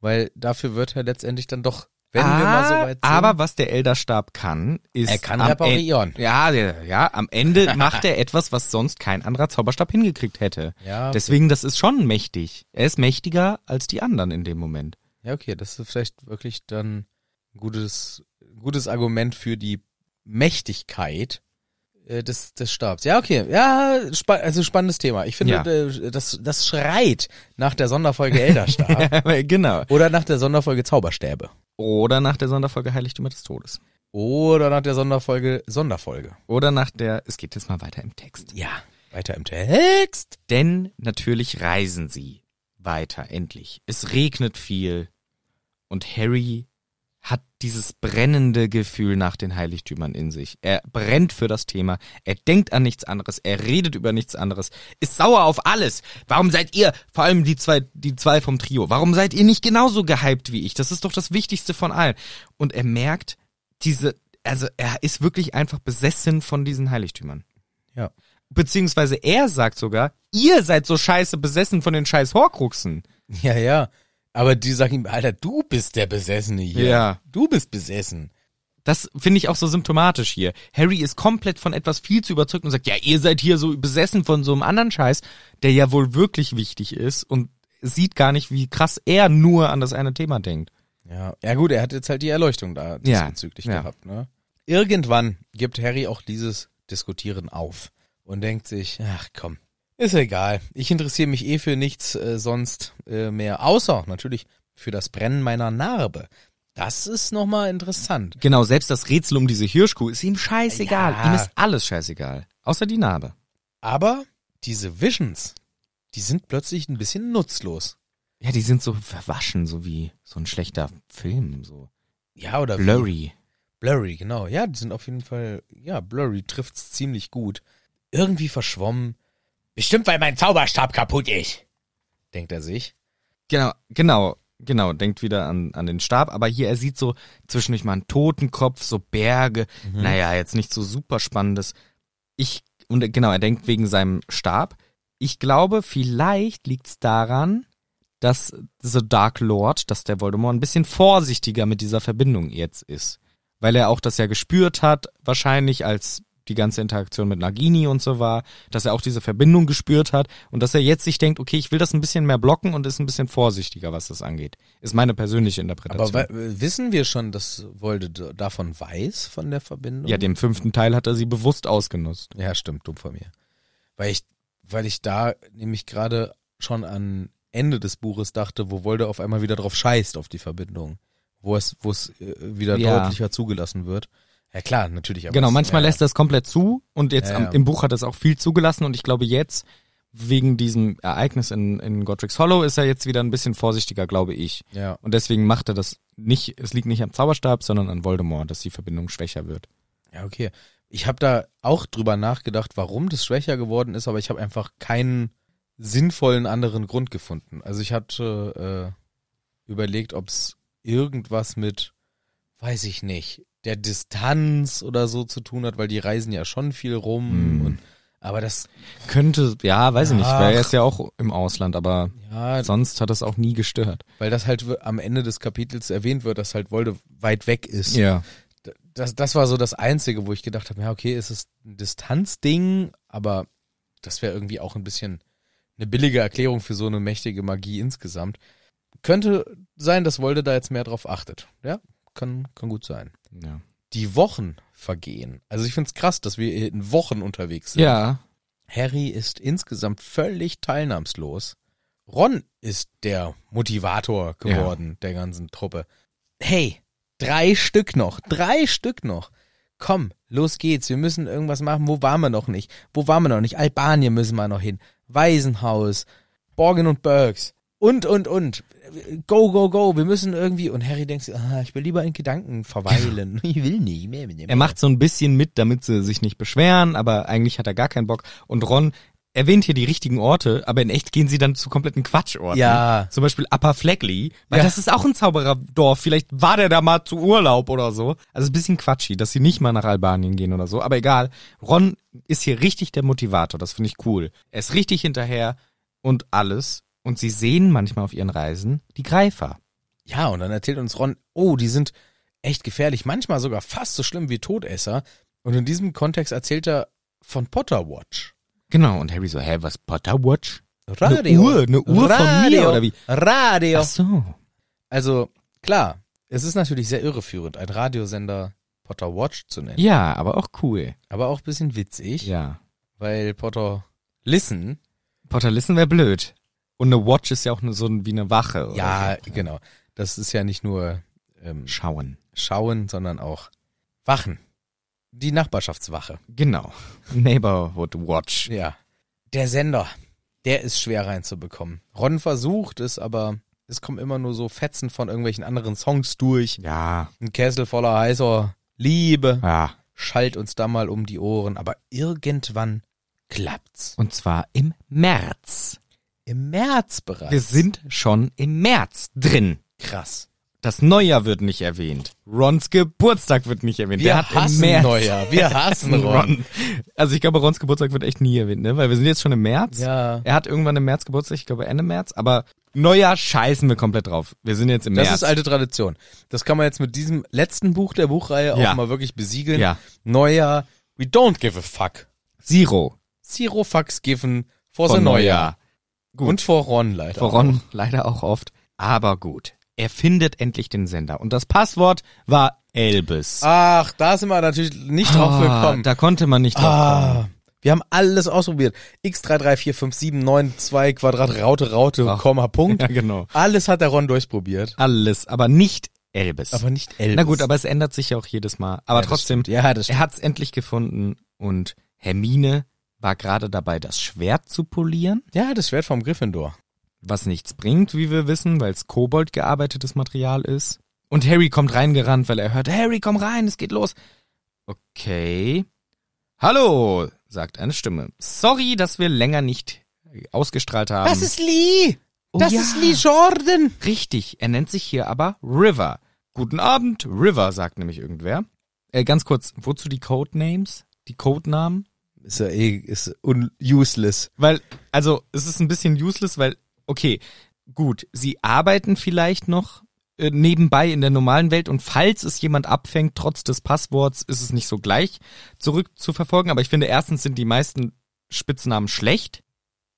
weil dafür wird er letztendlich dann doch, wenn wir mal so Ah, weit sind, aber was der Elderstab kann, ist. er kann am reparieren. En- Ja, ja, ja, am <laughs> Ende macht er etwas, was sonst kein anderer Zauberstab hingekriegt hätte. Ja, okay. Deswegen, das ist schon mächtig. Er ist mächtiger als die anderen in dem Moment. Ja, okay, das ist vielleicht wirklich dann ein gutes, gutes Argument für die Mächtigkeit äh, des, des Stabs. Ja, okay, ja, spa also spannendes Thema. Ich finde, Ja. äh, das, das schreit nach der <laughs> Sonderfolge Elderstab genau. oder nach der Sonderfolge Zauberstäbe Oder nach der Sonderfolge Heiligtümer des Todes. oder nach der Sonderfolge Sonderfolge. Oder nach der, es geht jetzt mal weiter im Text. Ja, weiter im Text. Denn natürlich reisen sie weiter, endlich. Es regnet viel und Harry hat dieses brennende Gefühl nach den Heiligtümern in sich. Er brennt für das Thema, er denkt an nichts anderes, er redet über nichts anderes, ist sauer auf alles. Warum seid ihr, vor allem die zwei, die zwei vom Trio, warum seid ihr nicht genauso gehypt wie ich? Das ist doch das Wichtigste von allen. Und er merkt diese, also er ist wirklich einfach besessen von diesen Heiligtümern. Ja. Beziehungsweise er sagt sogar, ihr seid so scheiße besessen von den scheiß Horcruxen. Ja, ja. Aber die sagen ihm, Alter, du bist der Besessene hier. Ja. Du bist besessen. Das finde ich auch so symptomatisch hier. Harry ist komplett von etwas viel zu überzeugt und sagt, ja, ihr seid hier so besessen von so einem anderen Scheiß, der ja wohl wirklich wichtig ist und sieht gar nicht, wie krass er nur an das eine Thema denkt. Ja, ja gut, er hat jetzt halt die Erleuchtung da Ja, diesbezüglich ja. gehabt. Ne? Irgendwann gibt Harry auch dieses Diskutieren auf und denkt sich, ach komm, ist egal. Ich interessiere mich eh für nichts äh, sonst äh, mehr, außer natürlich für das Brennen meiner Narbe. Das ist nochmal interessant. Genau, selbst das Rätsel um diese Hirschkuh ist ihm scheißegal. Ja. Ihm ist alles scheißegal. Außer die Narbe. Aber diese Visions, die sind plötzlich ein bisschen nutzlos. Ja, die sind so verwaschen, so wie so ein schlechter Film, so Ja, oder wie- blurry. Blurry, genau. Ja, die sind auf jeden Fall, ja, Blurry trifft's ziemlich gut. Irgendwie verschwommen. Bestimmt, weil mein Zauberstab kaputt ist. Denkt er sich. Genau, genau, genau. Denkt wieder an, an den Stab. Aber hier, er sieht so zwischendurch mal einen Totenkopf, so Berge. Naja, jetzt nicht so super spannendes. Ich, und äh, genau, er denkt wegen seinem Stab. Ich glaube, vielleicht liegt's daran, dass The Dark Lord, dass der Voldemort ein bisschen vorsichtiger mit dieser Verbindung jetzt ist. Weil er auch das ja gespürt hat, wahrscheinlich als die ganze Interaktion mit Nagini und so war, dass er auch diese Verbindung gespürt hat und dass er jetzt sich denkt, okay, ich will das ein bisschen mehr blocken und ist ein bisschen vorsichtiger, was das angeht. Ist meine persönliche Interpretation. Aber wa- wissen wir schon, dass Wolde d- davon weiß, von der Verbindung? ja, dem fünften Teil hat er sie bewusst ausgenutzt. ja stimmt, dumm von mir. Weil ich, weil ich da nämlich gerade schon an Ende des Buches dachte, wo Wolde auf einmal wieder drauf scheißt, auf die Verbindung. Wo es, wo es äh, wieder Ja. deutlicher zugelassen wird. Ja klar, natürlich. Aber Genau, es- manchmal ja. lässt er es komplett zu und jetzt Ja, am, ja. im Buch hat er es auch viel zugelassen und ich glaube jetzt, wegen diesem Ereignis in, in Godric's Hollow, ist er jetzt wieder ein bisschen vorsichtiger, glaube ich. Ja. Und deswegen macht er das nicht, es liegt nicht am Zauberstab, sondern an Voldemort, dass die Verbindung schwächer wird. Ja, okay. Ich habe da auch drüber nachgedacht, warum das schwächer geworden ist, aber ich habe einfach keinen sinnvollen anderen Grund gefunden. Also ich hatte äh, überlegt, ob es irgendwas mit, weiß ich nicht, der Distanz oder so zu tun hat, weil die reisen ja schon viel rum. Hm. Und, aber das, Könnte, ja, weiß ich nicht, Ach. weil er ist ja auch im Ausland, aber ja, sonst hat das auch nie gestört. weil das halt w- am Ende des Kapitels erwähnt wird, dass halt Wolde weit weg ist. Ja. D- Das, das war so das Einzige, wo ich gedacht habe, ja, okay, es ist ein Distanzding, aber das wäre irgendwie auch ein bisschen eine billige Erklärung für so eine mächtige Magie insgesamt. Könnte sein, dass Wolde da jetzt mehr drauf achtet. Ja, kann, kann gut sein. Ja. Die Wochen vergehen. Also ich finde es krass, dass wir in Wochen unterwegs sind. ja. Harry ist insgesamt völlig teilnahmslos. Ron ist der Motivator geworden der ganzen Truppe. Hey, drei Stück noch, drei Stück noch. Komm, los geht's, wir müssen irgendwas machen. Wo waren wir noch nicht? Wo waren wir noch nicht? Albanien müssen wir noch hin. Waisenhaus, Borgen und Burgs. Und, und, und. Go, go, go. Wir müssen irgendwie. Und Harry denkt, sich, ah, ich will lieber in Gedanken verweilen. <laughs> ich will nicht mehr. mit dem- Er macht so ein bisschen mit, damit sie sich nicht beschweren, aber eigentlich hat er gar keinen Bock. Und Ron erwähnt hier die richtigen Orte, aber in echt gehen sie dann zu kompletten Quatschorten. Ja. Zum Beispiel Upper Fleckley, weil Ja. das ist auch ein Zaubererdorf. Vielleicht war der da mal zu Urlaub oder so. Also ein bisschen quatschig, dass sie nicht mal nach Albanien gehen oder so. Aber egal. Ron ist hier richtig der Motivator. Das finde ich cool. Er ist richtig hinterher und alles. Und sie sehen manchmal auf ihren Reisen die Greifer. Ja, und dann erzählt uns Ron, oh, die sind echt gefährlich, manchmal sogar fast so schlimm wie Todesser. Und in diesem Kontext erzählt er von Potter Watch. Genau. Und Harry so, hä, was Potter Watch? Radio. Uhr, eine Uhr von mir, Radio. oder wie? Radio. Ach so. Also, klar, es ist natürlich sehr irreführend, einen Radiosender Potter Watch zu nennen. Ja, aber auch cool. Aber auch ein bisschen witzig, Ja. weil Potter Listen, Portalisten wäre blöd. Und eine Watch ist ja auch nur so ein- wie eine Wache. Oder ja, so. genau, das ist ja nicht nur ähm, Schauen. schauen, sondern auch wachen. Die Nachbarschaftswache. Genau. <laughs> Neighborhood Watch. Ja. Der Sender, der ist schwer reinzubekommen. Ron versucht es, aber es kommen immer nur so Fetzen von irgendwelchen anderen Songs durch. Ja. Ein Kessel voller heißer Liebe Ja. schallt uns da mal um die Ohren, aber irgendwann klappt's. Und zwar im März. Im März bereits. Wir sind schon im März drin. krass. Das Neujahr wird nicht erwähnt. Rons Geburtstag wird nicht erwähnt. Wir Der hat im hassen März Neujahr. Wir hassen Ron. Also ich glaube, Rons Geburtstag wird echt nie erwähnt, ne? Weil wir sind jetzt schon im März. Ja. Er hat irgendwann im März Geburtstag, ich glaube Ende März, aber Neujahr scheißen wir komplett drauf. Wir sind jetzt im Das März. ist alte Tradition. Das kann man jetzt mit diesem letzten Buch der Buchreihe Ja. auch mal wirklich besiegeln. Ja. Neujahr, we don't give a fuck. Zero. Zero fucks given for the Neujahr. Gut. Und vor Ron leider. Vor Ron leider auch oft. Aber gut. Er findet endlich den Sender. Und das Passwort war Elbis. Ach, da sind wir natürlich Ah, nicht drauf gekommen. Ah, da konnte man nicht drauf <laughs> Ah, wir haben alles ausprobiert. X33457992 Quadrat Raute Raute Ach. Komma Punkt. Ja, genau. Alles hat der Ron durchprobiert. Alles, aber nicht Elbis. Aber nicht Elvis. Na gut, aber es ändert sich ja auch jedes Mal. Aber das trotzdem, stimmt. Ja, das er hat's endlich gefunden. Und Hermine war gerade dabei, das Schwert zu polieren. ja, das Schwert vom Gryffindor. Ähm. was nichts bringt, wie wir wissen, weil es Kobold gearbeitetes Material ist. Und Harry kommt reingerannt, weil er hört, Harry, komm rein, es geht los. Okay. Hallo, sagt eine Stimme. Sorry, dass wir länger nicht ausgestrahlt haben. Lee. Oh ja. Jordan. Richtig, er nennt sich hier aber River. Guten Abend, River, sagt nämlich irgendwer. Äh, ganz kurz, wozu die Codenames? Die Codenamen? Ist ja eh ist un useless. Weil, also, es ist ein bisschen useless, weil, okay, gut, sie arbeiten vielleicht noch äh, nebenbei in der normalen Welt und falls es jemand abfängt, trotz des Passworts, ist es nicht so gleich zurückzuverfolgen. Aber ich finde, erstens sind die meisten Spitznamen schlecht.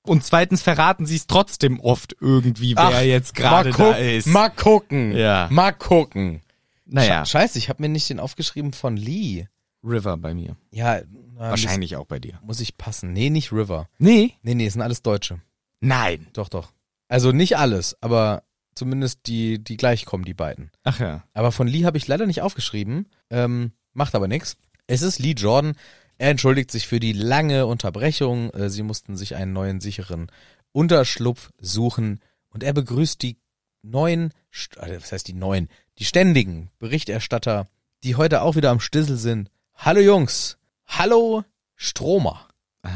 Und zweitens verraten sie es trotzdem oft irgendwie, wer jetzt gerade mal da guck- ist. Mal gucken. Ja. Mal gucken. naja, Sche- Scheiße, ich habe mir nicht den aufgeschrieben von Lee. River bei mir. Ja, na, Wahrscheinlich auch bei dir. Muss, muss ich passen. Nee, nicht River. Nee. Nee, nee, es sind alles Deutsche. Nein. Doch, doch. Also nicht alles, aber zumindest die, die gleich kommen, die beiden. Ach ja. Aber von Lee habe ich leider nicht aufgeschrieben. Ähm, macht aber nichts. Es ist Lee Jordan. Er entschuldigt sich für die lange Unterbrechung. Äh, sie mussten sich einen neuen sicheren Unterschlupf suchen. Und er begrüßt die neuen, St- also was heißt die neuen, die ständigen Berichterstatter, die heute auch wieder am Stissel sind. Hallo Jungs, Hallo Stromer. Ah.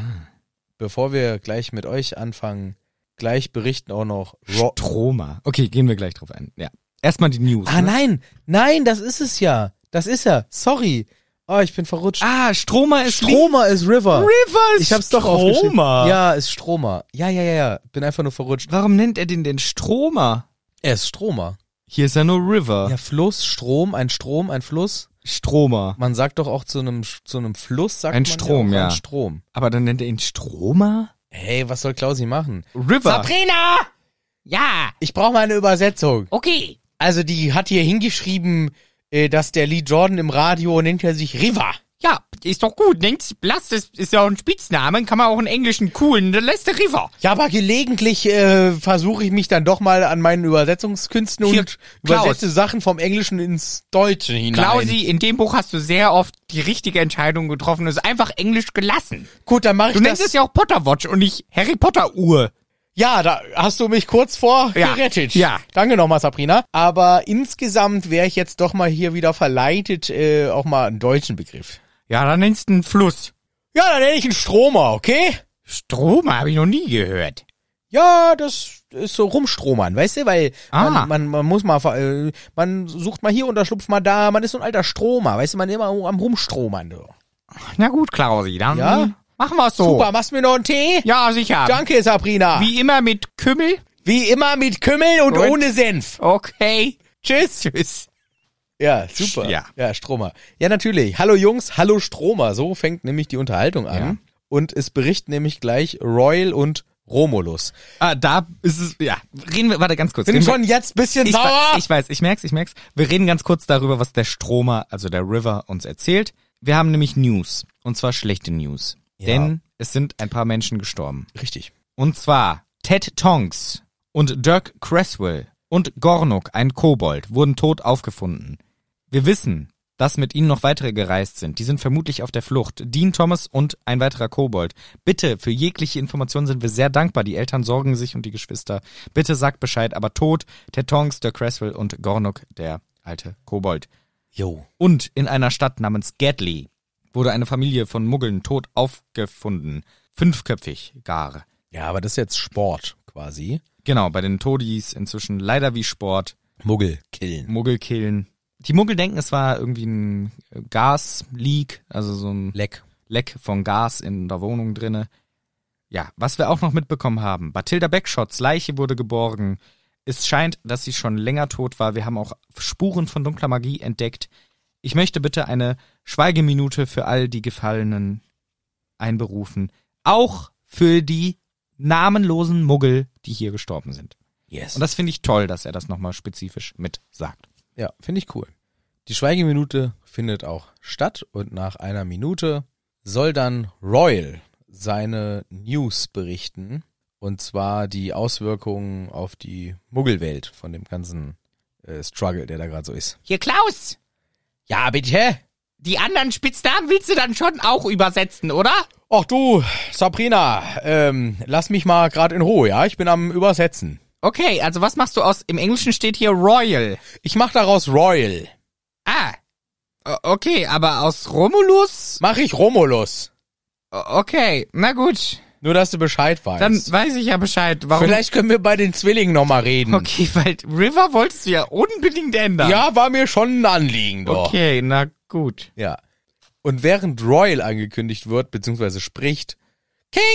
Bevor wir gleich mit euch anfangen, gleich berichten auch noch Ro Stroma. Okay, gehen wir gleich drauf ein. Ja. Erstmal die News. Ah ne? nein, nein, das ist es ja. Das ist er. Sorry. Oh, ich bin verrutscht. Ah, Stroma ist Stromer ist River. River ist Ich hab's doch Stromer. aufgeschrieben. Ja, ist Stromer. Ja, ja, ja, ja. Bin einfach nur verrutscht. Warum nennt er den denn Stromer? Er ist Stromer. Hier ist ja nur River. Ja, Fluss, Strom, ein Strom, ein Fluss. Stromer. Man sagt doch auch zu einem zu einem Fluss sagt Ein man Strom, ja. auch ja. Ein Strom. Aber dann nennt er ihn Stromer? Hey, was soll Klausi machen? River. Sabrina! Ja! Ich brauche mal eine Übersetzung. Okay. Also die hat hier hingeschrieben, äh, dass der Lee Jordan im Radio nennt er sich River. Ja, ist doch gut. Nennt's Blast, das ist ja auch ein Spitzname, kann man auch einen englischen coolen, der letzte River. Ja, aber gelegentlich äh, versuche ich mich dann doch mal an meinen Übersetzungskünsten Hier, und Klaus. übersetze Sachen vom Englischen ins Deutsche hinein. Klausi, in dem Buch hast du sehr oft die richtige Entscheidung getroffen, es ist einfach englisch gelassen. Gut, dann mache ich Du das. nennst es ja auch Potterwatch und nicht Harry Potter Uhr. Ja, da hast du mich kurz vor Ja, gerettet. ja. Danke nochmal, Sabrina. Aber insgesamt wäre ich jetzt doch mal hier wieder verleitet, äh, auch mal einen deutschen Begriff. Ja, dann nennst du einen Fluss. Ja, dann nenne ich einen Stromer, okay? Strom habe ich noch nie gehört. Ja, das ist so rumstromern, weißt du, weil Ah. man, man, man muss mal, ver- äh, man sucht mal hier Unterschlupf mal da, man ist so ein alter Stromer, weißt du, man immer am Rumstromern. So. Na gut, Klausi, dann Ja. machen wir's Oh. so. Super, machst du mir noch einen Tee? Ja, sicher. Danke, Sabrina. Wie immer mit Kümmel. Wie immer mit Kümmel und, Und- ohne Senf. Okay. Tschüss. Tschüss. Ja, super. Ja. ja, Stromer. Ja, natürlich. Hallo Jungs, hallo Stromer. So fängt nämlich die Unterhaltung an. Ja. Und es berichten nämlich gleich Royal und Romulus. Ah, da ist es, ja. Reden wir, warte ganz kurz. Bin Reden wir- schon jetzt bisschen ich, sauer. wei- ich weiß, ich merk's, ich merk's. Wir reden ganz kurz darüber, was der Stromer, also der River, uns erzählt. Wir haben nämlich News. Und zwar schlechte News. Ja. Denn es sind ein paar Menschen gestorben. Richtig. Und zwar Ted Tonks und Dirk Cresswell und Gornok, ein Kobold, wurden tot aufgefunden. Wir wissen, dass mit ihnen noch weitere gereist sind. Die sind vermutlich auf der Flucht. Dean Thomas und ein weiterer Kobold. Bitte, für jegliche Informationen sind wir sehr dankbar. Die Eltern sorgen sich und die Geschwister. Bitte sagt Bescheid, aber tot. Ted Tonks, Dirk Cresswell und Gornok, der alte Kobold. Jo. Und in einer Stadt namens Gadley wurde eine Familie von Muggeln tot aufgefunden. Fünfköpfig gar. Ja, aber das ist jetzt Sport quasi. Genau, bei den Todis inzwischen leider wie Sport, Muggel killen. Muggel killen. Die Muggel denken, es war irgendwie ein Gasleak, also so ein Leck. Leck von Gas in der Wohnung drinne. Ja, was wir auch noch mitbekommen haben, Bathilda Beckschotts Leiche wurde geborgen. Es scheint, dass sie schon länger tot war. Wir haben auch Spuren von dunkler Magie entdeckt. Ich möchte bitte eine Schweigeminute für all die Gefallenen einberufen. Auch für die namenlosen Muggel, die hier gestorben sind. Yes. Und das finde ich toll, dass er das nochmal spezifisch mit sagt. Ja, finde ich cool. Die Schweigeminute findet auch statt und nach einer Minute soll dann Royal seine News berichten und zwar die Auswirkungen auf die Muggelwelt von dem ganzen äh, Struggle, der da gerade so ist. Hier, Klaus. Ja, bitte. Die anderen Spitznamen willst du dann schon auch übersetzen, oder? Ach du, Sabrina, ähm, lass mich mal gerade in Ruhe, ja? Ich bin am Übersetzen. Okay, also was machst du aus, im Englischen steht hier Royal. Ich mach daraus Royal. Ah. O- Okay, aber aus Romulus? Mach ich Romulus. O- Okay, na gut. Nur, dass du Bescheid weißt. Dann weiß ich ja Bescheid. Warum? Vielleicht können wir bei den Zwillingen nochmal reden. Okay, weil River wolltest du ja unbedingt ändern. Ja, war mir schon ein Anliegen, doch. Okay, na gut. Ja. Und während Royal angekündigt wird, beziehungsweise spricht,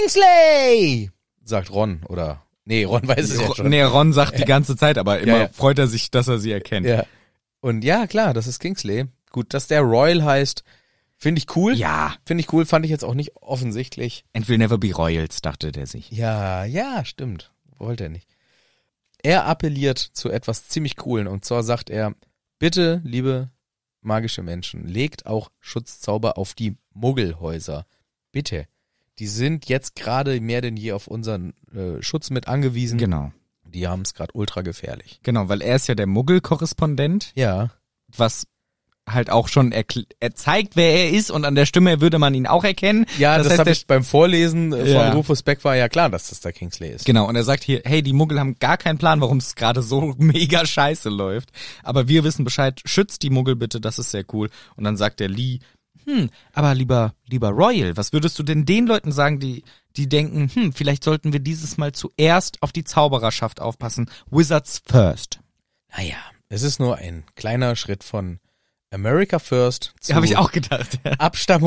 Kingsley! Sagt Ron, oder? Nee, Ron weiß es ja schon. Nee, Ron sagt die ganze Zeit, aber immer Ja, ja. freut er sich, dass er sie erkennt. Ja. Und ja, klar, das ist Kingsley. Gut, dass der Royal heißt, finde ich cool. ja, Finde ich cool, fand ich jetzt auch nicht offensichtlich. and will never be royals, dachte der sich. Ja, ja, stimmt. Wollte er nicht. Er appelliert zu etwas ziemlich Coolen und zwar sagt er, bitte, liebe magische Menschen, legt auch Schutzzauber auf die Muggelhäuser. Bitte. Die sind jetzt gerade mehr denn je auf unseren äh, Schutz mit angewiesen. Genau. Die haben es gerade ultra gefährlich. Genau, weil er ist ja der Muggel-Korrespondent, Ja. was halt auch schon erkl- er zeigt, wer er ist und an der Stimme würde man ihn auch erkennen. Ja, das, heißt, habe er- ich beim Vorlesen äh, Ja. von Rufus Beck war ja klar, dass das der Kingsley ist. Genau, und er sagt hier, hey, die Muggel haben gar keinen Plan, warum es gerade so <laughs> mega scheiße läuft. Aber wir wissen Bescheid, schützt die Muggel bitte, das ist sehr cool. Und dann sagt der Lee, hm, aber lieber, lieber Royal, was würdest du denn den Leuten sagen, die, die denken, hm, vielleicht sollten wir dieses Mal zuerst auf die Zaubererschaft aufpassen. Wizards first. Naja, es ist nur ein kleiner Schritt von America First zu Habe ich auch gedacht.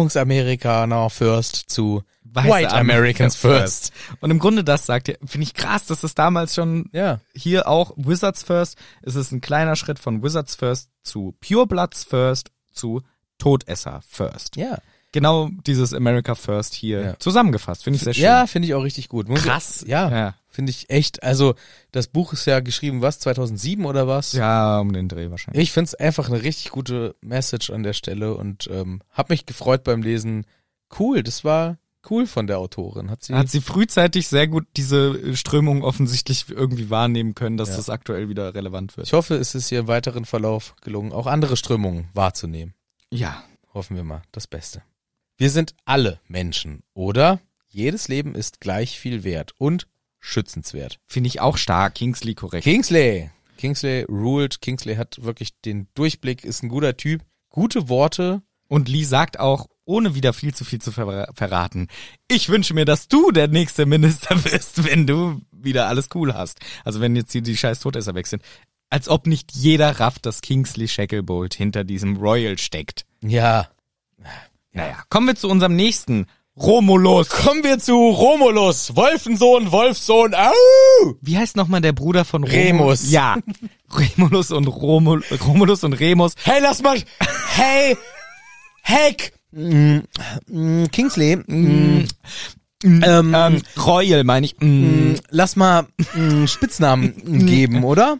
Abstammungsamerikaner First zu Weiße White Americans First. Und im Grunde das sagt ihr, finde ich krass, dass es damals schon Ja. hier auch Wizards First, es ist ein kleiner Schritt von Wizards First zu Purebloods First zu Todesser First. Ja. Genau dieses America First hier Ja. zusammengefasst, finde ich sehr schön. Ja, finde ich auch richtig gut. Muss- Krass. Ja, Ja. finde ich echt. Also, das Buch ist ja geschrieben, was, 2007 oder was? Ja, um den Dreh wahrscheinlich. Ich finde es einfach eine richtig gute Message an der Stelle und ähm, habe mich gefreut beim Lesen. Cool, das war cool von der Autorin. Hat sie, Hat sie frühzeitig sehr gut diese Strömung offensichtlich irgendwie wahrnehmen können, dass Ja. das aktuell wieder relevant wird. ich hoffe, es ist ihr im weiteren Verlauf gelungen, auch andere Strömungen wahrzunehmen. Ja. Hoffen wir mal das Beste. Wir sind alle Menschen, oder? Jedes Leben ist gleich viel wert und schützenswert. Finde ich auch stark. Kingsley korrekt. Kingsley. Kingsley ruled. Kingsley hat wirklich den Durchblick, ist ein guter Typ. Gute Worte. Und Lee sagt auch, ohne wieder viel zu viel zu verra- verraten, ich wünsche mir, dass du der nächste Minister <laughs> wirst, wenn du wieder alles cool hast. Also wenn jetzt hier die scheiß Todesser weg sind. Als ob nicht jeder rafft, dass Kingsley Shacklebolt hinter diesem Royal steckt. Ja. Naja, kommen wir zu unserem nächsten. Romulus. Kommen wir zu Romulus. Wolfensohn, Wolfsohn. Au! Wie heißt nochmal der Bruder von Romul- Remus. Ja. <laughs> Remulus und Romul Romulus und Remus. Hey, <laughs> lass mal. Hey. Heck. Mm, mm, Kingsley. mm, Ähm, Ähm, Royal meine ich. Mm. mm, lass mal mm, Spitznamen <laughs> mm, geben, oder?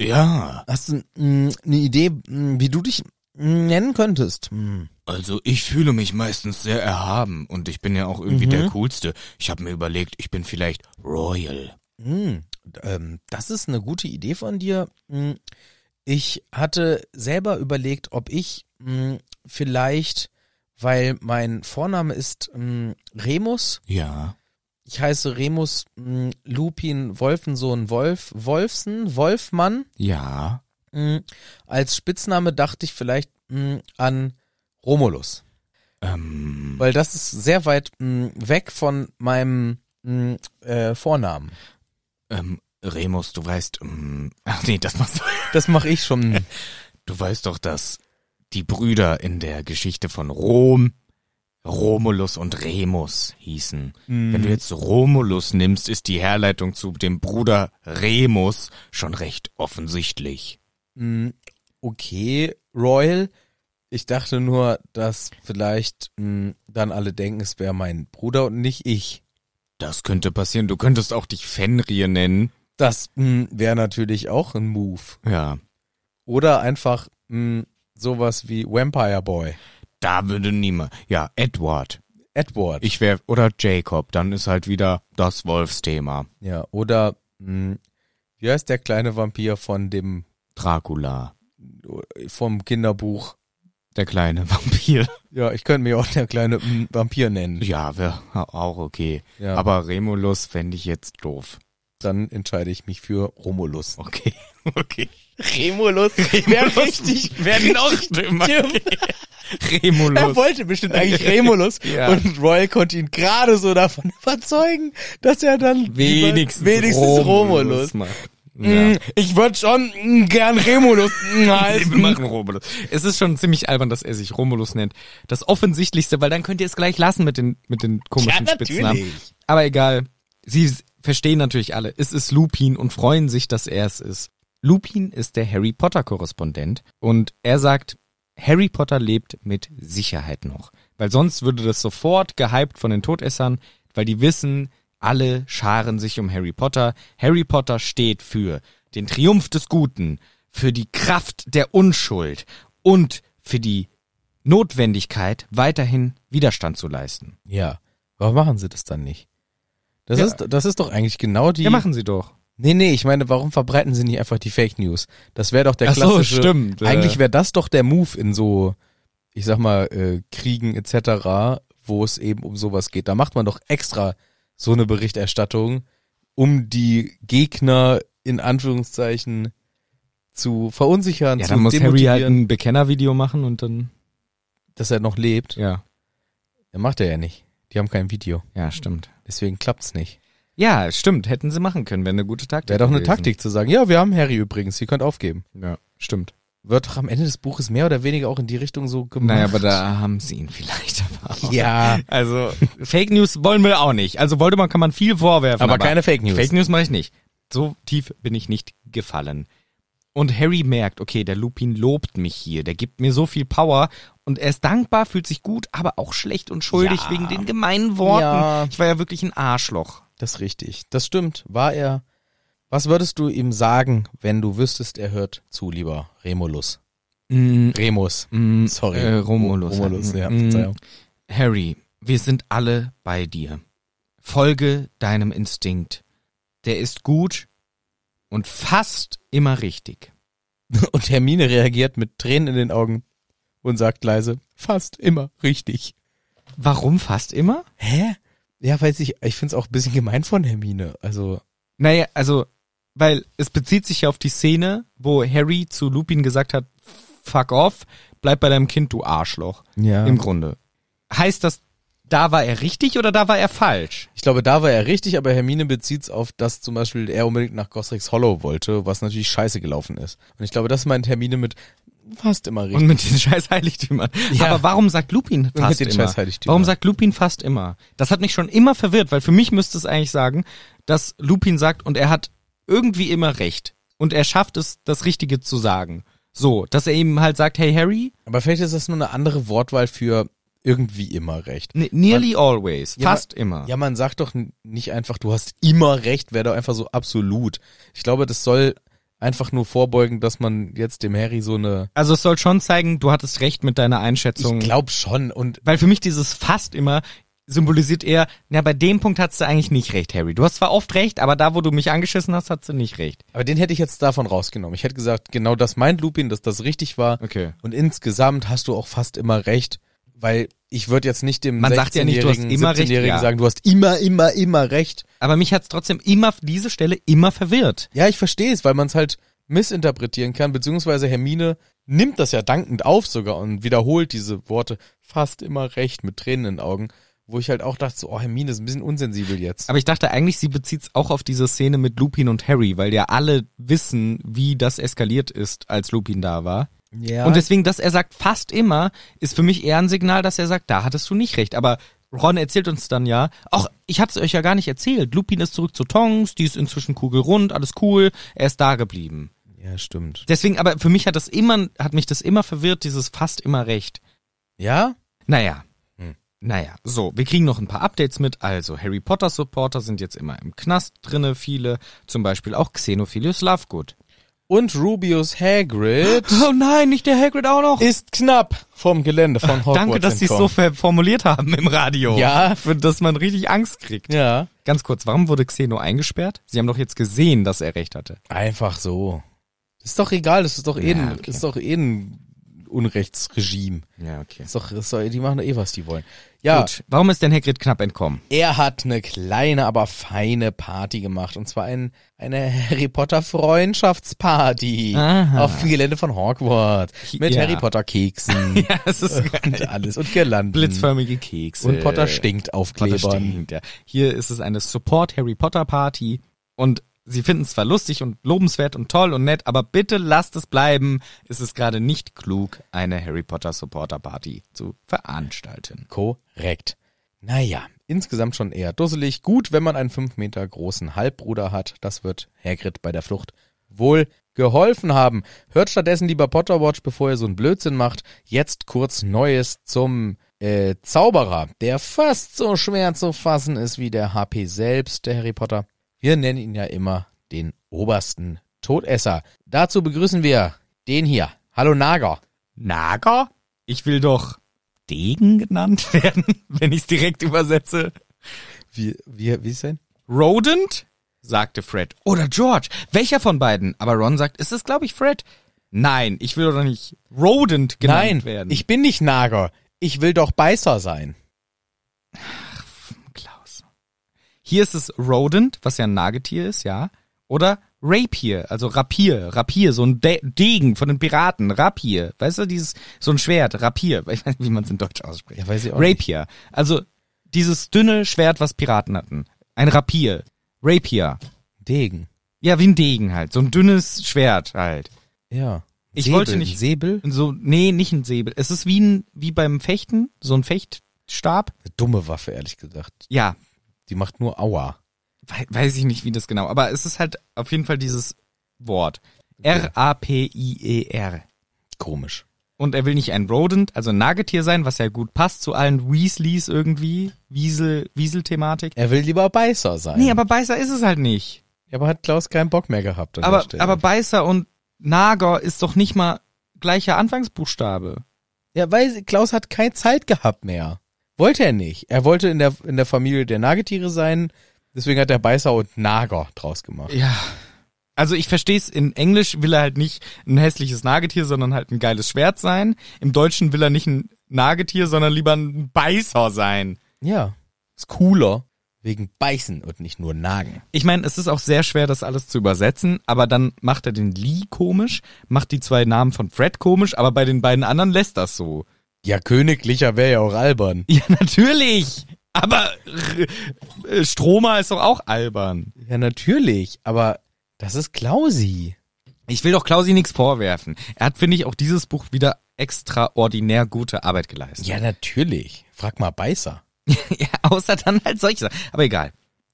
Ja. Hast du mm, eine Idee, mm, wie du dich mm, nennen könntest? Mm. Also ich fühle mich meistens sehr erhaben und ich bin ja auch irgendwie der coolste. Ich habe mir überlegt, ich bin vielleicht Royal. Hm, d- ähm, das ist eine gute Idee von dir. Hm, Ich hatte selber überlegt, ob ich hm, vielleicht, weil mein Vorname ist hm, Remus, Ja. ich heiße Remus hm, Lupin Wolfensohn Wolf, Wolfsen, Wolfmann. Ja. Hm, Als Spitzname dachte ich vielleicht hm, an Romulus, Ähm, weil das ist sehr weit hm, weg von meinem hm, äh, Vornamen. ähm, Remus, du weißt, ähm, <laughs> ach nee, das machst du. Das mache ich schon. Du weißt doch, dass die Brüder in der Geschichte von Rom Romulus und Remus hießen. Wenn du jetzt Romulus nimmst, ist die Herleitung zu dem Bruder Remus schon recht offensichtlich. Mm, okay, Royal. Ich dachte nur, dass vielleicht mm, dann alle denken, es wäre mein Bruder und nicht ich. Das könnte passieren. Du könntest auch dich Fenrir nennen. Das mm, wäre natürlich auch ein Move. Ja. Oder einfach mm, sowas wie Vampire Boy. Da würde niemand. Ja, Edward. Edward. Ich wäre. Oder Jacob. Dann ist halt wieder das Wolfsthema. ja, oder mm, wie heißt der kleine Vampir von dem Dracula. vom Kinderbuch? Der kleine <laughs> Vampir. Ja, ich könnte mich auch der kleine mm, Vampir nennen. Ja, wäre auch okay. Ja. Aber Remulus fände ich jetzt doof. Dann entscheide ich mich für Romulus. Okay, <laughs> okay. <laughs> Remulus, Remulus wär richtig, wär noch schlimmer. <laughs> Er Remulus. wollte bestimmt eigentlich <laughs> Remulus Ja. und Royal konnte ihn gerade so davon <laughs> überzeugen, dass er dann Wenigstens, lieber- wenigstens Romulus. Mm, Ich würde schon mm, gern <laughs> Remulus <laughs> mm, Wir heißen. machen Romulus. Es ist schon ziemlich albern, dass er sich Romulus nennt. Das Offensichtlichste, weil dann könnt ihr es gleich lassen mit den, mit den komischen Ja, natürlich. Spitznamen. Aber egal. Sie s- verstehen natürlich alle. Es ist Lupin und freuen sich, dass er es ist. Lupin ist der Harry Potter Korrespondent und er sagt, Harry Potter lebt mit Sicherheit noch. Weil sonst würde das sofort gehypt von den Todessern, weil die wissen, alle scharen sich um Harry Potter. Harry Potter steht für den Triumph des Guten, für die Kraft der Unschuld und für die Notwendigkeit, weiterhin Widerstand zu leisten. Ja, warum machen sie das dann nicht? Das, Ja. ist, das ist doch eigentlich genau die... Ja, machen sie doch. Nee, nee, ich meine, warum verbreiten sie nicht einfach die Fake News? Das wäre doch der Ach so, klassische... stimmt, äh. Eigentlich wäre das doch der Move in so, ich sag mal, äh, Kriegen etc., wo es eben um sowas geht. Da macht man doch extra so eine Berichterstattung, um die Gegner in Anführungszeichen zu verunsichern, Ja, zu dann muss Harry halt demotivieren. ein Bekennervideo machen und dann dass er noch lebt. Ja. Ja, macht er ja nicht. Die haben kein Video. Ja, stimmt. Deswegen klappt's nicht. Ja, stimmt. Hätten sie machen können, wäre eine gute Taktik. Wäre doch eine gewesen. Taktik zu sagen, ja, wir haben Harry übrigens, ihr könnt aufgeben. Ja, stimmt. Wird doch am Ende des Buches mehr oder weniger auch in die Richtung so gemacht. Naja, aber da haben sie ihn vielleicht. aber auch. Ja, Also, Fake News wollen wir auch nicht. Also, wollte man, kann man viel vorwerfen. aber keine Fake News. Fake News mache ich nicht. So tief bin ich nicht gefallen. Und Harry merkt, okay, der Lupin lobt mich hier, der gibt mir so viel Power und er ist dankbar, fühlt sich gut, aber auch schlecht und schuldig Ja. wegen den gemeinen Worten. Ja. Ich war ja wirklich ein Arschloch. Das ist richtig. Das stimmt. War er. Was würdest du ihm sagen, wenn du wüsstest, er hört zu, lieber Remulus? Remus. Sorry. Mm, äh, Romulus. Romulus, ja. Mm. Verzeihung. <laughs> Harry, wir sind alle bei dir. Folge deinem Instinkt. Der ist gut und fast immer richtig. Und Hermine reagiert mit Tränen in den Augen und sagt leise, fast immer richtig. Warum fast immer? Hä? Ja, weiß ich, ich find's auch ein bisschen gemein von Hermine. Also, Naja, also, weil es bezieht sich ja auf die Szene, wo Harry zu Lupin gesagt hat, fuck off, bleib bei deinem Kind, du Arschloch. ja. Im Grunde. Heißt das, da war er richtig oder da war er falsch? Ich glaube, da war er richtig, aber Hermine bezieht's auf, dass zum Beispiel er unbedingt nach Gosric's Hollow wollte, was natürlich scheiße gelaufen ist. Und ich glaube, das meint Hermine mit fast immer richtig. Und mit <laughs> diesen scheiß Heiligtümern. Ja. Aber warum sagt Lupin mit fast den immer? scheiß Heiligtümern. Warum sagt Lupin fast immer? Das hat mich schon immer verwirrt, weil für mich müsste es eigentlich sagen, dass Lupin sagt und er hat irgendwie immer recht. Und er schafft es, das Richtige zu sagen. So, dass er ihm halt sagt, hey Harry, Aber vielleicht ist das nur eine andere Wortwahl für irgendwie immer recht. Ne- Nearly always. Ja, fast aber- immer. Ja, man sagt doch n- nicht einfach, du hast immer recht, wäre doch einfach so absolut. Ich glaube, das soll einfach nur vorbeugen, dass man jetzt dem Harry so eine. Also es soll schon zeigen, du hattest recht mit deiner Einschätzung. Ich glaub schon. Und Weil für mich dieses fast immer symbolisiert eher, na, bei dem Punkt hattest du eigentlich nicht recht, Harry. Du hast zwar oft recht, aber da, wo du mich angeschissen hast, hattest du nicht recht. aber den hätte ich jetzt davon rausgenommen. Ich hätte gesagt, genau das meint Lupin, dass das richtig war. Okay. Und insgesamt hast du auch fast immer recht, weil ich würde jetzt nicht dem Man sagt ja nicht, du hast 16-jährigen, immer recht, 17-jährigen ja. sagen, du hast immer, immer, immer recht. Aber mich hat's trotzdem immer, diese Stelle immer verwirrt. Ja, ich verstehe es, weil man es halt missinterpretieren kann, beziehungsweise Hermine nimmt das ja dankend auf sogar und wiederholt diese Worte fast immer recht mit Tränen in den Augen, wo ich halt auch dachte, so, oh, Hermine ist ein bisschen unsensibel jetzt. Aber ich dachte eigentlich, sie bezieht's auch auf diese Szene mit Lupin und Harry, weil ja alle wissen, wie das eskaliert ist, als Lupin da war. Ja. Und deswegen, dass er sagt fast immer, ist für mich eher ein Signal, dass er sagt, da hattest du nicht recht. Aber Ron erzählt uns dann ja, auch ich hab's euch ja gar nicht erzählt. Lupin ist zurück zu Tongs, die ist inzwischen kugelrund, alles cool, er ist da geblieben. ja, stimmt. Deswegen, aber für mich hat das immer, hat mich das immer verwirrt, dieses fast immer recht. Ja? Naja. Hm. Naja, so, wir kriegen noch ein paar Updates mit. Also, Harry Potter Supporter sind jetzt immer im Knast drinne, viele. Zum Beispiel auch Xenophilius Lovegood. Und Rubius Hagrid <laughs> <gasps> Oh nein, nicht der Hagrid auch noch. ist knapp vom Gelände von Hogwarts Danke, dass sie es so entkommen. ver- formuliert haben im Radio. Ja. Für, dass man richtig Angst kriegt. Ja. Ganz kurz, warum wurde Xeno eingesperrt? Sie haben doch jetzt gesehen, dass er recht hatte. Einfach so. Ist doch egal, das ist doch eh, ein- Ja, okay. ist doch eh ein Unrechtsregime. Ja, okay. Ist doch, ist doch, die machen doch eh, was die wollen. Ja, Gut, warum ist denn Hagrid knapp entkommen? er hat eine kleine, aber feine Party gemacht. Und zwar ein, eine Harry Potter Freundschaftsparty. Aha. Auf dem Gelände von Hogwarts. Mit Ja. Harry Potter Keksen <laughs> <laughs> Ja, es ist und alles. Und Girlanden. blitzförmige Kekse. Und Potter stinkt Potter aufklebern. stinkt, ja. Hier ist es eine Support Harry Potter Party und sie finden es zwar lustig und lobenswert und toll und nett, aber bitte lasst es bleiben. Es ist gerade nicht klug, eine Harry Potter Supporter Party zu veranstalten. Korrekt. Naja, insgesamt schon eher dusselig. Gut, wenn man einen 5 Meter großen Halbbruder hat. Das wird Hagrid bei der Flucht wohl geholfen haben. Hört stattdessen lieber Potterwatch, bevor ihr so einen Blödsinn macht. Jetzt kurz Neues zum äh, Zauberer, der fast so schwer zu fassen ist wie der HP selbst, der Harry Potter. Wir nennen ihn ja immer den obersten Todesser. Dazu begrüßen wir den hier. Hallo Nager. Nager? Ich will doch Degen genannt <laughs> werden, wenn ich es direkt übersetze. Wie, wie, wie ist denn? Rodent? sagte Fred. Oder George. Welcher von beiden? Aber Ron sagt, ist es, glaube ich, Fred? Nein, ich will doch nicht Rodent genannt Nein, werden. ich bin nicht Nager. Ich will doch Beißer sein. Klaus. Hier ist es Rodent, was ja ein Nagetier ist, ja. Oder Rapier, also Rapier, Rapier, so ein De Degen von den Piraten, Rapier. Weißt du, dieses, so ein Schwert, Rapier. Ich weiß nicht, wie man es in Deutsch ausspricht. Ja, weiß ich auch nicht. Rapier. Also dieses dünne Schwert, was Piraten hatten. Ein Rapier. Rapier. Degen. Ja, wie ein Degen halt. So ein dünnes Schwert halt. Ja. Ich Säbel. wollte nicht- Säbel? Und So, nee, nicht ein Säbel. Es ist wie ein, wie beim Fechten, so ein Fechtstab. Eine dumme Waffe, ehrlich gesagt. Ja, Die macht nur Aua. wei- weiß ich nicht, wie das genau, aber es ist halt auf jeden Fall dieses Wort. R-A-P-I-E-R. Komisch. E Und er will nicht ein Rodent, also ein Nagetier sein, was ja gut passt zu allen Weasleys irgendwie, Wiesel, Wiesel-Thematik. Er will lieber Beißer sein. Nee, aber Beißer ist es halt nicht. aber hat Klaus keinen Bock mehr gehabt. An der Aber, Stelle. aber Beißer und Nager ist doch nicht mal gleicher Anfangsbuchstabe. Ja, weil Klaus hat keine Zeit gehabt mehr. Wollte er nicht. Er wollte in der, in der Familie der Nagetiere sein. Deswegen hat er Beißer und Nager draus gemacht. Ja. Also ich verstehe es, in Englisch will er halt nicht ein hässliches Nagetier, sondern halt ein geiles Schwert sein. Im Deutschen will er nicht ein Nagetier, sondern lieber ein Beißer sein. Ja. Ist cooler. Wegen Beißen und nicht nur Nagen. Ich meine, es ist auch sehr schwer, das alles zu übersetzen, aber dann macht er den Lee komisch, macht die zwei Namen von Fred komisch, aber bei den beiden anderen lässt das so. <laughs> Ja, königlicher wäre ja auch albern. Ja, natürlich. Aber äh, Stromer ist doch auch albern. Ja, natürlich. Aber das ist Klausi. Ich will doch Klausi nichts vorwerfen. Er hat, finde ich, auch dieses Buch wieder extraordinär gute Arbeit geleistet. Ja, natürlich. Frag mal Beißer. <laughs> Ja, außer dann halt solche Sachen. Aber egal.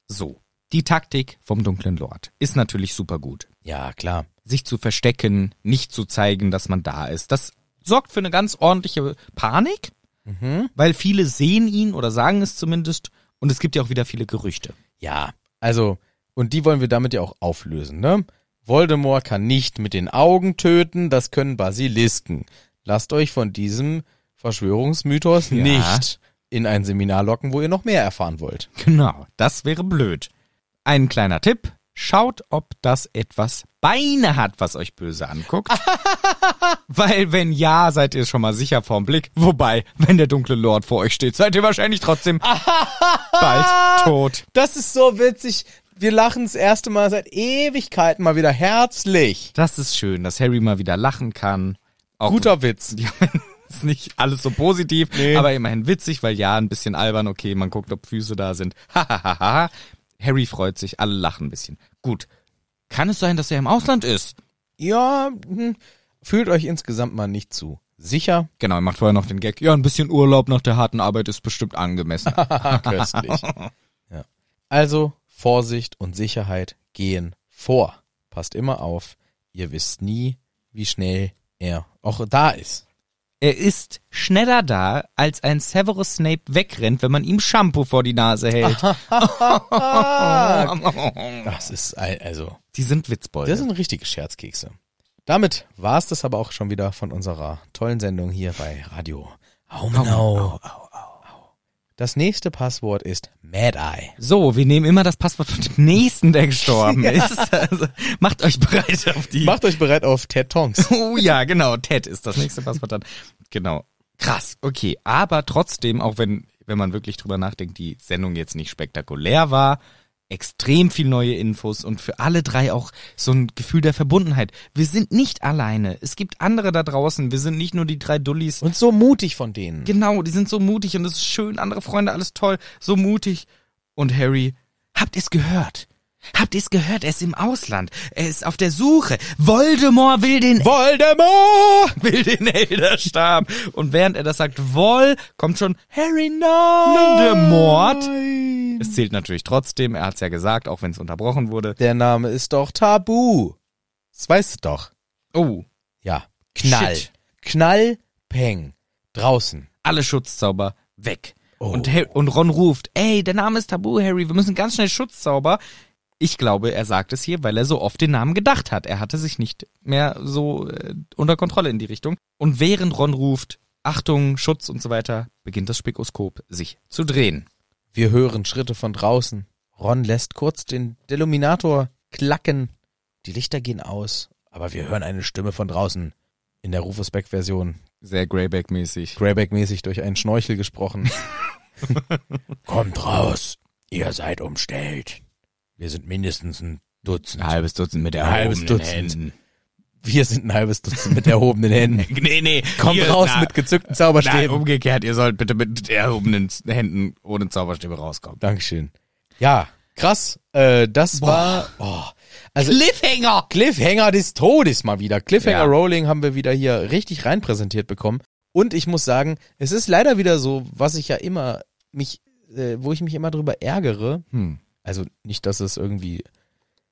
So. Die Taktik vom dunklen Lord ist natürlich super gut. Ja, klar. Sich zu verstecken, nicht zu zeigen, dass man da ist. Das sorgt für eine ganz ordentliche Panik, weil viele sehen ihn oder sagen es zumindest. Und es gibt ja auch wieder viele Gerüchte. Ja, also, und die wollen wir damit ja auch auflösen, ne? Voldemort kann nicht mit den Augen töten, das können Basilisken. Lasst euch von diesem Verschwörungsmythos Ja. nicht in ein Seminar locken, wo ihr noch mehr erfahren wollt. Genau, das wäre blöd. Ein kleiner Tipp. Schaut, ob das etwas Beine hat, was euch böse anguckt. Weil wenn ja, seid ihr schon mal sicher vorm Blick. Wobei, wenn der dunkle Lord vor euch steht, seid ihr wahrscheinlich trotzdem bald tot. Das ist so witzig. Wir lachen das erste Mal seit Ewigkeiten mal wieder herzlich. Das ist schön, dass Harry mal wieder lachen kann. Auch Guter Witz. <laughs> Ja, ist nicht alles so positiv, Nee. aber immerhin witzig, weil ja, ein bisschen albern, okay, man guckt, ob Füße da sind. <laughs> Hahaha. Harry freut sich, alle lachen ein bisschen. Gut. Kann es sein, dass er im Ausland ist? Ja, hm, fühlt euch insgesamt mal nicht zu sicher. Genau, er macht vorher noch den Gag. Ja, ein bisschen Urlaub nach der harten Arbeit ist bestimmt angemessen. <laughs> Köstlich. ja. Also Vorsicht und Sicherheit gehen vor. Passt immer auf. Ihr wisst nie, wie schnell er auch da ist. <laughs> er ist schneller da, als ein Severus Snape wegrennt, wenn man ihm Shampoo vor die Nase <laughs> hält. Das ist ein- also, die sind Witzbolde. das sind richtige Scherzkekse. Damit war es das aber auch schon wieder von unserer tollen Sendung hier bei Radio Aumenau. Das nächste Passwort ist Mad Eye. So, wir nehmen immer das Passwort von dem Nächsten, der gestorben ist. Also, macht euch bereit auf die. Macht euch bereit auf Ted Tongs. Oh ja, genau. Ted ist das nächste Passwort dann. Genau. Krass, okay. Aber trotzdem, auch wenn, wenn man wirklich drüber nachdenkt, die Sendung jetzt nicht spektakulär war, extrem viel neue Infos und für alle drei auch so ein Gefühl der Verbundenheit. Wir sind nicht alleine. Es gibt andere da draußen. Wir sind nicht nur die drei Dullis. Und so mutig von denen. Genau, die sind so mutig und es ist schön, andere Freunde, alles toll, so mutig. Und Harry, habt ihr's gehört? Habt ihr's gehört? Er ist im Ausland. Er ist auf der Suche. Voldemort will den <laughs> Voldemort! will den Elderstab. Und während er das sagt, Woll, kommt schon Harry Voldemort. Es zählt natürlich trotzdem, er hat's ja gesagt, auch wenn es unterbrochen wurde. Der Name ist doch tabu. Das weißt du doch. Oh, Ja. Knall. Shit. Knall, Peng. Draußen. alle Schutzzauber weg. Oh. Und, Har- und Ron ruft, ey, der Name ist tabu, Harry, wir müssen ganz schnell Schutzzauber. Ich glaube, er sagt es hier, weil er so oft den Namen gedacht hat. Er hatte sich nicht mehr so äh, unter Kontrolle in die Richtung. Und während Ron ruft, Achtung, Schutz und so weiter, beginnt das Spikoskop sich zu drehen. Wir hören Schritte von draußen. Ron lässt kurz den Deluminator klacken. Die Lichter gehen aus, aber wir hören eine Stimme von draußen. In der Rufus Beck-Version. Sehr Greyback-mäßig. Greyback-mäßig durch einen Schnorchel gesprochen. Kommt raus. Ihr seid umstellt. Wir sind mindestens ein Dutzend. Ein halbes Dutzend mit erhobenen halbes Dutzend. Händen. Wir sind ein halbes Dutzend mit erhobenen Händen. Nee, nee. Kommt ihr- raus na, um mit gezückten Nein, Zauberstäben. umgekehrt, ihr sollt bitte mit erhobenen Händen ohne Zauberstäbe rauskommen. Dankeschön. Ja, krass. Äh, das war oh, also Cliffhanger! Cliffhanger des Todes mal wieder. Cliffhanger Ja. Rolling haben wir wieder hier richtig rein präsentiert bekommen. Und ich muss sagen, es ist leider wieder so, was ich ja immer mich, äh, wo ich mich immer drüber ärgere. Hm. Also nicht, dass es irgendwie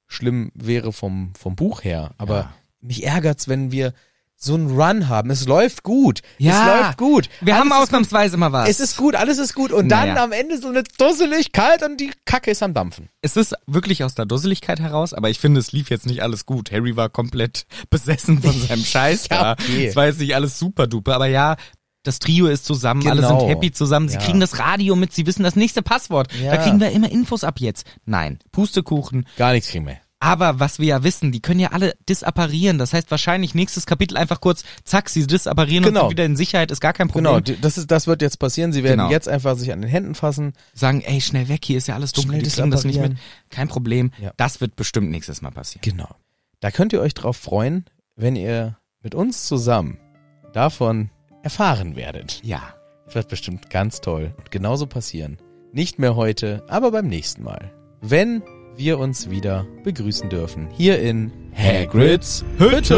schlimm wäre vom, vom Buch her, aber Ja. mich ärgert's, wenn wir so einen Run haben. Es läuft gut. Ja. Es läuft gut. Wir haben ausnahmsweise mal was. Es ist gut, alles ist gut. Und dann Naja. am Ende so eine Dusseligkeit und die Kacke ist am Dampfen. es ist wirklich aus der Dusseligkeit heraus, aber ich finde, es lief jetzt nicht alles gut. Harry war komplett <laughs> besessen von seinem Scheiß <laughs> Ja, da. okay. Es war jetzt nicht alles super duper, aber ja, das Trio ist zusammen, alle Genau. sind happy zusammen, sie Ja. kriegen das Radio mit, sie wissen das nächste Passwort. Ja. Da kriegen wir immer Infos ab jetzt. Nein, Pustekuchen. Gar nichts kriegen wir. Aber was wir ja wissen, die können ja alle disapparieren. Das heißt wahrscheinlich nächstes Kapitel einfach kurz, zack, sie disapparieren Genau. und sind wieder in Sicherheit, ist gar kein Problem. Genau, die- das, ist, das wird jetzt passieren. Sie werden Genau. jetzt einfach sich an den Händen fassen. Sagen, ey, schnell weg, hier ist ja alles dunkel, Schnell die kriegen das nicht mit. disapparieren. Kein Problem, Ja. das wird bestimmt nächstes Mal passieren. Genau. Da könnt ihr euch drauf freuen, wenn ihr mit uns zusammen davon erfahren werdet. Ja. Das wird bestimmt ganz toll und genauso passieren. Nicht mehr heute, aber beim nächsten Mal. Wenn wir uns wieder begrüßen dürfen. Hier in Hagrids Hütte.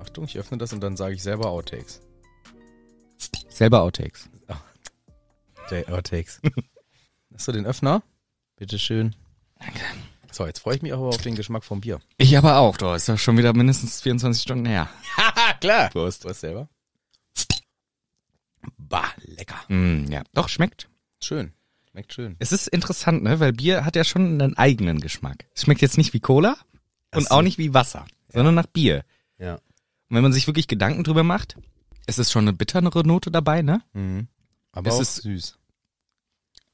Achtung, ich öffne das und dann sage ich selber Outtakes. Selber Outtakes. J Outtakes. <laughs> Hast du den Öffner? Bitteschön. Danke. So, jetzt freue ich mich aber auf den Geschmack vom <laughs> Bier. Ich aber auch, du. Ist ja schon wieder mindestens 24 Stunden her. Haha, klar. Prost. Prost selber. Bah, lecker. Mm, ja. Doch, schmeckt. Schön. Schmeckt schön. Es ist interessant, ne? Weil Bier hat ja schon einen eigenen Geschmack. Es schmeckt jetzt nicht wie Cola und Ach so. auch nicht wie Wasser, sondern nach Bier. Ja. Und wenn man sich wirklich Gedanken drüber macht, es ist schon eine bittere Note dabei, ne? Mhm. Aber Es auch ist- süß.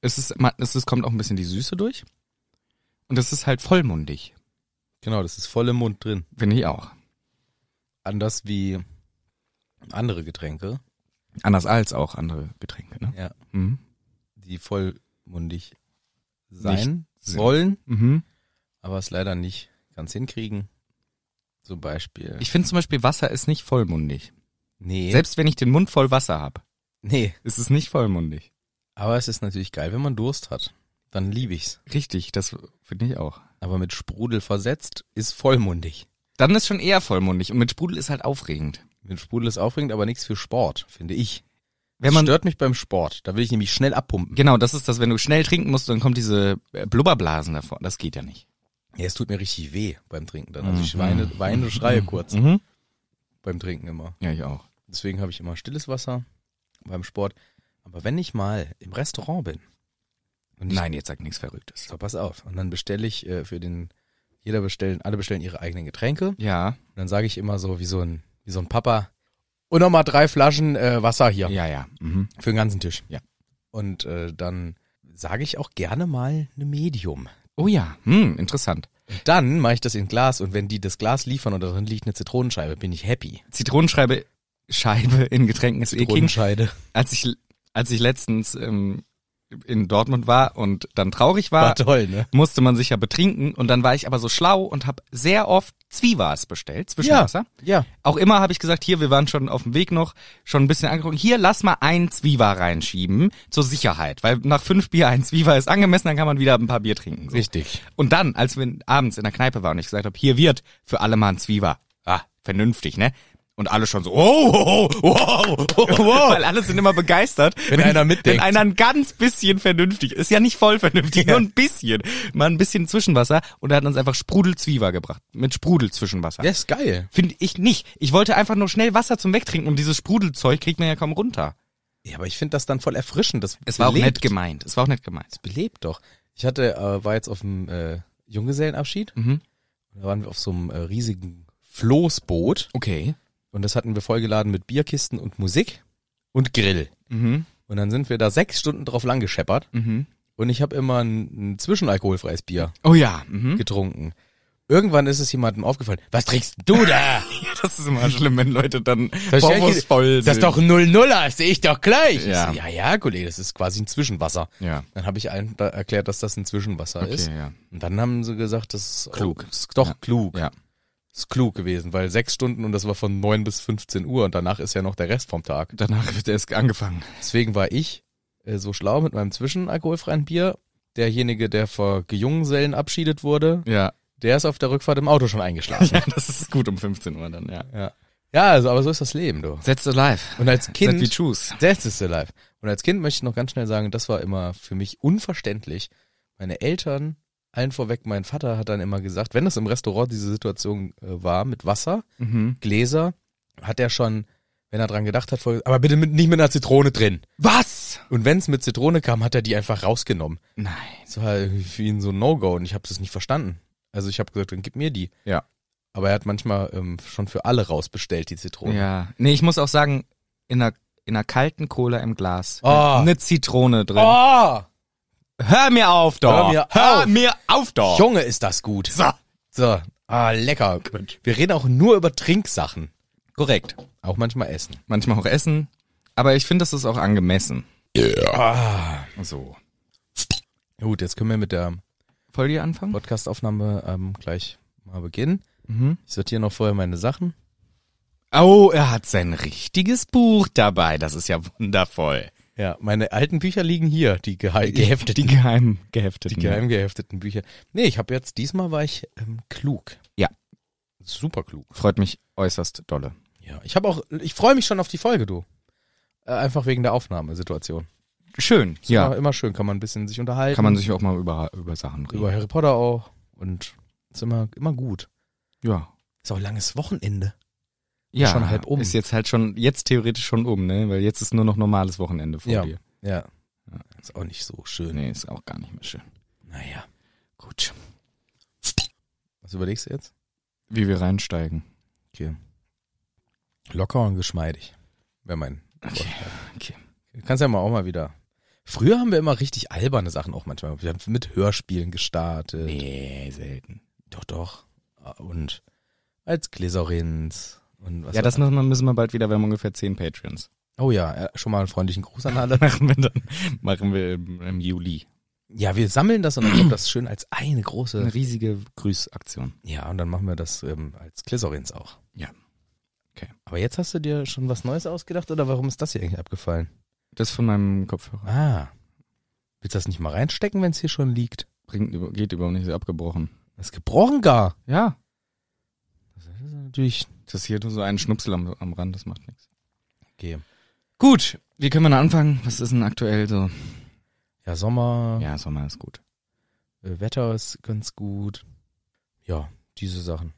Es ist, ma- es ist, kommt auch ein bisschen die Süße durch. Und es ist halt vollmundig. Genau, das ist voll im Mund drin. Finde ich auch. Anders wie andere Getränke, Anders als auch andere Getränke, ne? Ja. Mhm. die vollmundig sein sind. wollen, Mhm. aber es leider nicht ganz hinkriegen. Zum Beispiel. Ich finde zum Beispiel, Wasser ist nicht vollmundig. nee. Selbst wenn ich den Mund voll Wasser habe, nee. ist es nicht vollmundig. Aber es ist natürlich geil, wenn man Durst hat. Dann liebe ich's. Richtig, das finde ich auch. Aber mit Sprudel versetzt ist vollmundig. Dann ist schon eher vollmundig und mit Sprudel ist halt aufregend. Mit Sprudel ist aufregend, aber nichts für Sport, finde ich. Wenn man stört mich beim Sport. Da will ich nämlich schnell abpumpen. genau, das ist das, wenn du schnell trinken musst, dann kommt diese äh, Blubberblasen davor. Das geht ja nicht. Ja, es tut mir richtig weh beim Trinken dann. Also ich weine, weine und schreie kurz Mhm. beim Trinken immer. Ja, ich auch. Deswegen habe ich immer stilles Wasser beim Sport. Aber wenn ich mal im Restaurant bin und ich, Nein, jetzt sagt nichts Verrücktes. so pass auf, und dann bestelle ich äh, für den, jeder bestellen, alle bestellen ihre eigenen Getränke. Ja, Und dann sage ich immer so wie so ein, wie so ein Papa, und nochmal drei Flaschen äh, Wasser hier ja, ja. Mhm. für den ganzen Tisch. Ja. Und äh, dann sage ich auch gerne mal eine Medium. Oh ja, hm, interessant. Dann mache ich das in Glas und wenn die das Glas liefern und darin liegt eine Zitronenscheibe, bin ich happy. Zitronenscheibe Scheibe in Getränken ist eklig. Zitronenscheide. Als ich als ich letztens ähm, in Dortmund war und dann traurig war, War toll, ne? musste man sich ja betrinken und dann war ich aber so schlau und habe sehr oft Zwiebas bestellt, Zwischenwasser. Ja. Auch immer habe ich gesagt, hier, wir waren schon auf dem Weg noch, schon ein bisschen angeguckt, hier lass mal ein Zwieber reinschieben, zur Sicherheit, weil nach fünf Bier ein Zwieber ist angemessen, dann kann man wieder ein paar Bier trinken. So. Richtig. Und dann, als wir abends in der Kneipe waren und ich gesagt habe, hier wird für alle mal ein Zwieber. Ah, vernünftig, ne? Und alle schon so, oh, oh, oh, oh, oh, <laughs> wow. weil alle sind immer begeistert. Wenn einer Wenn mitdenkt. einer ein ganz bisschen vernünftig ist. Ja nicht voll vernünftig, nur ein bisschen. Mal ein bisschen Zwischenwasser. Und er hat uns einfach Sprudel-Zwieber gebracht. Mit Sprudel-Zwischenwasser. Ja, ist geil. Finde ich nicht. Ich wollte einfach nur schnell Wasser zum Wegtrinken und dieses Sprudelzeug kriegt man ja kaum runter. Ja, aber ich finde das dann voll erfrischend. Das Es war auch nett belebt- gemeint. Es war auch nett gemeint. Belebt doch. Ich hatte, äh, war jetzt auf dem äh, Junggesellenabschied. Mhm. Da waren wir auf so einem äh, riesigen Floßboot. Okay. Und das hatten wir vollgeladen mit Bierkisten und Musik und Grill. Mhm. Und dann sind wir da sechs Stunden drauf lang gescheppert. Mhm. Und ich habe immer ein, ein zwischenalkoholfreies Bier Oh ja. Mhm. getrunken. Irgendwann ist es jemandem aufgefallen. Was trinkst du <laughs> da? <laughs> Das ist immer schlimm, wenn Leute dann Das ist ja- vorwurfsvoll sind. Das ist doch ein 0-0er, das sehe ich doch gleich. Ja. Ich so, ja, ja, Kollege, das ist quasi ein Zwischenwasser. Ja. Dann habe ich allen da erklärt, dass das ein Zwischenwasser Okay, ist. ja. Und dann haben sie gesagt, das ist Klug. Oh, ist doch Ja. klug. Ja. Ist klug gewesen, weil sechs Stunden und das war von 9 bis 15 Uhr und danach ist ja noch der Rest vom Tag. Danach wird erst angefangen. Deswegen war ich äh, so schlau mit meinem zwischenalkoholfreien Bier. Derjenige, der vor Junggesellen abschiedet wurde, Ja. der ist auf der Rückfahrt im Auto schon eingeschlafen. <laughs> Ja, das ist gut um 15 Uhr dann, ja. ja, ja also, aber so ist das Leben, du. That's alive. Und als Kind. Kind That we choose. Death is Alive. Und als Kind möchte ich noch ganz schnell sagen, das war immer für mich unverständlich. Meine Eltern, allen vorweg, mein Vater hat dann immer gesagt, wenn es im Restaurant diese Situation äh, war mit Wasser, Mhm. Gläser, hat er schon, wenn er dran gedacht hat, voll, aber bitte mit, nicht mit einer Zitrone drin. Was? Und wenn es mit Zitrone kam, hat er die einfach rausgenommen. Nein. Das war irgendwie halt für ihn so ein No-Go und ich habe das nicht verstanden. Also ich habe gesagt, dann gib mir die. Ja. Aber er hat manchmal ähm, schon für alle rausbestellt, die Zitrone. Ja. Nee, ich muss auch sagen, in einer, in einer kalten Cola im Glas. Oh. Eine Zitrone drin. Oh! Ah. Hör mir auf, doch. Hör mir auf. mir auf, doch. Junge, ist das gut. So. So. Ah, lecker. Wir reden auch nur über Trinksachen. Korrekt. Auch manchmal Essen. Manchmal auch Essen. Aber ich finde, das ist auch angemessen. Ja. So. Gut, jetzt können wir mit der Voll die anfangen? Podcastaufnahme ähm, gleich mal beginnen. Ich sortiere noch vorher meine Sachen. Oh, er hat sein richtiges Buch dabei. Das ist ja wundervoll. Ja, meine alten Bücher liegen hier, die gehe gehefteten, Die geheim gehefteten. die geheim gehefteten Bücher. Nee, ich habe jetzt, diesmal war ich ähm, klug. Ja. Super klug. Freut mich äußerst dolle. Ja, ich habe auch, ich freue mich schon auf die Folge, du. Äh, einfach wegen der Aufnahmesituation. Schön. Ist Immer, immer schön, kann man ein bisschen sich unterhalten. Kann man sich auch mal über, über Sachen reden. über Harry Potter auch und ist immer, immer gut. ja. Ist auch ein langes Wochenende. Ja, schon halb um. ist jetzt halt schon, jetzt theoretisch schon um, ne? Weil jetzt ist nur noch normales Wochenende vor Ja. dir. Ja. Ist auch nicht so schön. Nee, ist auch gar nicht mehr schön. Naja. Gut. Was überlegst du jetzt? Wie wir reinsteigen. Okay. Locker und geschmeidig. Wäre mein. Okay. okay. Du kannst ja mal auch mal wieder. Früher haben wir immer richtig alberne Sachen auch manchmal. Wir haben mit Hörspielen gestartet. Nee, selten. Doch, doch. Ah, Und als Gläserins. Und was ja, war- das müssen wir, müssen wir bald wieder, wir haben ungefähr zehn Patreons. Oh ja, äh, schon mal einen freundlichen Gruß an alle. <laughs> machen wir dann, machen wir im, im Juli. <laughs> Ja, wir sammeln das und dann kommt das schön als eine große Eine riesige Grüßaktion. Ja, und dann machen wir das ähm, als Glycerins auch. Ja. Okay. Aber jetzt hast du dir schon was Neues ausgedacht oder warum ist das hier eigentlich abgefallen? Das von meinem Kopfhörer. Ah. Willst du das nicht mal reinstecken, wenn es hier schon liegt? Bringt, über- geht überhaupt nicht, ist abgebrochen. Das ist gebrochen gar. Ja. Das ist natürlich. Das hier nur so einen Schnupsel am, am Rand, das macht nichts. Okay. Gut, wie können wir denn anfangen? Was ist denn aktuell so? Ja, Sommer, Ja, Sommer ist gut. Äh, Wetter ist ganz gut. Ja, diese Sachen.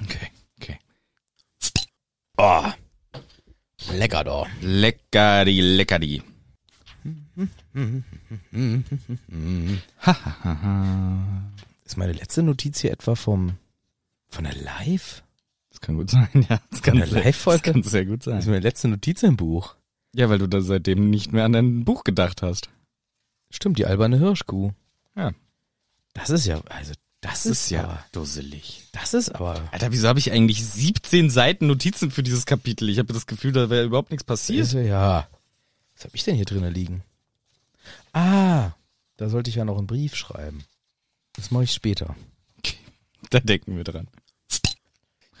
Okay, okay. Oh. Lecker doch. Leckeri, leckeri. <laughs> Ist meine letzte Notiz hier etwa vom. von der Live? Das kann gut sein, <laughs> ja. Das kann, Eine sehr- Live-Folge? das kann sehr gut Das ist sein. meine letzte Notiz im Buch. Ja, weil du da seitdem nicht mehr an dein Buch gedacht hast. Stimmt, die alberne Hirschkuh. Ja. Das ist ja, also das, ist ja, aber, dusselig. das ist aber, Alter, wieso habe ich eigentlich 17 Seiten Notizen für dieses Kapitel? Ich habe das Gefühl, da wäre überhaupt nichts passiert. ist, also, ja. Was hab ich denn hier drinnen liegen? Ah, da sollte ich ja noch einen Brief schreiben. Das mache ich später. Da denken wir dran.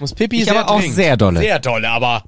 Muss Pippi sehr dringend. Sehr dolle, aber